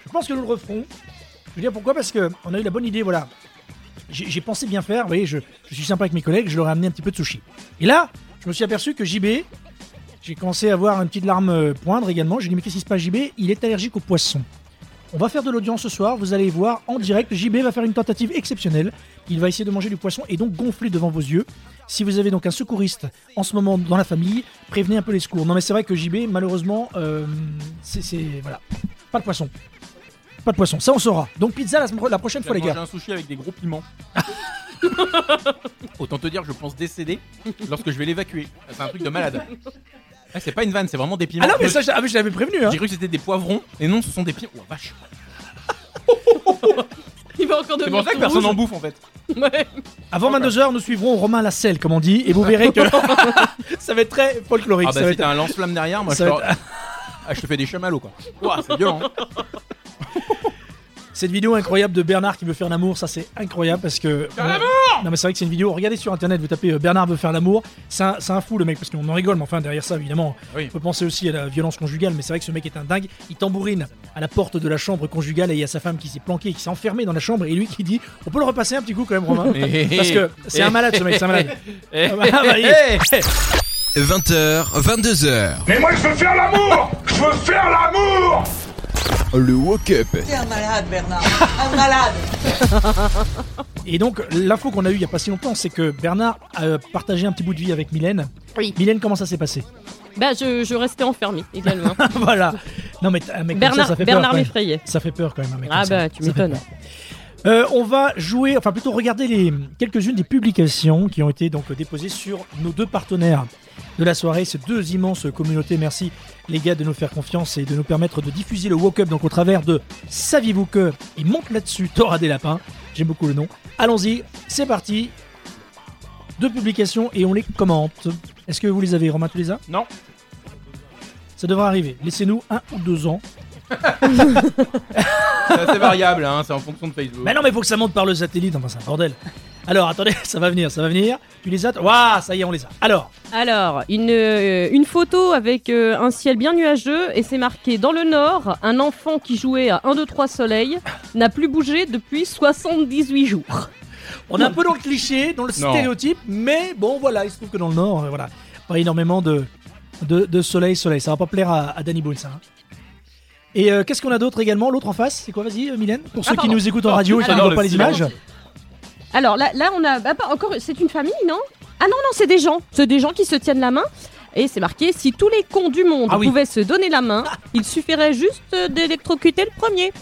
E: Je pense que nous le referons. Je veux dire pourquoi Parce qu'on a eu la bonne idée, voilà. J'ai j'ai pensé bien faire, vous voyez, je, je suis sympa avec mes collègues, je leur ai amené un petit peu de sushi. Et là, je me suis aperçu que JB, j'ai commencé à avoir une petite larme euh, poindre également. J'ai dit, mais qu'est-ce qui se passe, JB Il est allergique aux poissons. On va faire de l'audience ce soir, vous allez voir en direct. JB va faire une tentative exceptionnelle. Il va essayer de manger du poisson et donc gonfler devant vos yeux. Si vous avez donc un secouriste en ce moment dans la famille, prévenez un peu les secours. Non, mais c'est vrai que JB, malheureusement, euh, c'est. c'est- Voilà. Pas de poisson. Pas de poisson, ça on saura. Donc pizza la, semaine- la prochaine fois, les
F: J'ai
E: gars.
F: un sushi avec des gros piments. Autant te dire, je pense décéder lorsque je vais l'évacuer. C'est un truc de malade. Ah, c'est pas une vanne, c'est vraiment des piments.
E: Ah non, mais ça, je- ah, mais je l'avais prévenu, hein.
F: J'ai cru que c'était des poivrons, et non, ce sont des piments. Oh la vache.
I: Il va encore
F: C'est
I: devenir
F: pour ça que
I: tout
F: personne
I: rouge.
F: en bouffe en fait.
E: Avant 22h, nous suivrons Romain Lasselle, comme on dit, et vous verrez que ça va être très folklorique.
F: Ah
E: ça va
F: bah si
E: être-
F: t'as un lance-flamme derrière, moi je
E: ça
F: te...
E: va être-
F: Ah, je te fais des chamallows quoi. Ouah, c'est violent. hein.
E: Cette vidéo incroyable de Bernard qui veut faire l'amour, ça c'est incroyable parce que. Faire l'amour Non mais c'est vrai que c'est une vidéo, regardez sur internet, vous tapez euh, Bernard veut faire l'amour, c'est un, c'est un fou le mec parce qu'on en rigole, mais enfin derrière ça évidemment,
F: Oui.
E: on peut penser aussi à la violence conjugale, mais c'est vrai que ce mec est un dingue, il tambourine à la porte de la chambre conjugale et il y a sa femme qui s'est planquée, qui s'est enfermée dans la chambre et lui qui dit On peut le repasser un petit coup quand même Romain Parce que c'est un malade ce mec, c'est un malade.
F: Eh,
E: Ah bah, ah bah, il-
G: 20h, 22h.
T: Mais moi je veux faire l'amour Je veux faire l'amour
G: Le Woke Up
A: T'es un malade, Bernard. Un malade.
E: Et donc, l'info qu'on a eue il n'y a pas si longtemps, c'est que Bernard a partagé un petit bout de vie avec Mylène. Mylène, comment ça s'est passé
I: Bah, je, je restais enfermée également.
E: Voilà. Non, mais t- un mec comme
I: Bernard-
E: ça, ça fait
I: Bernard
E: peur. quand même.
I: m'effrayait.
E: Ça fait peur quand même, un mec.
I: Ah
E: comme ça.
I: bah, tu
E: Ça fait
I: m'étonnes.
E: peur. Euh, on va jouer, enfin plutôt regarder les quelques-unes des publications qui ont été donc déposées sur nos deux partenaires de la soirée, ces deux immenses communautés. Merci les gars de nous faire confiance et de nous permettre de diffuser le Woke Up donc au travers de Saviez-vous que et monte là-dessus Tora des lapins. J'aime beaucoup le nom. Allons-y, c'est parti. Deux publications et on les commente. Est-ce que vous les avez, Romain, tu les as
F: Non.
E: Ça devrait arriver. Laissez-nous un ou deux ans.
F: C'est assez variable, hein, c'est en fonction de Facebook.
E: Mais non, mais faut que ça monte par le satellite, enfin c'est un bordel. Alors attendez, ça va venir, ça va venir. Tu les as Waouh, ça y est, on les a. Alors,
I: Alors, une, euh, une photo avec euh, un ciel bien nuageux et c'est marqué dans le nord, un enfant qui jouait à 1, 2, 3 soleil n'a plus bougé depuis 78 jours.
E: on est un peu dans le cliché, dans le
I: Non.
E: stéréotype, mais bon, voilà, il se trouve que dans le Nord, euh, voilà, pas énormément de, de, de soleil, soleil. Ça va pas plaire à, à Danny Boone, ça. hein. Et euh, qu'est-ce qu'on a d'autre également L'autre en face, c'est quoi, vas-y, euh, Mylène Pour
I: Ah,
E: ceux qui
I: pardon.
E: nous écoutent en radio et qui ne
I: Alors,
E: voient pas
I: le
E: les images.
I: silence. Alors là, là on a ah, pas encore. C'est une famille, non Ah non, non, c'est des gens. C'est des gens qui se tiennent la main. Et c'est marqué si tous les cons du monde
E: Ah oui.
I: pouvaient se donner la main, il suffirait juste euh, d'électrocuter le premier.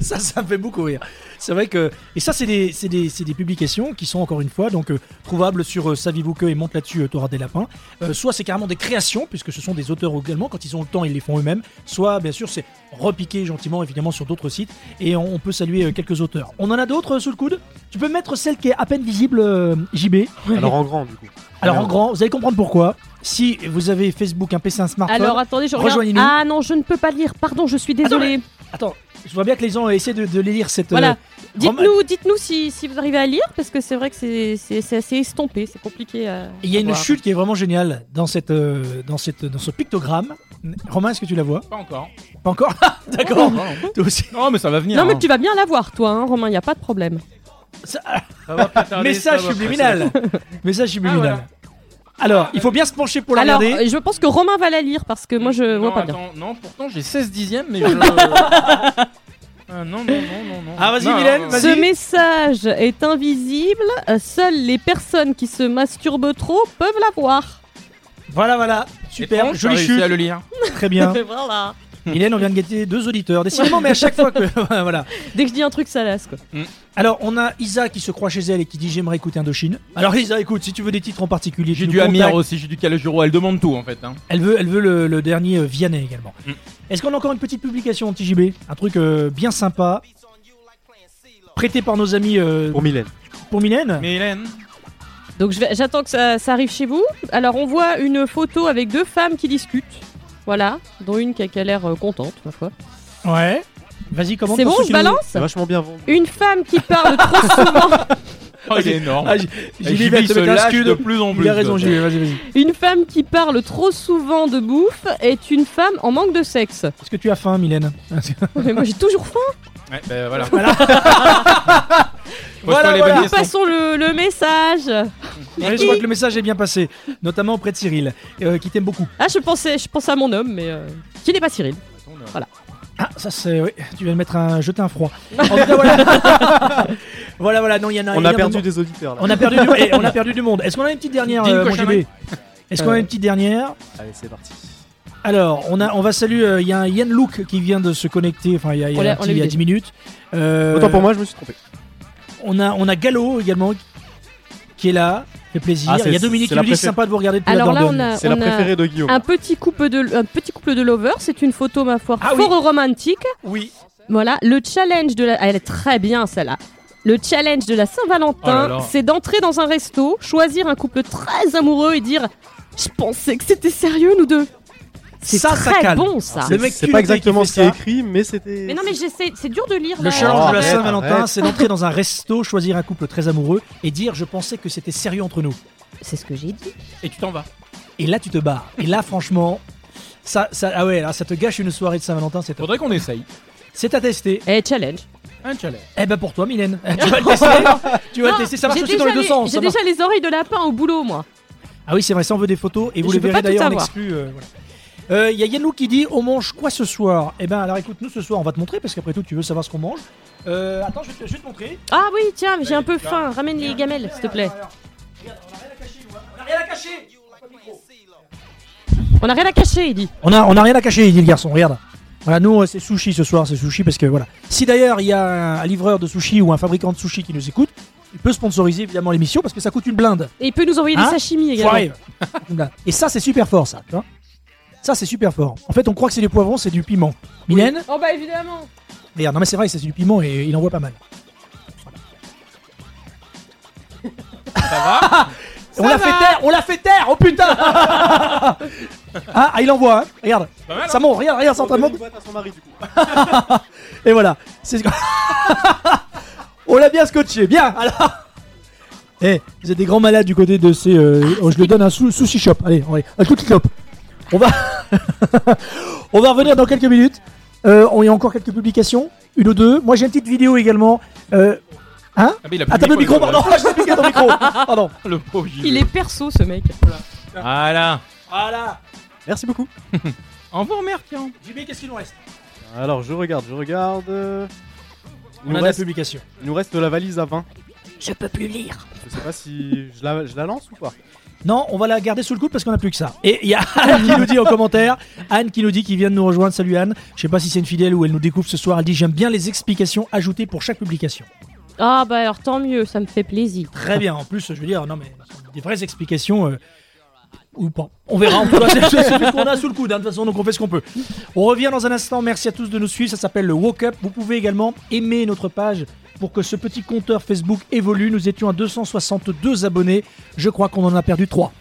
E: ça, ça me fait beaucoup rire. C'est vrai que. Et ça, c'est des, c'est des, c'est des publications qui sont, encore une fois, donc euh, trouvables sur euh, Saviez-vous que et monte là-dessus, euh, T'auras des lapins. Euh, soit c'est carrément des créations, puisque ce sont des auteurs également, quand ils ont le temps, ils les font eux-mêmes. Soit, bien sûr, c'est repiqué gentiment, évidemment, sur d'autres sites. Et on, on peut saluer euh, quelques auteurs. On en a d'autres euh, sous le coude Tu peux mettre celle qui est à peine visible, euh, JB
U: Alors en grand, du coup.
E: Alors, en grand, vous allez comprendre pourquoi. Si vous avez Facebook, un PC, un smartphone,
I: Alors attendez, je regarde.
E: rejoignez-nous. Ah
I: Ah non, je ne peux pas lire. Pardon, je suis désolée.
E: Attends, je vois bien que les gens euh, essaient de, de lire cette.
I: Voilà.
E: euh,
I: Dites-nous, dites-nous si, si vous arrivez à lire, parce que c'est vrai que c'est, c'est- c'est assez estompé, c'est compliqué. à-
E: Il y a
I: à
E: une
I: voir.
E: chute qui est vraiment géniale dans, cette, euh, dans, cette, dans ce pictogramme. Romain, est-ce que tu la vois
F: Pas encore.
E: Pas encore D'accord. Toi aussi.
F: Non, mais ça va venir. hein.
I: Non,
E: hein.
I: mais tu vas bien la voir, toi, hein, Romain. Il n'y a pas de problème.
E: Message subliminal. Message subliminal. Alors, il faut bien se pencher pour la
I: Ah, Alors,
E: regarder.
I: euh, je pense que Romain va la lire parce que moi je vois
F: Non,
I: pas bien.
F: attends, non, pourtant j'ai 16 dixièmes, mais je. Ah, non, non, non, non, non. Non, non, non.
I: Ce message est invisible. euh, Seules les personnes qui se masturbent trop peuvent la voir.
E: Voilà, voilà. Super.
F: Étrange, t'as
E: Jolie
F: réussi
E: chute.
F: à le lire.
E: Très bien.
I: voilà.
E: Hélène, on vient de guetter deux auditeurs. Décidément, mais à chaque fois que. voilà.
I: Dès que je dis un truc, ça lasse quoi.
F: Mm.
E: Alors, on a Isa qui se croit chez elle et qui dit J'aimerais écouter Indochine. Alors, Isa, écoute, si tu veux des titres en particulier,
F: J'ai du Amir aussi, j'ai du Calogero, elle demande tout en fait. hein.
E: Elle veut, elle veut le, le dernier euh, Vianney également.
F: Mm.
E: Est-ce qu'on a encore une petite publication, petit JB Un truc euh, bien sympa, prêté par nos amis. euh, pour
K: Mylène.
E: Pour Mylène
I: Donc je vais- j'attends que ça, ça arrive chez vous. Alors on voit une photo avec deux femmes qui discutent. Voilà, dont une qui a, qui a l'air euh, contente, ma foi.
E: Ouais. Vas-y, comment
I: C'est bon, je balance
K: C'est vachement bien vendu.
I: Une femme qui parle trop souvent.
F: Oh, il est énorme.
E: Ah, J-
F: Eh,
E: JB,
F: JB,
E: va
F: il
E: te
F: se
E: mettre un
F: lâche
E: scud.
F: de plus en plus. euh.
E: Il a raison,
F: quoi.
E: JB, vas-y, vas-y.
I: Une femme qui parle trop souvent de bouffe est une femme en manque de sexe.
E: Est-ce que tu as faim, Mylène
I: Mais moi j'ai toujours faim.
F: Ouais, ben voilà. voilà.
I: Voilà,
E: les
I: voilà.
E: bonnes
I: Nous
E: questions.
I: passons le, le message.
E: Ouais, je crois que le message est bien passé, notamment auprès de Cyril, euh, qui t'aime beaucoup.
I: Ah, je pensais, je pensais à mon homme, mais euh, qui n'est pas Cyril. Voilà.
E: Ah, ça c'est. Oui, tu viens de mettre un. jeter un froid. En tout cas, voilà. voilà, voilà, non, il y en a.
K: On a perdu
E: énormément.
K: des auditeurs, là.
E: On a perdu du, et on a perdu du monde. Est-ce qu'on a une petite dernière,
K: Dis une
E: euh, mon
K: cochonnerie.
E: JB Est-ce qu'on
K: Euh.
E: a une petite dernière
K: Allez, c'est parti.
E: Alors, on, a, on va saluer. euh, Il y a un Yann Look qui vient de se connecter, enfin, il y a, il y a
K: On
E: un
K: l'a- on
E: petit-
K: l'a
E: il y a
K: vidé.
E: 10 minutes. Euh,
K: Autant pour moi, je me suis trompé.
E: On a, on a Gallo également qui est là, fait plaisir.
K: Ah,
E: il y
K: c'est-
E: a Dominique
K: c'est
E: qui
K: la
E: nous dit
K: préférée.
E: sympa de vous regarder depuis
I: Alors
E: la
I: là, on
E: Dordogne.
I: a, on a un petit couple de, un petit couple de lovers. C'est une photo, ma foi, fort romantique.
E: Oui.
I: Voilà, le challenge de la... ah, Elle est très bien, celle-là. Le challenge de la
F: Oh là
I: Saint-Valentin,
F: là.
I: c'est d'entrer dans un resto, choisir un couple très amoureux et dire « Je pensais que c'était sérieux, nous deux !» C'est
K: Ça, ça
I: très
K: calme.
I: bon, ça.
K: C'est- c'est pas exactement ce qui est écrit, mais c'était.
I: Mais non, mais j'essaie, c'est dur de lire.
F: Ah,
E: Le
I: là.
E: challenge de la
K: Arrête,
E: Saint-Valentin,
K: arrête.
E: c'est d'entrer dans un resto, choisir un couple très amoureux et dire je pensais que c'était sérieux entre nous.
I: C'est ce que j'ai dit.
F: Et tu t'en vas.
E: Et là tu te barres. Et là franchement, ça, ça, ah ouais, là, ça te gâche une soirée de Saint-Valentin. C'est
F: Faudrait qu'on essaye.
E: C'est à tester.
I: Et Eh, challenge.
F: Un challenge.
E: Eh ben pour toi, Mylène. tu vas le tester. tu vas le
I: Non,
E: tester. Ça marche
I: j'ai
E: aussi dans
I: déjà
E: les deux
I: les-
E: sens. ça
I: J'ai
E: marche.
I: déjà les oreilles de lapin au boulot, moi.
E: Ah oui, c'est vrai, ça on veut des photos et vous
I: Je
E: les
I: peux
E: verrez
I: pas tout
E: d'ailleurs en
I: avoir.
E: exclu. euh, voilà. Euh, Il y a Yannou qui dit on mange quoi ce soir Eh ben alors écoute, nous ce soir on va te montrer parce qu'après tout tu veux savoir ce qu'on mange. Euh, attends, je vais, te, je vais te montrer.
I: Ah oui, tiens, j'ai un peu faim. Ramène les gamelles, s'il te plaît.
E: Rien à cacher
I: On n'a rien à cacher, il dit.
E: On a, on a rien à cacher, dit le garçon, regarde. Voilà, nous euh, c'est sushi ce soir, c'est sushi parce que voilà. Si d'ailleurs il y a un, un livreur de sushi ou un fabricant de sushi qui nous écoute, il peut sponsoriser évidemment l'émission parce que ça coûte une blinde.
I: Et il peut nous envoyer
E: Hein
I: des sashimi
E: Faut
I: également.
E: arriver. Voilà. Et ça c'est super fort ça, tu vois. Ça c'est super fort. En fait on croit que c'est du poivron, c'est du piment. Mylène
I: Oh bah évidemment.
E: Regarde, non mais c'est vrai, c'est du piment et il en voit pas mal. Ça va On l'a fait taire, on l'a fait taire, oh putain ah, ah, il en voit, hein. regarde.
K: Pas mal, hein.
E: ça monte, regarde, regarde, ça
K: On
E: en train de
K: donne une
E: monter.
K: boîte à son mari, du coup.
E: et voilà, c'est ce qu'on- On l'a bien scotché, bien Alors Eh, vous êtes des grands malades du côté de ces... euh, oh, je le donne un sou- sushi shop, allez, allez, un tout clope. On va... on va revenir dans quelques minutes. Euh, on y a encore quelques publications, une ou deux. Moi j'ai une petite vidéo également. Euh, Hein
F: Ah, mais il a plus
E: Ah t'as
F: le
E: le micro,
F: micro,
E: pardon
F: là.
E: Je t'ai piqué dans le micro Pardon
F: Le pauvre JB.
I: Il est perso, ce mec.
E: Ah.
F: Voilà.
E: Voilà
K: Merci beaucoup.
F: En vous remerciant.
E: JB, qu'est-ce qu'il nous reste
K: Alors, je regarde, je regarde. euh, il nous
E: On a de la
K: reste-
E: publication.
K: Il nous reste la valise à 20.
I: Je peux plus lire.
K: Je sais pas si je la, je la lance ou pas.
E: Non, on va la garder sous le coude parce qu'on a plus que ça. Et il y a Anne qui nous dit en commentaire, Anne qui nous dit qu'il vient de nous rejoindre. Salut Anne. Je sais pas si c'est une fidèle ou elle nous découvre ce soir. Elle dit j'aime bien les explications ajoutées pour chaque publication.
I: Ah bah alors tant mieux, ça me fait plaisir.
E: Très bien. En plus, je veux dire, non mais des vraies explications. euh, Ou pas. On verra, en tout cas, c'est c'est ce qu'on a sous le coude, hein, de toute façon, donc on fait ce qu'on peut. On revient dans un instant, merci à tous de nous suivre, ça s'appelle le Woke Up. Vous pouvez également aimer notre page pour que ce petit compteur Facebook évolue. Nous étions à 262 abonnés, je crois qu'on en a perdu 3.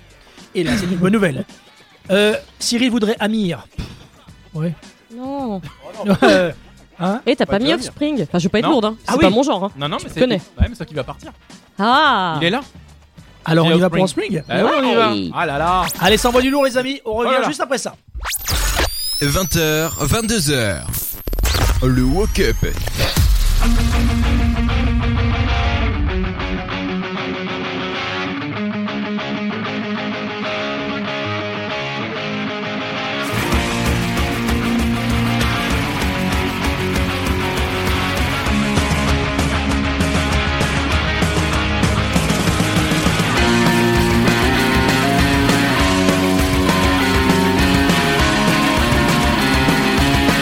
E: Et là, c'est une bonne nouvelle. Euh, Cyril voudrait Amir. Ouais.
I: Non.
E: Euh, hein
I: Eh, t'as pas mis Offspring Enfin, je veux pas être lourde, hein. C'est
F: Ah oui.
I: pas mon genre, hein.
F: Non, non, mais
I: Tu
F: c'est.
I: connais.
F: Ouais, mais ça qui va partir.
I: Ah
F: Il est là.
E: Alors
F: Et
E: on y va
F: Offspring.
E: pour Spring
F: Bah ouais, on y va. Ah là là.
E: Allez, ça envoie du lourd, les amis, on revient
F: Voilà.
E: juste après ça.
G: 20h, 22h. Le Woke Up
L: Thank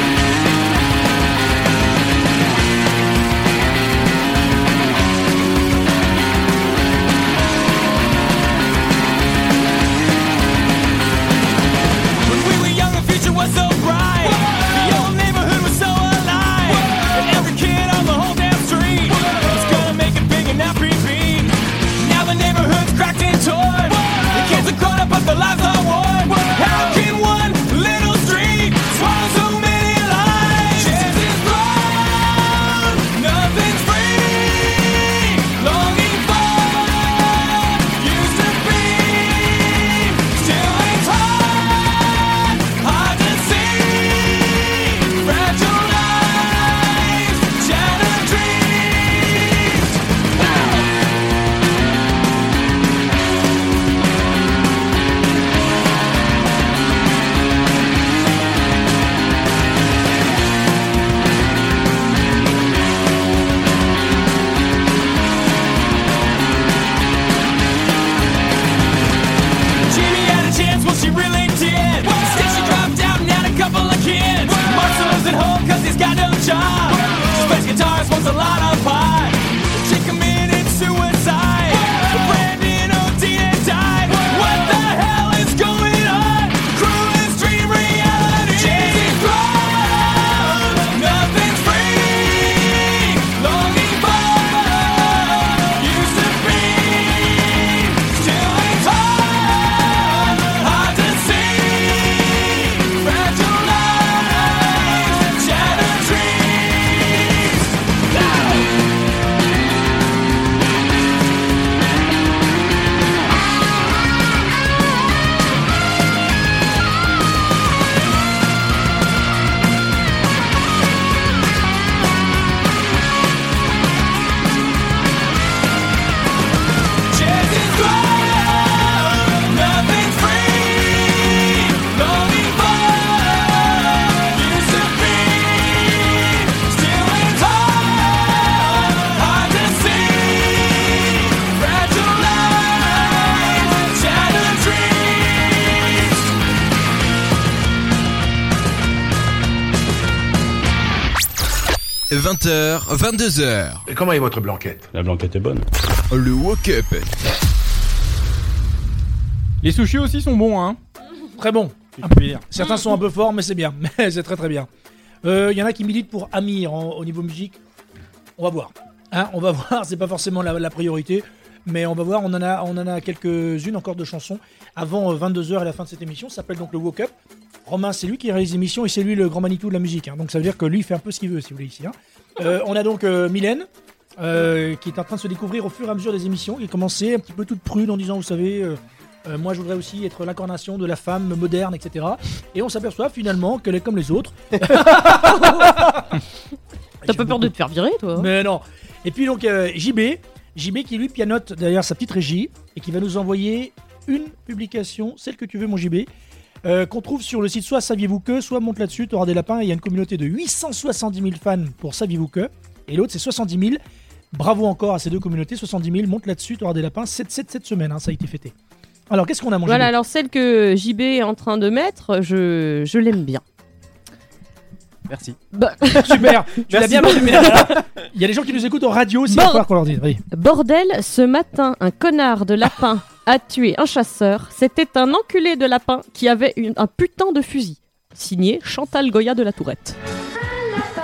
G: 20h, 22h.
V: Et comment est votre blanquette
G: La blanquette est bonne. Le woke-up.
F: Les sushis aussi sont bons, hein
E: Très bons. si je puis dire. Certains sont un peu forts, mais c'est bien. Mais c'est très très bien. Euh, Il y en a qui militent pour Amir en- au niveau musique. On va voir. Hein, on va voir. C'est pas forcément la, la priorité, mais on va voir. On en a, on en a quelques-unes encore de chansons avant euh, 22h et la fin de cette émission. Ça s'appelle donc le Woke Up. Romain, c'est lui qui réalise l'émission et c'est lui le grand Manitou de la musique. hein. Donc ça veut dire que lui, il fait un peu ce qu'il veut, si vous voulez, ici. hein. Euh, on a donc euh, Mylène, euh, qui est en train de se découvrir au fur et à mesure des émissions, qui a commencé un petit peu toute prude en disant, vous savez, euh, euh, moi je voudrais aussi être l'incarnation de la femme moderne, etc. Et on s'aperçoit finalement qu'elle est comme les autres. T'as pas peur de te faire virer, toi hein Mais non. Et puis donc euh, JB, JB qui lui pianote derrière sa petite régie et qui va nous envoyer une publication, celle que tu veux, mon JB. euh, qu'on trouve sur le site soit Saviez-vous que, soit Monte là-dessus, t'auras des lapins, et il y a une communauté de 870 000 fans pour Saviez-vous que, et l'autre c'est 70 000. Bravo encore à ces deux communautés, 70 000, Monte là-dessus, t'auras des lapins, 7, 7 cette semaine, hein, ça a été fêté. Alors qu'est-ce qu'on a, mon
I: Voilà,
E: JB
I: alors celle que JB est en train de mettre, je, je l'aime bien.
K: Merci.
I: Bah-
E: Super, tu l'as
I: Merci
E: bien
I: beaucoup.
E: résumé. Alors, Il y a des gens qui nous écoutent en radio aussi, il va
I: Bon.
E: falloir qu'on leur dise. vas-y.
I: Bordel, ce matin, un connard de lapin a tué un chasseur. C'était un enculé de lapin qui avait une- un putain de fusil. Signé Chantal Goya de la Tourette.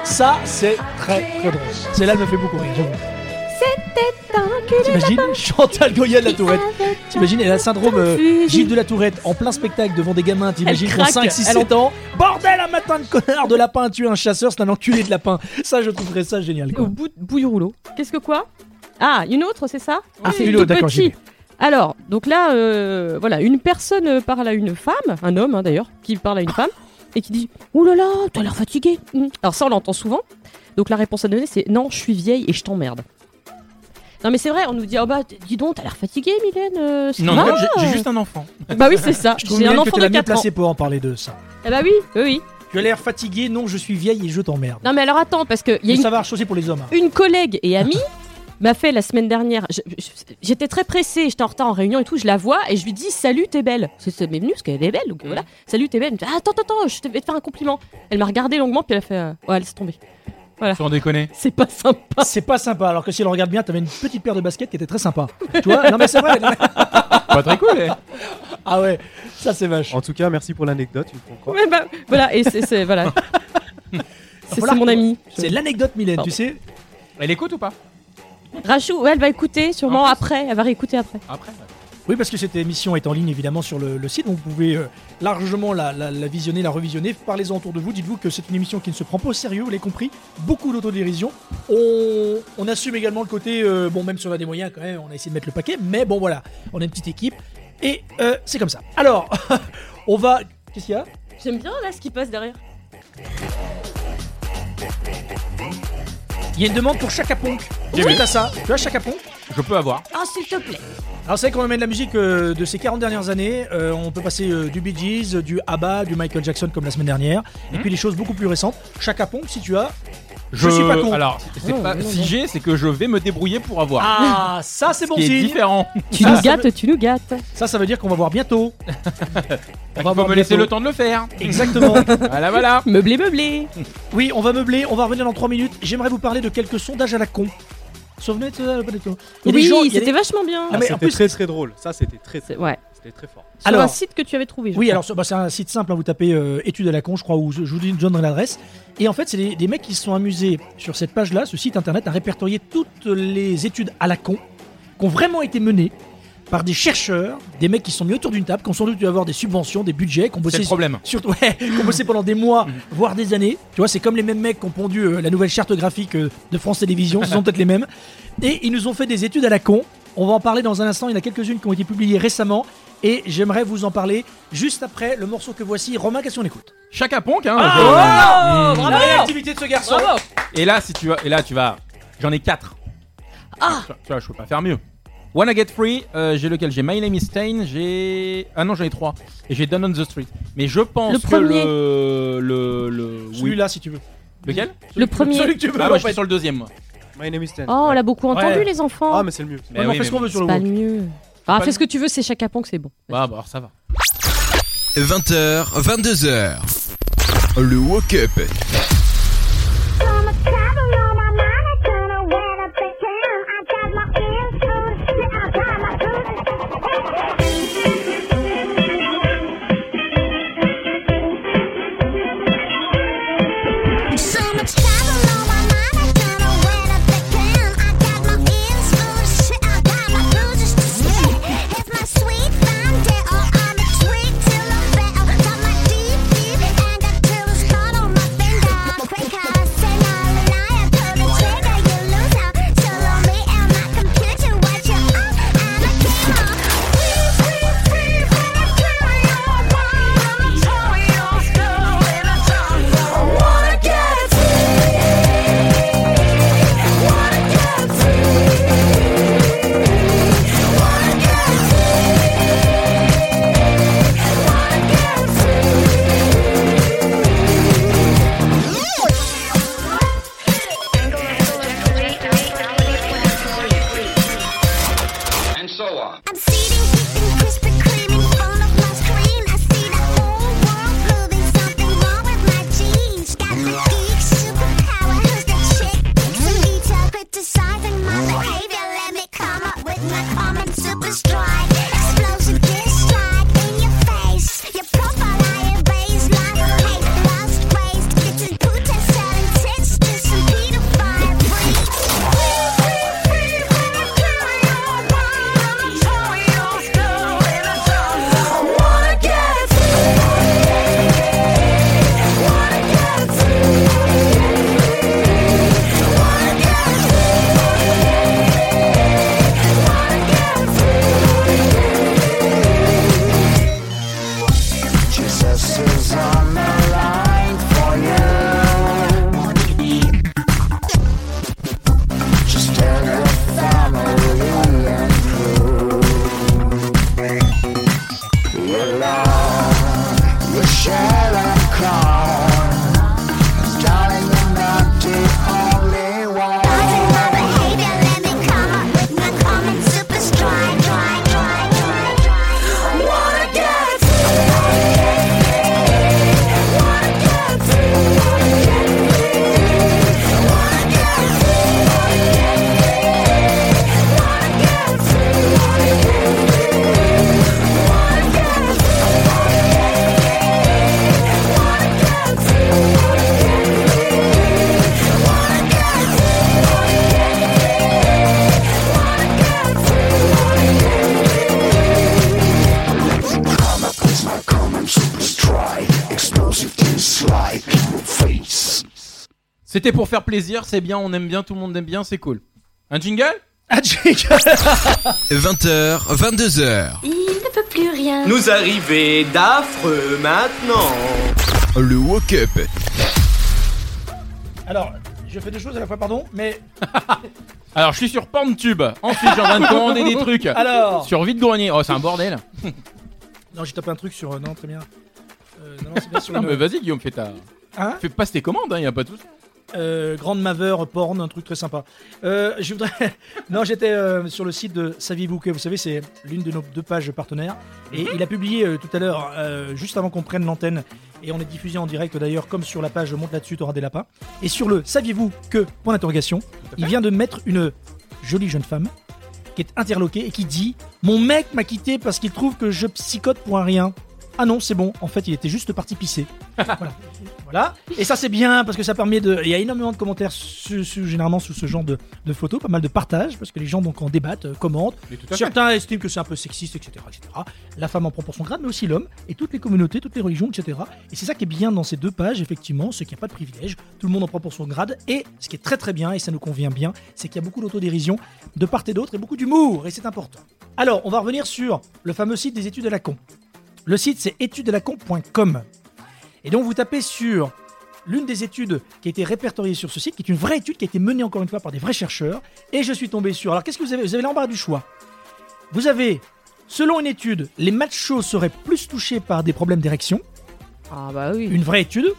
E: Ça, c'est très très drôle. C'est là me fait beaucoup rire, j'avoue.
I: C'était un enculé de
E: T'imagines
I: lapin.
E: Chantal Goya de la Tourette. T'imagines, elle a le syndrome euh,
I: fusil.
E: Gilles de la Tourette en plein spectacle devant des gamins, t'imagines,
I: Elle
E: pour
I: craque,
E: 5, 6,
I: elle
E: 7 ans. Bordel, un matin de connard de lapin a tué un chasseur, c'est un enculé de lapin. Ça, je trouverais ça génial. Quoi.
I: Au bout bouillon rouleau. Qu'est-ce que quoi Ah, une autre, c'est ça
E: Ah,
I: c'est
E: une
I: tout
E: autre, d'accord,
I: petit.
E: j'ai vu.
I: Alors, donc là, euh, voilà, une personne euh, parle à une femme, un homme hein, d'ailleurs, qui parle à une femme et qui dit « Ouh là là, t'as l'air fatiguée Mm. Alors ça, on l'entend souvent. Donc la réponse à donner, c'est « Non, je suis vieille et je t'emmerde ». Non mais c'est vrai, on nous dit « Oh bah, t- dis donc, t'as l'air fatiguée, Mylène euh, ça
F: Non,
I: va
F: non, j'ai- j'ai juste un enfant.
I: Bah oui, c'est ça.
E: Je trouve
I: J'ai un
E: Mylène
I: enfant
E: que t'es
I: de
E: la mieux
I: 4 ans.
E: placée pour en parler de ça.
I: Eh bah oui, oui, oui.
E: Tu as l'air fatigué, non, je suis vieille et je t'emmerde.
I: Non mais alors attends, parce qu'il y a
E: Mais
I: une
E: Ça va aussi pour les hommes. hein.
I: une collègue et amie m'a fait la semaine dernière. je- je- J'étais très pressée, j'étais en retard en réunion et tout. Je la vois et je lui dis Salut, t'es belle. C'est c'est m'est venu parce qu'elle est belle. Donc
E: Mm.
I: voilà, Salut, t'es belle. Elle me dit, ah, attends, attends, attends, je te- vais te faire un compliment. Elle m'a regardé longuement puis elle a fait euh, Ouais, laisse tomber. Voilà.
F: Sans déconner.
I: C'est pas sympa.
E: C'est pas sympa, alors que si on regarde bien, t'avais une petite paire de baskets qui était très sympa. tu vois Non mais c'est vrai.
F: Pas très cool, eh.
E: Ah ouais, ça c'est vache.
K: En tout cas, merci pour l'anecdote, une fois encore.
I: Ouais, bah, voilà, et c'est. c'est- Voilà. C'est
E: Voilà.
I: c'est mon ami.
E: C'est l'anecdote Mylène, tu sais.
F: Elle écoute ou pas
I: Rachou, ouais, elle va écouter sûrement après. Elle va réécouter après.
F: Après
E: Oui, parce que cette émission est en ligne évidemment sur le, le site, donc vous pouvez euh, largement la, la- la visionner, la revisionner. Parlez-en autour de vous, dites-vous que c'est une émission qui ne se prend pas au sérieux, vous l'avez compris. Beaucoup d'autodérision. On, on assume également le côté, euh, bon, même si on a des moyens quand même, on a essayé de mettre le paquet, mais bon voilà, on a une petite équipe et euh, c'est comme ça. Alors, on va. Qu'est-ce qu'il y a
I: J'aime bien là ce qui passe derrière.
E: Il y a une demande pour Chaka Ponk. J'ai vu t'as ça. Tu as Chaka Ponk
F: Eh Je peux avoir.
I: Ah, s'il te plaît.
E: Alors c'est vrai qu'on amène la musique euh, de ces 40 dernières années, Euh, on peut passer euh, du Bee Gees, euh, du ABBA, du Michael Jackson comme la semaine dernière,
F: Hmm.
E: et puis des choses beaucoup plus récentes. Chaka Ponk si tu as... Je, suis pas con.
F: Alors, c'est
E: Oh,
F: pas
E: non, non.
F: figé, c'est que je vais me débrouiller pour avoir.
E: Ah, ça c'est
F: Ce
E: bon
F: qui est
E: signe.
F: différent.
I: Tu
E: Ça,
I: nous
E: ça
I: gâtes,
E: veut-
I: tu nous gâtes.
E: Ça, ça veut dire qu'on va voir bientôt.
F: Il faut me laisser le temps de le faire.
E: Exactement.
F: voilà, voilà.
I: Meublé, meublé.
E: Oui, on va meubler, on va revenir dans 3 minutes. J'aimerais vous parler de quelques sondages à la con. Souvenez de ça, pas du tout. Il y a des
I: Oui,
E: gens- il y a
I: c'était
E: des-
I: vachement bien.
E: Ah, mais en
K: C'était
E: plus-
K: très très drôle. Ça, c'était très très,
I: ouais.
K: c'était très fort.
I: Sur
E: Alors-
I: un site que tu avais trouvé. je
E: Oui,
I: crois.
E: alors c'est- bah, c'est un site simple, hein, vous tapez euh, études à la con, je crois, ou je, je vous dis- donnerai l'adresse. Et en fait, c'est des, des mecs qui se sont amusés sur cette page-là, ce site internet, à répertorier toutes les études à la con qui ont vraiment été menées par des chercheurs, des mecs qui sont mis autour d'une table, qui ont sans doute dû avoir des subventions, des budgets, qui ont bossé,
F: le problème.
E: Surtout, ouais, qui ont bossé pendant des mois, voire des années. Tu vois, c'est comme les mêmes mecs qui ont pondu euh, la nouvelle charte graphique euh, de France Télévisions, ce sont peut-être les mêmes. Et ils nous ont fait des études à la con. On va en parler dans un instant, il y en a quelques-unes qui ont été publiées récemment. Et j'aimerais vous en parler juste après le morceau que voici. Romain, qu'est-ce qu'on écoute
F: Chaka Ponk, hein.
E: Ah,
F: je-
E: voilà.
F: Mm.
E: La réactivité de ce garçon
F: Et là, si tu vas, et là, tu vas. J'en ai 4
I: Ah
F: Tu vois, je peux pas faire mieux. Wanna Get Free, euh, j'ai lequel J'ai My Name Is Stain, j'ai ah non j'en ai trois et j'ai Down on the Street. Mais je pense
E: Le
F: que
E: premier.
F: le le le oui.
E: Celui-là, si tu veux.
F: Lequel
I: Le premier.
F: Celui que tu veux. Ah, moi, je suis sur le deuxième. moi.
K: My name is Ten.
I: Oh, on l'a beaucoup entendu,
K: Ouais.
I: les enfants.
K: Ah, mais c'est le mieux.
F: Mais On en Bah oui, fait ce mais qu'on bon. veut sur le
I: C'est pas
F: wok.
I: mieux. Ah,
F: Pas
I: fais
F: le-
I: ce que tu veux, c'est chaque que c'est bon.
F: Ah bah alors ça va.
G: 20h, 22h. Le woke-up.
L: This is on the line for you. Just tell your family and crew. Your love, your share and call. Darling, you're not the only one. Wanna get
W: I'm a plasma common super strike. Explosive dislike in your face.
F: C'était pour faire plaisir, c'est bien, on aime bien, tout le monde aime bien, c'est cool. Un jingle
E: Un jingle
G: 20h, 22h.
X: Il ne peut plus rien.
G: arrivez d'affreux maintenant. Le Woke Up.
E: Alors, je fais deux choses à la fois, pardon, mais.
F: Alors, je suis sur Pornhub. Ensuite, j'ai envie de commander des trucs.
E: Alors
F: Sur Vide Grenier. Oh, c'est un bordel.
E: Non, j'ai tapé un truc sur. euh, Non, très bien. Euh, non, non, c'est bien sur
F: non,
E: une-
F: mais vas-y, Guillaume, fais ta.
E: Hein
F: fais passe tes commandes, hein, y a pas de souci.
E: Euh, Grande Maveur porn, un truc très sympa. Euh, je voudrais. non, j'étais euh, sur le site de Saviez-vous que vous savez, c'est l'une de nos deux pages partenaires. Et
F: Mhm.
E: il a publié euh, tout à l'heure, euh, juste avant qu'on prenne l'antenne, et on est diffusé en direct d'ailleurs, comme sur la page Monte là-dessus, t'auras des lapins. Et sur le Saviez-vous que Point d'interrogation, il vient de mettre une jolie jeune femme qui est interloquée et qui dit Mon mec m'a quitté parce qu'il trouve que je psychote pour un rien. Ah non, c'est bon, en fait, il était juste parti pisser. Voilà. Et ça, c'est bien parce que ça permet de. Il y a énormément de commentaires su- su- généralement sous ce genre de, de photos, pas mal de partages parce que les gens donc en débattent, euh, commentent.
F: Mais tout à fait.
E: Certains estiment que c'est un peu sexiste, etc., etc. La femme en prend pour son grade, mais aussi l'homme et toutes les communautés, toutes les religions, etc. Et c'est ça qui est bien dans ces deux pages, effectivement, c'est qu'il n'y a pas de privilège. Tout le monde en prend pour son grade. Et ce qui est très très bien et ça nous convient bien, c'est qu'il y a beaucoup d'autodérision de part et d'autre et beaucoup d'humour et c'est important. Alors, on va revenir sur le fameux site des études à la con. Le site, c'est étudesalacon.com. Et donc vous tapez sur l'une des études qui a été répertoriée sur ce site, qui est une vraie étude qui a été menée encore une fois par des vrais chercheurs. Et je suis tombé sur. Alors qu'est-ce que vous avez Vous avez l'embarras du choix. Vous avez, selon une étude, les machos seraient plus touchés par des problèmes d'érection.
I: Ah bah oui.
E: Une vraie étude.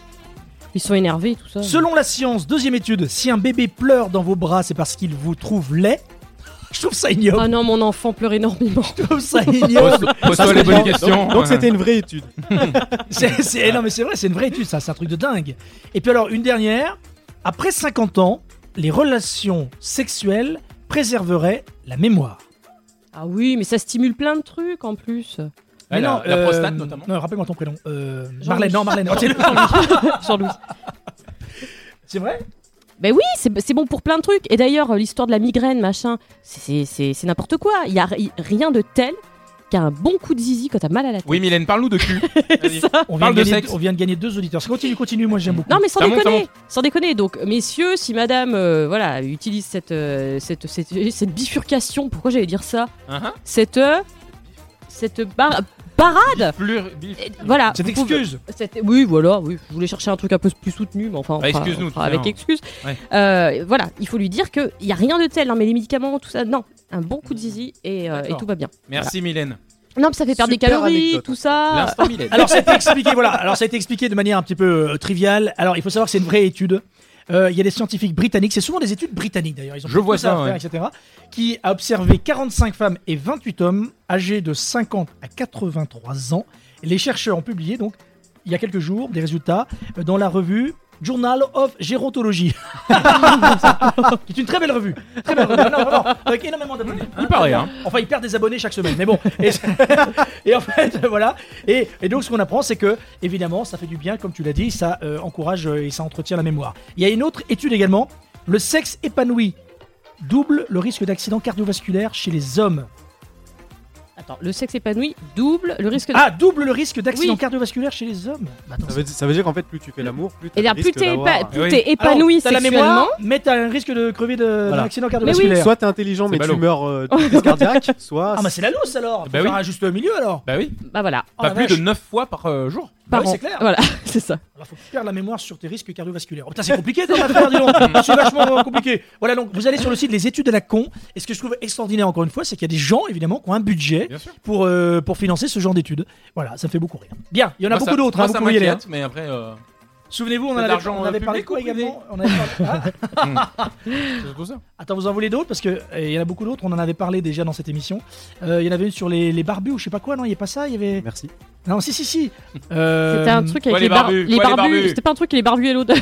I: Ils sont énervés, tout ça.
E: Selon la science, deuxième étude, si un bébé pleure dans vos bras, c'est parce qu'il vous trouve laid. Je trouve ça ignoble.
I: Ah non, mon enfant pleure énormément.
E: Comme ça, ignoble.
K: Pose-toi les bonnes questions. Donc, c'était une vraie étude.
E: C'est- c'est- non, mais c'est vrai, c'est une vraie étude, ça, c'est un truc de dingue. Et puis alors, une dernière. Après 50 ans, les relations sexuelles préserveraient la mémoire.
I: Ah oui, mais ça stimule plein de trucs en plus.
E: Mais non, euh, Non, rappelle-moi ton prénom. Euh, Marlène, non, Marlène. Oh, tiens,
I: Jean-Louis. Jean-Louis.
E: C'est vrai
I: Ben oui, c'est c'est bon pour plein de trucs. Et d'ailleurs, euh, l'histoire de la migraine, machin, c'est- c'est c'est- c'est n'importe quoi. Il n'y a ri- rien de tel qu'un bon coup de zizi quand t'as mal à la tête.
F: Oui, Mylène, parle-nous de cul. Vas-y.
E: on, vient
F: Parle
E: de
F: de
E: gagner,
F: sexe.
E: on vient de gagner deux auditeurs. Continue, continue, moi j'aime beaucoup.
I: Non mais sans
E: Ça monte,
I: déconner,
E: ça monte.
I: sans déconner. Donc messieurs, si madame euh, voilà, utilise cette, euh, cette, cette, cette bifurcation, pourquoi j'allais dire ça
F: Hein
I: Cette euh, cette bar- barade
F: Plur- bif-
I: Et Voilà.
F: Cette
I: vous pouvez-
F: excuse.
I: cette- Oui, voilà, oui, je voulais chercher un truc un peu plus soutenu, mais enfin, on
F: Bah,
I: fera-
F: excuse-nous,
I: on fera
F: tout à
I: avec
F: l'heure.
I: excuse.
F: Ouais.
I: Euh, voilà, il faut lui dire qu'il n'y a rien de tel, hein, mais les médicaments, tout ça, non, un bon coup de zizi et, euh, et tout va bien.
F: Merci, Mylène.
I: Non, mais ça fait perdre des
F: Super
I: calories,
F: anecdote.
I: tout ça.
F: L'instant Mylène.
E: Ah. Alors ça a été expliqué, voilà. Alors ça a été expliqué de manière un petit peu euh, triviale. Alors il faut savoir que c'est une vraie étude. Euh, Il y a des scientifiques britanniques, c'est souvent des études britanniques d'ailleurs, ils ont
F: Je
E: beaucoup
F: vois ça,
E: à faire,
F: ouais.
E: etc. Qui a observé 45 femmes et 28 hommes âgés de 50 à 83 ans. Et les chercheurs ont publié donc il y a quelques jours des résultats euh, dans la revue Journal of Gérontologie, qui est une très belle revue, très belle revue. Non, vraiment, avec énormément d'abonnés.
F: Il paraît, hein.
E: Enfin, il perd des abonnés chaque semaine, mais bon. Et, et en fait, voilà. Et, et donc, ce qu'on apprend, c'est que, évidemment, ça fait du bien, comme tu l'as dit, ça euh, encourage euh, et ça entretient la mémoire. Il y a une autre étude également. Le sexe épanoui double le risque d'accident cardiovasculaire chez les hommes.
I: Attends, le sexe épanoui double le risque.
E: Ah, double le risque d'accident
I: Oui.
E: cardiovasculaire chez les hommes. Bah, attends,
K: Ça veut, dire, ça veut dire qu'en fait, plus tu fais l'amour, plus tu
I: Et là, Eh plus t'es épa- plus Oui. t'es épanoui
E: Alors, t'as la mémoire,
I: sexuellement.
E: mais t'as un risque de crever de- d'un accident cardiovasculaire.
K: Soit t'es intelligent, mais
E: C'est
K: tu
E: ballot.
K: meurs euh, d'une crise cardiaque, soit.
E: Ah, bah, c'est la loose alors. Faut
F: Bah oui.
E: faire un juste milieu alors.
F: Bah oui.
I: Bah voilà.
E: Oh,
F: Pas
E: la
F: plus
E: vache.
F: de 9 fois par euh, jour.
E: Bah
R: par
E: oui,
R: an.
E: c'est clair.
R: Voilà, c'est ça.
E: Alors, Ah, faut perdre la mémoire sur tes risques cardiovasculaires. Oh, putain, c'est compliqué comme affaire, dis donc. C'est vachement compliqué. Voilà, donc vous allez sur le site Les études à la con. Et ce que je trouve extraordinaire, encore une fois, c'est qu'il y a des gens, évidemment, qui ont un budget pour, euh, pour financer ce genre d'études. Voilà, ça me fait beaucoup rire. Bien, il y en a
F: Moi, ça-
E: beaucoup d'autres.
F: moi,
E: hein, vous
F: ça
E: pouvez y aller,
F: m'inquiète,
E: hein.
F: mais après. euh,
E: Souvenez-vous, on,
F: C'est
E: en
F: de
E: avait-
F: l'argent,
E: on avait
F: euh,
E: parlé
F: public
E: quoi
F: ou privé Hmm.
E: également on avait parlé- Ah. Attends, vous en voulez d'autres Parce qu'il y en a beaucoup d'autres, on en avait parlé déjà dans cette émission. Euh, Il y en avait une sur les, les barbus ou je sais pas quoi, non Il n'y a pas ça il y avait...
K: Merci.
E: Non, si, si, si. Euh,
R: C'était un truc avec les, bar- les barbus. C'était pas un truc avec les barbus et l'odeur.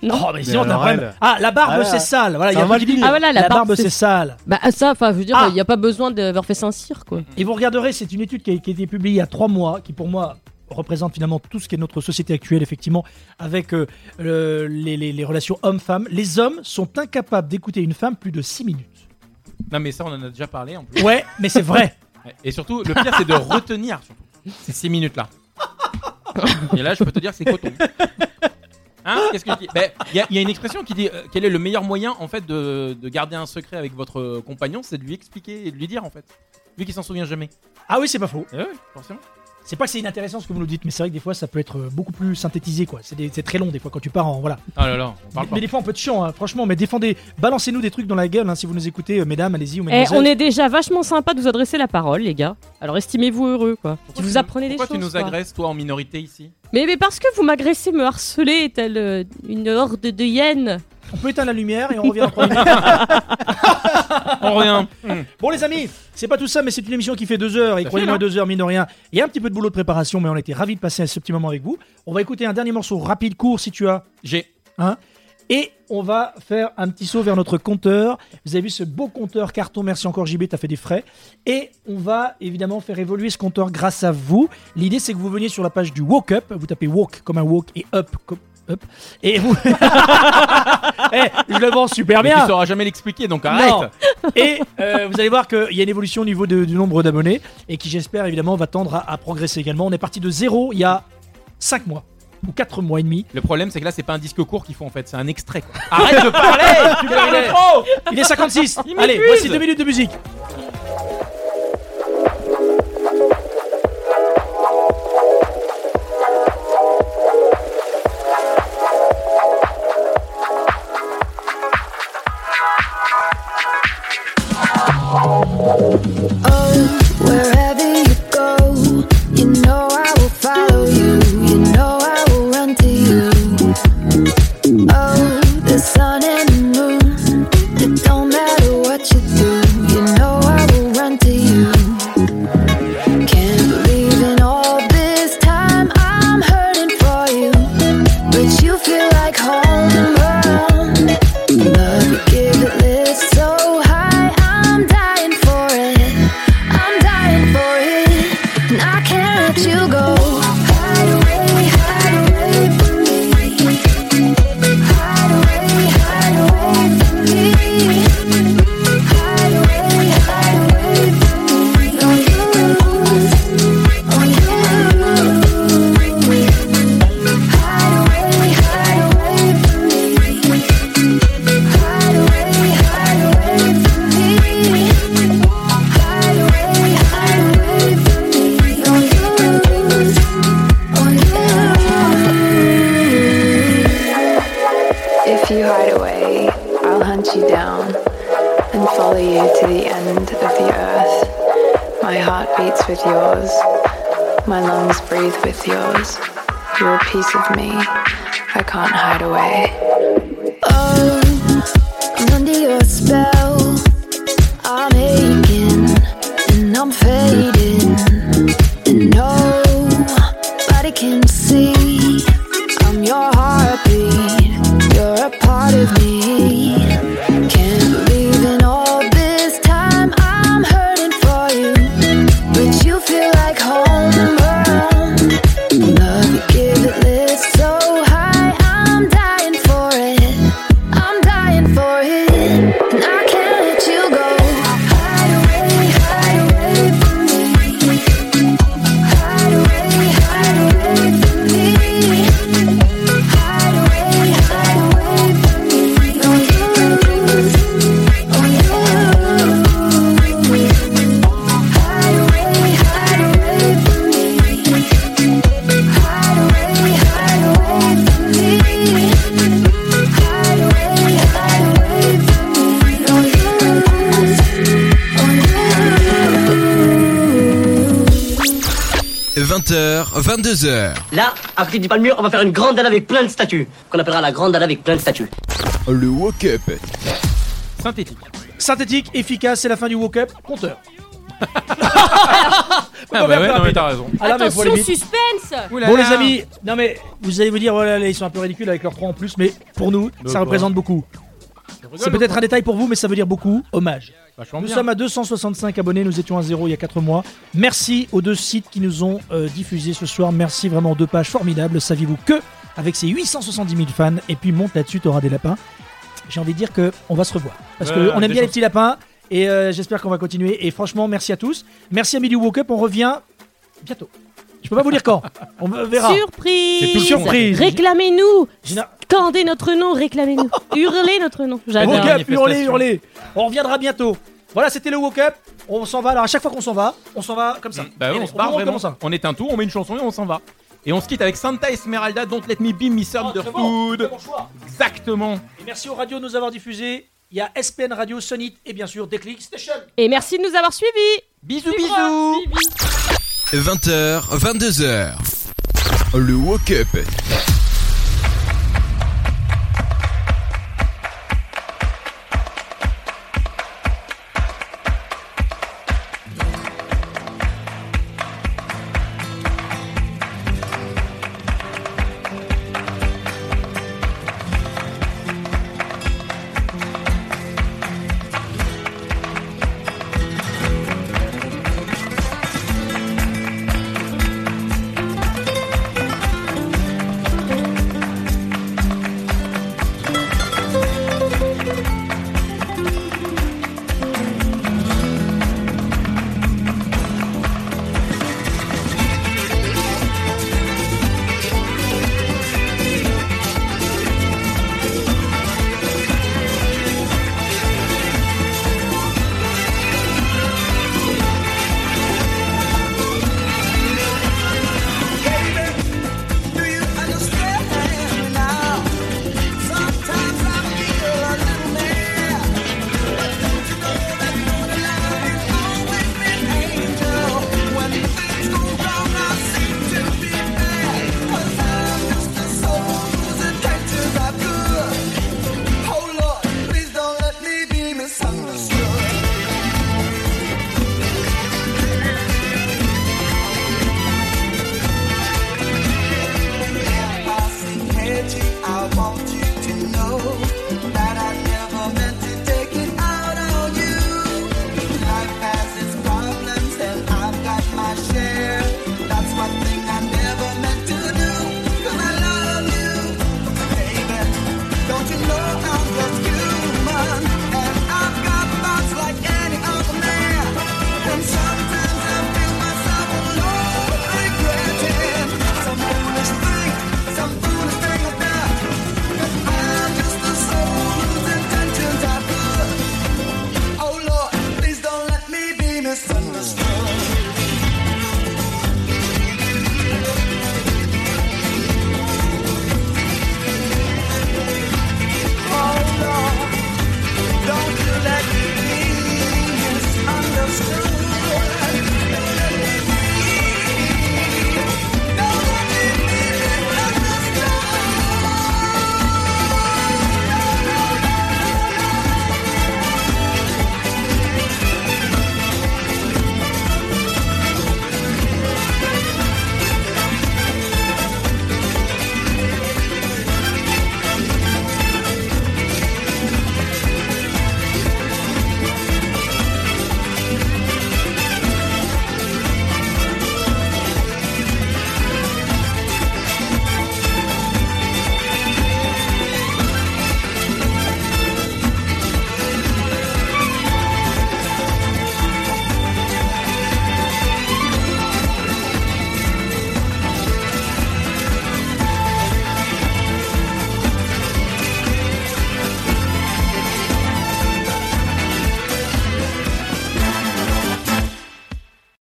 R: non.
E: Oh, mais sinon, t'as un problème. Ah, la barbe, c'est sale. Voilà, il y a un qui dit,
R: Ah, voilà, la,
E: barbe, c'est sale. Ah.
R: Bah ça, enfin, je veux dire, il n'y a pas besoin d'avoir fait ça un cire, quoi.
E: Et vous regarderez, c'est une étude qui a, qui a été publiée il y a trois mois, qui pour moi représente finalement tout ce qui est notre société actuelle, effectivement, avec euh, le- les, les- les relations hommes-femmes. Les hommes sont incapables d'écouter une femme plus de 6 minutes.
F: Non, mais ça, on en a déjà parlé en plus.
E: Ouais, mais c'est vrai.
F: Ouais. Et surtout, le pire, c'est de retenir surtout, ces 6 minutes-là. Et là, je peux te dire, c'est coton. Hein Qu'est-ce que je dis Ben, Il y, a- il y a une expression qui dit euh, quel est le meilleur moyen en fait de, de garder un secret avec votre euh, compagnon, c'est de lui expliquer et de lui dire en fait. Lui qui s'en souvient jamais. Eh
E: Ah oui, c'est pas faux.
F: forcément.
E: C'est pas que c'est inintéressant ce que vous nous dites, mais c'est vrai que des fois ça peut être euh, beaucoup plus synthétisé quoi. C'est des- c'est très long des fois quand tu pars en voilà.
F: Ah là là, on
E: Mais,
F: parle pas.
E: mais des fois un peu de chiant, hein, franchement. Mais défendez, balancez-nous des trucs dans la gueule hein, si vous nous écoutez, euh, mesdames, allez-y. ou
R: Eh,
E: mesdemoiselles.
R: on est déjà vachement sympa de vous adresser la parole, les gars. Alors estimez-vous heureux, quoi. Si vous apprenez des
F: Pourquoi
R: choses.
F: tu nous
R: quoi.
F: agresses, toi, en minorité ici
R: mais, mais parce que vous m'agressez, me harcelez, telle euh, une horde de hyènes.
E: On peut éteindre la lumière et on revient après.
F: On revient.
E: Bon les amis, c'est pas tout ça, mais c'est une émission qui fait deux heures et croyez-moi deux heures mine de rien. Il y a un petit peu de boulot de préparation, mais on était ravis de passer ce petit moment avec vous. On va écouter un dernier morceau rapide court si tu as.
F: J'ai.
E: Hein et on va faire un petit saut vers notre compteur. Vous avez vu ce beau compteur carton. Merci encore JB, t'as fait des frais. Et on va évidemment faire évoluer ce compteur grâce à vous. L'idée c'est que vous veniez sur la page du Walk Up. Vous tapez Walk comme un Walk et Up comme Up. Et vous. Eh, je le vends super
F: Mais
E: bien.
F: tu sauras jamais l'expliquer, donc arrête.
E: Non. Et euh, vous allez voir qu'il y a une évolution au niveau de- du nombre d'abonnés et qui, j'espère, évidemment, va tendre à, à progresser également. On est parti de zéro il y a 5 mois ou 4 mois et demi.
F: Le problème, c'est que là, c'est pas un disque court qu'il faut en fait, c'est un extrait. Quoi. Arrête de parler Tu parles
E: Il est-
F: trop
E: Ah. Il est 56
F: Il
E: Allez,
F: m'épuise. Ah
E: voici 2 minutes de musique.
Y: Wherever you go, you know I will follow you. You know I will run to you. Oh, the sun and the moon. It don't matter what you do. You know I will run to you. Can't believe in all this time I'm hurting for you, but you feel like home around. Love you give it lives so high, I'm dying for it. I'm dying for it, and I can't let you go. Hide away, hide away from me. Hide away, hide away from me. Hide away, hide away from me. On you, on you. Hide away, hide away from me. Hide away, hide away from me. Hide away, hide away from me. On you, on you.
Z: If you hide away, I'll hunt you down and follow you to the end of the earth. My heart beats with yours, my lungs breathe with yours. You're a piece of me, I can't hide away.
Y: Oh, I'm under your spell. I'm aching and I'm fading. And nobody can see. I'm your heartbeat. You're a part of me. Can't believe in all this time I'm hurting for you. But you feel like home around. Love you give it lives so high. I'm dying for it. I'm dying for it, and I can't let you go. Hide away, hide away from me. Hide away, hide away from me. Hide away, hide away from me. Don't you,
G: 20h, 22h.
B: Là, à côté du palmier, on va faire une grande dalle avec plein de statues. Qu'on appellera la grande dalle avec plein de statues.
G: Le Woke Up.
F: Synthétique.
E: Synthétique, efficace, c'est la fin du woke-up, compteur.
F: Ah bah ouais, non mais t'as raison.
E: Ah là, mais
I: Attention,
E: faut aller vite.
I: suspense
E: bon les amis, non mais vous allez vous dire voilà ils sont un peu ridicules avec leurs trois en plus, mais pour nous
F: Mais
E: ça
F: quoi
E: représente beaucoup.
F: rigole
E: C'est
F: ou
E: peut-être
F: quoi
E: un détail pour vous, mais ça veut dire beaucoup. Hommage.
F: Vachement
E: nous
F: bien.
E: sommes à 265 abonnés, nous étions à zéro il y a 4 mois. Merci aux deux sites qui nous ont euh, diffusé ce soir. Merci vraiment aux deux pages formidables. Saviez-vous que avec ces 870 000 fans et puis monte là-dessus, t'auras des lapins. J'ai envie de dire que on va se revoir parce
F: Ouais,
E: que on aime
F: des
E: bien les
F: chances.
E: petits lapins et euh, j'espère qu'on va continuer. Et franchement, merci à tous. Merci à du Woke Up. On revient bientôt. Je peux pas vous dire quand. On verra.
R: Surprise
E: Surprise.
R: Réclamez-nous
E: Gina-
R: Scandez notre nom, réclamez-nous Hurlez notre nom J'adore
E: Woke up, hurlez, hurlez. On reviendra bientôt. Voilà, c'était le woke up. On s'en va. Alors à chaque fois qu'on s'en va, on s'en va comme ça.
F: Bah ouais,
E: Et
F: on se barre
E: remonte
F: vraiment.
E: comme ça.
F: On éteint tout, on met une chanson et on s'en va. Et on se quitte avec Santa Esmeralda, Don't Let Me Be Miss
E: Oh,
F: Under
E: très bon,
F: Food.
E: très bon choix.
F: Exactement.
E: Et merci aux radios de nous avoir diffusés. Il y a SPN Radio, Sonit et bien sûr Déclic Station.
R: Et merci de nous avoir suivis
F: Bisous,
R: bisous
G: 20h, 22h. Le Woke Up.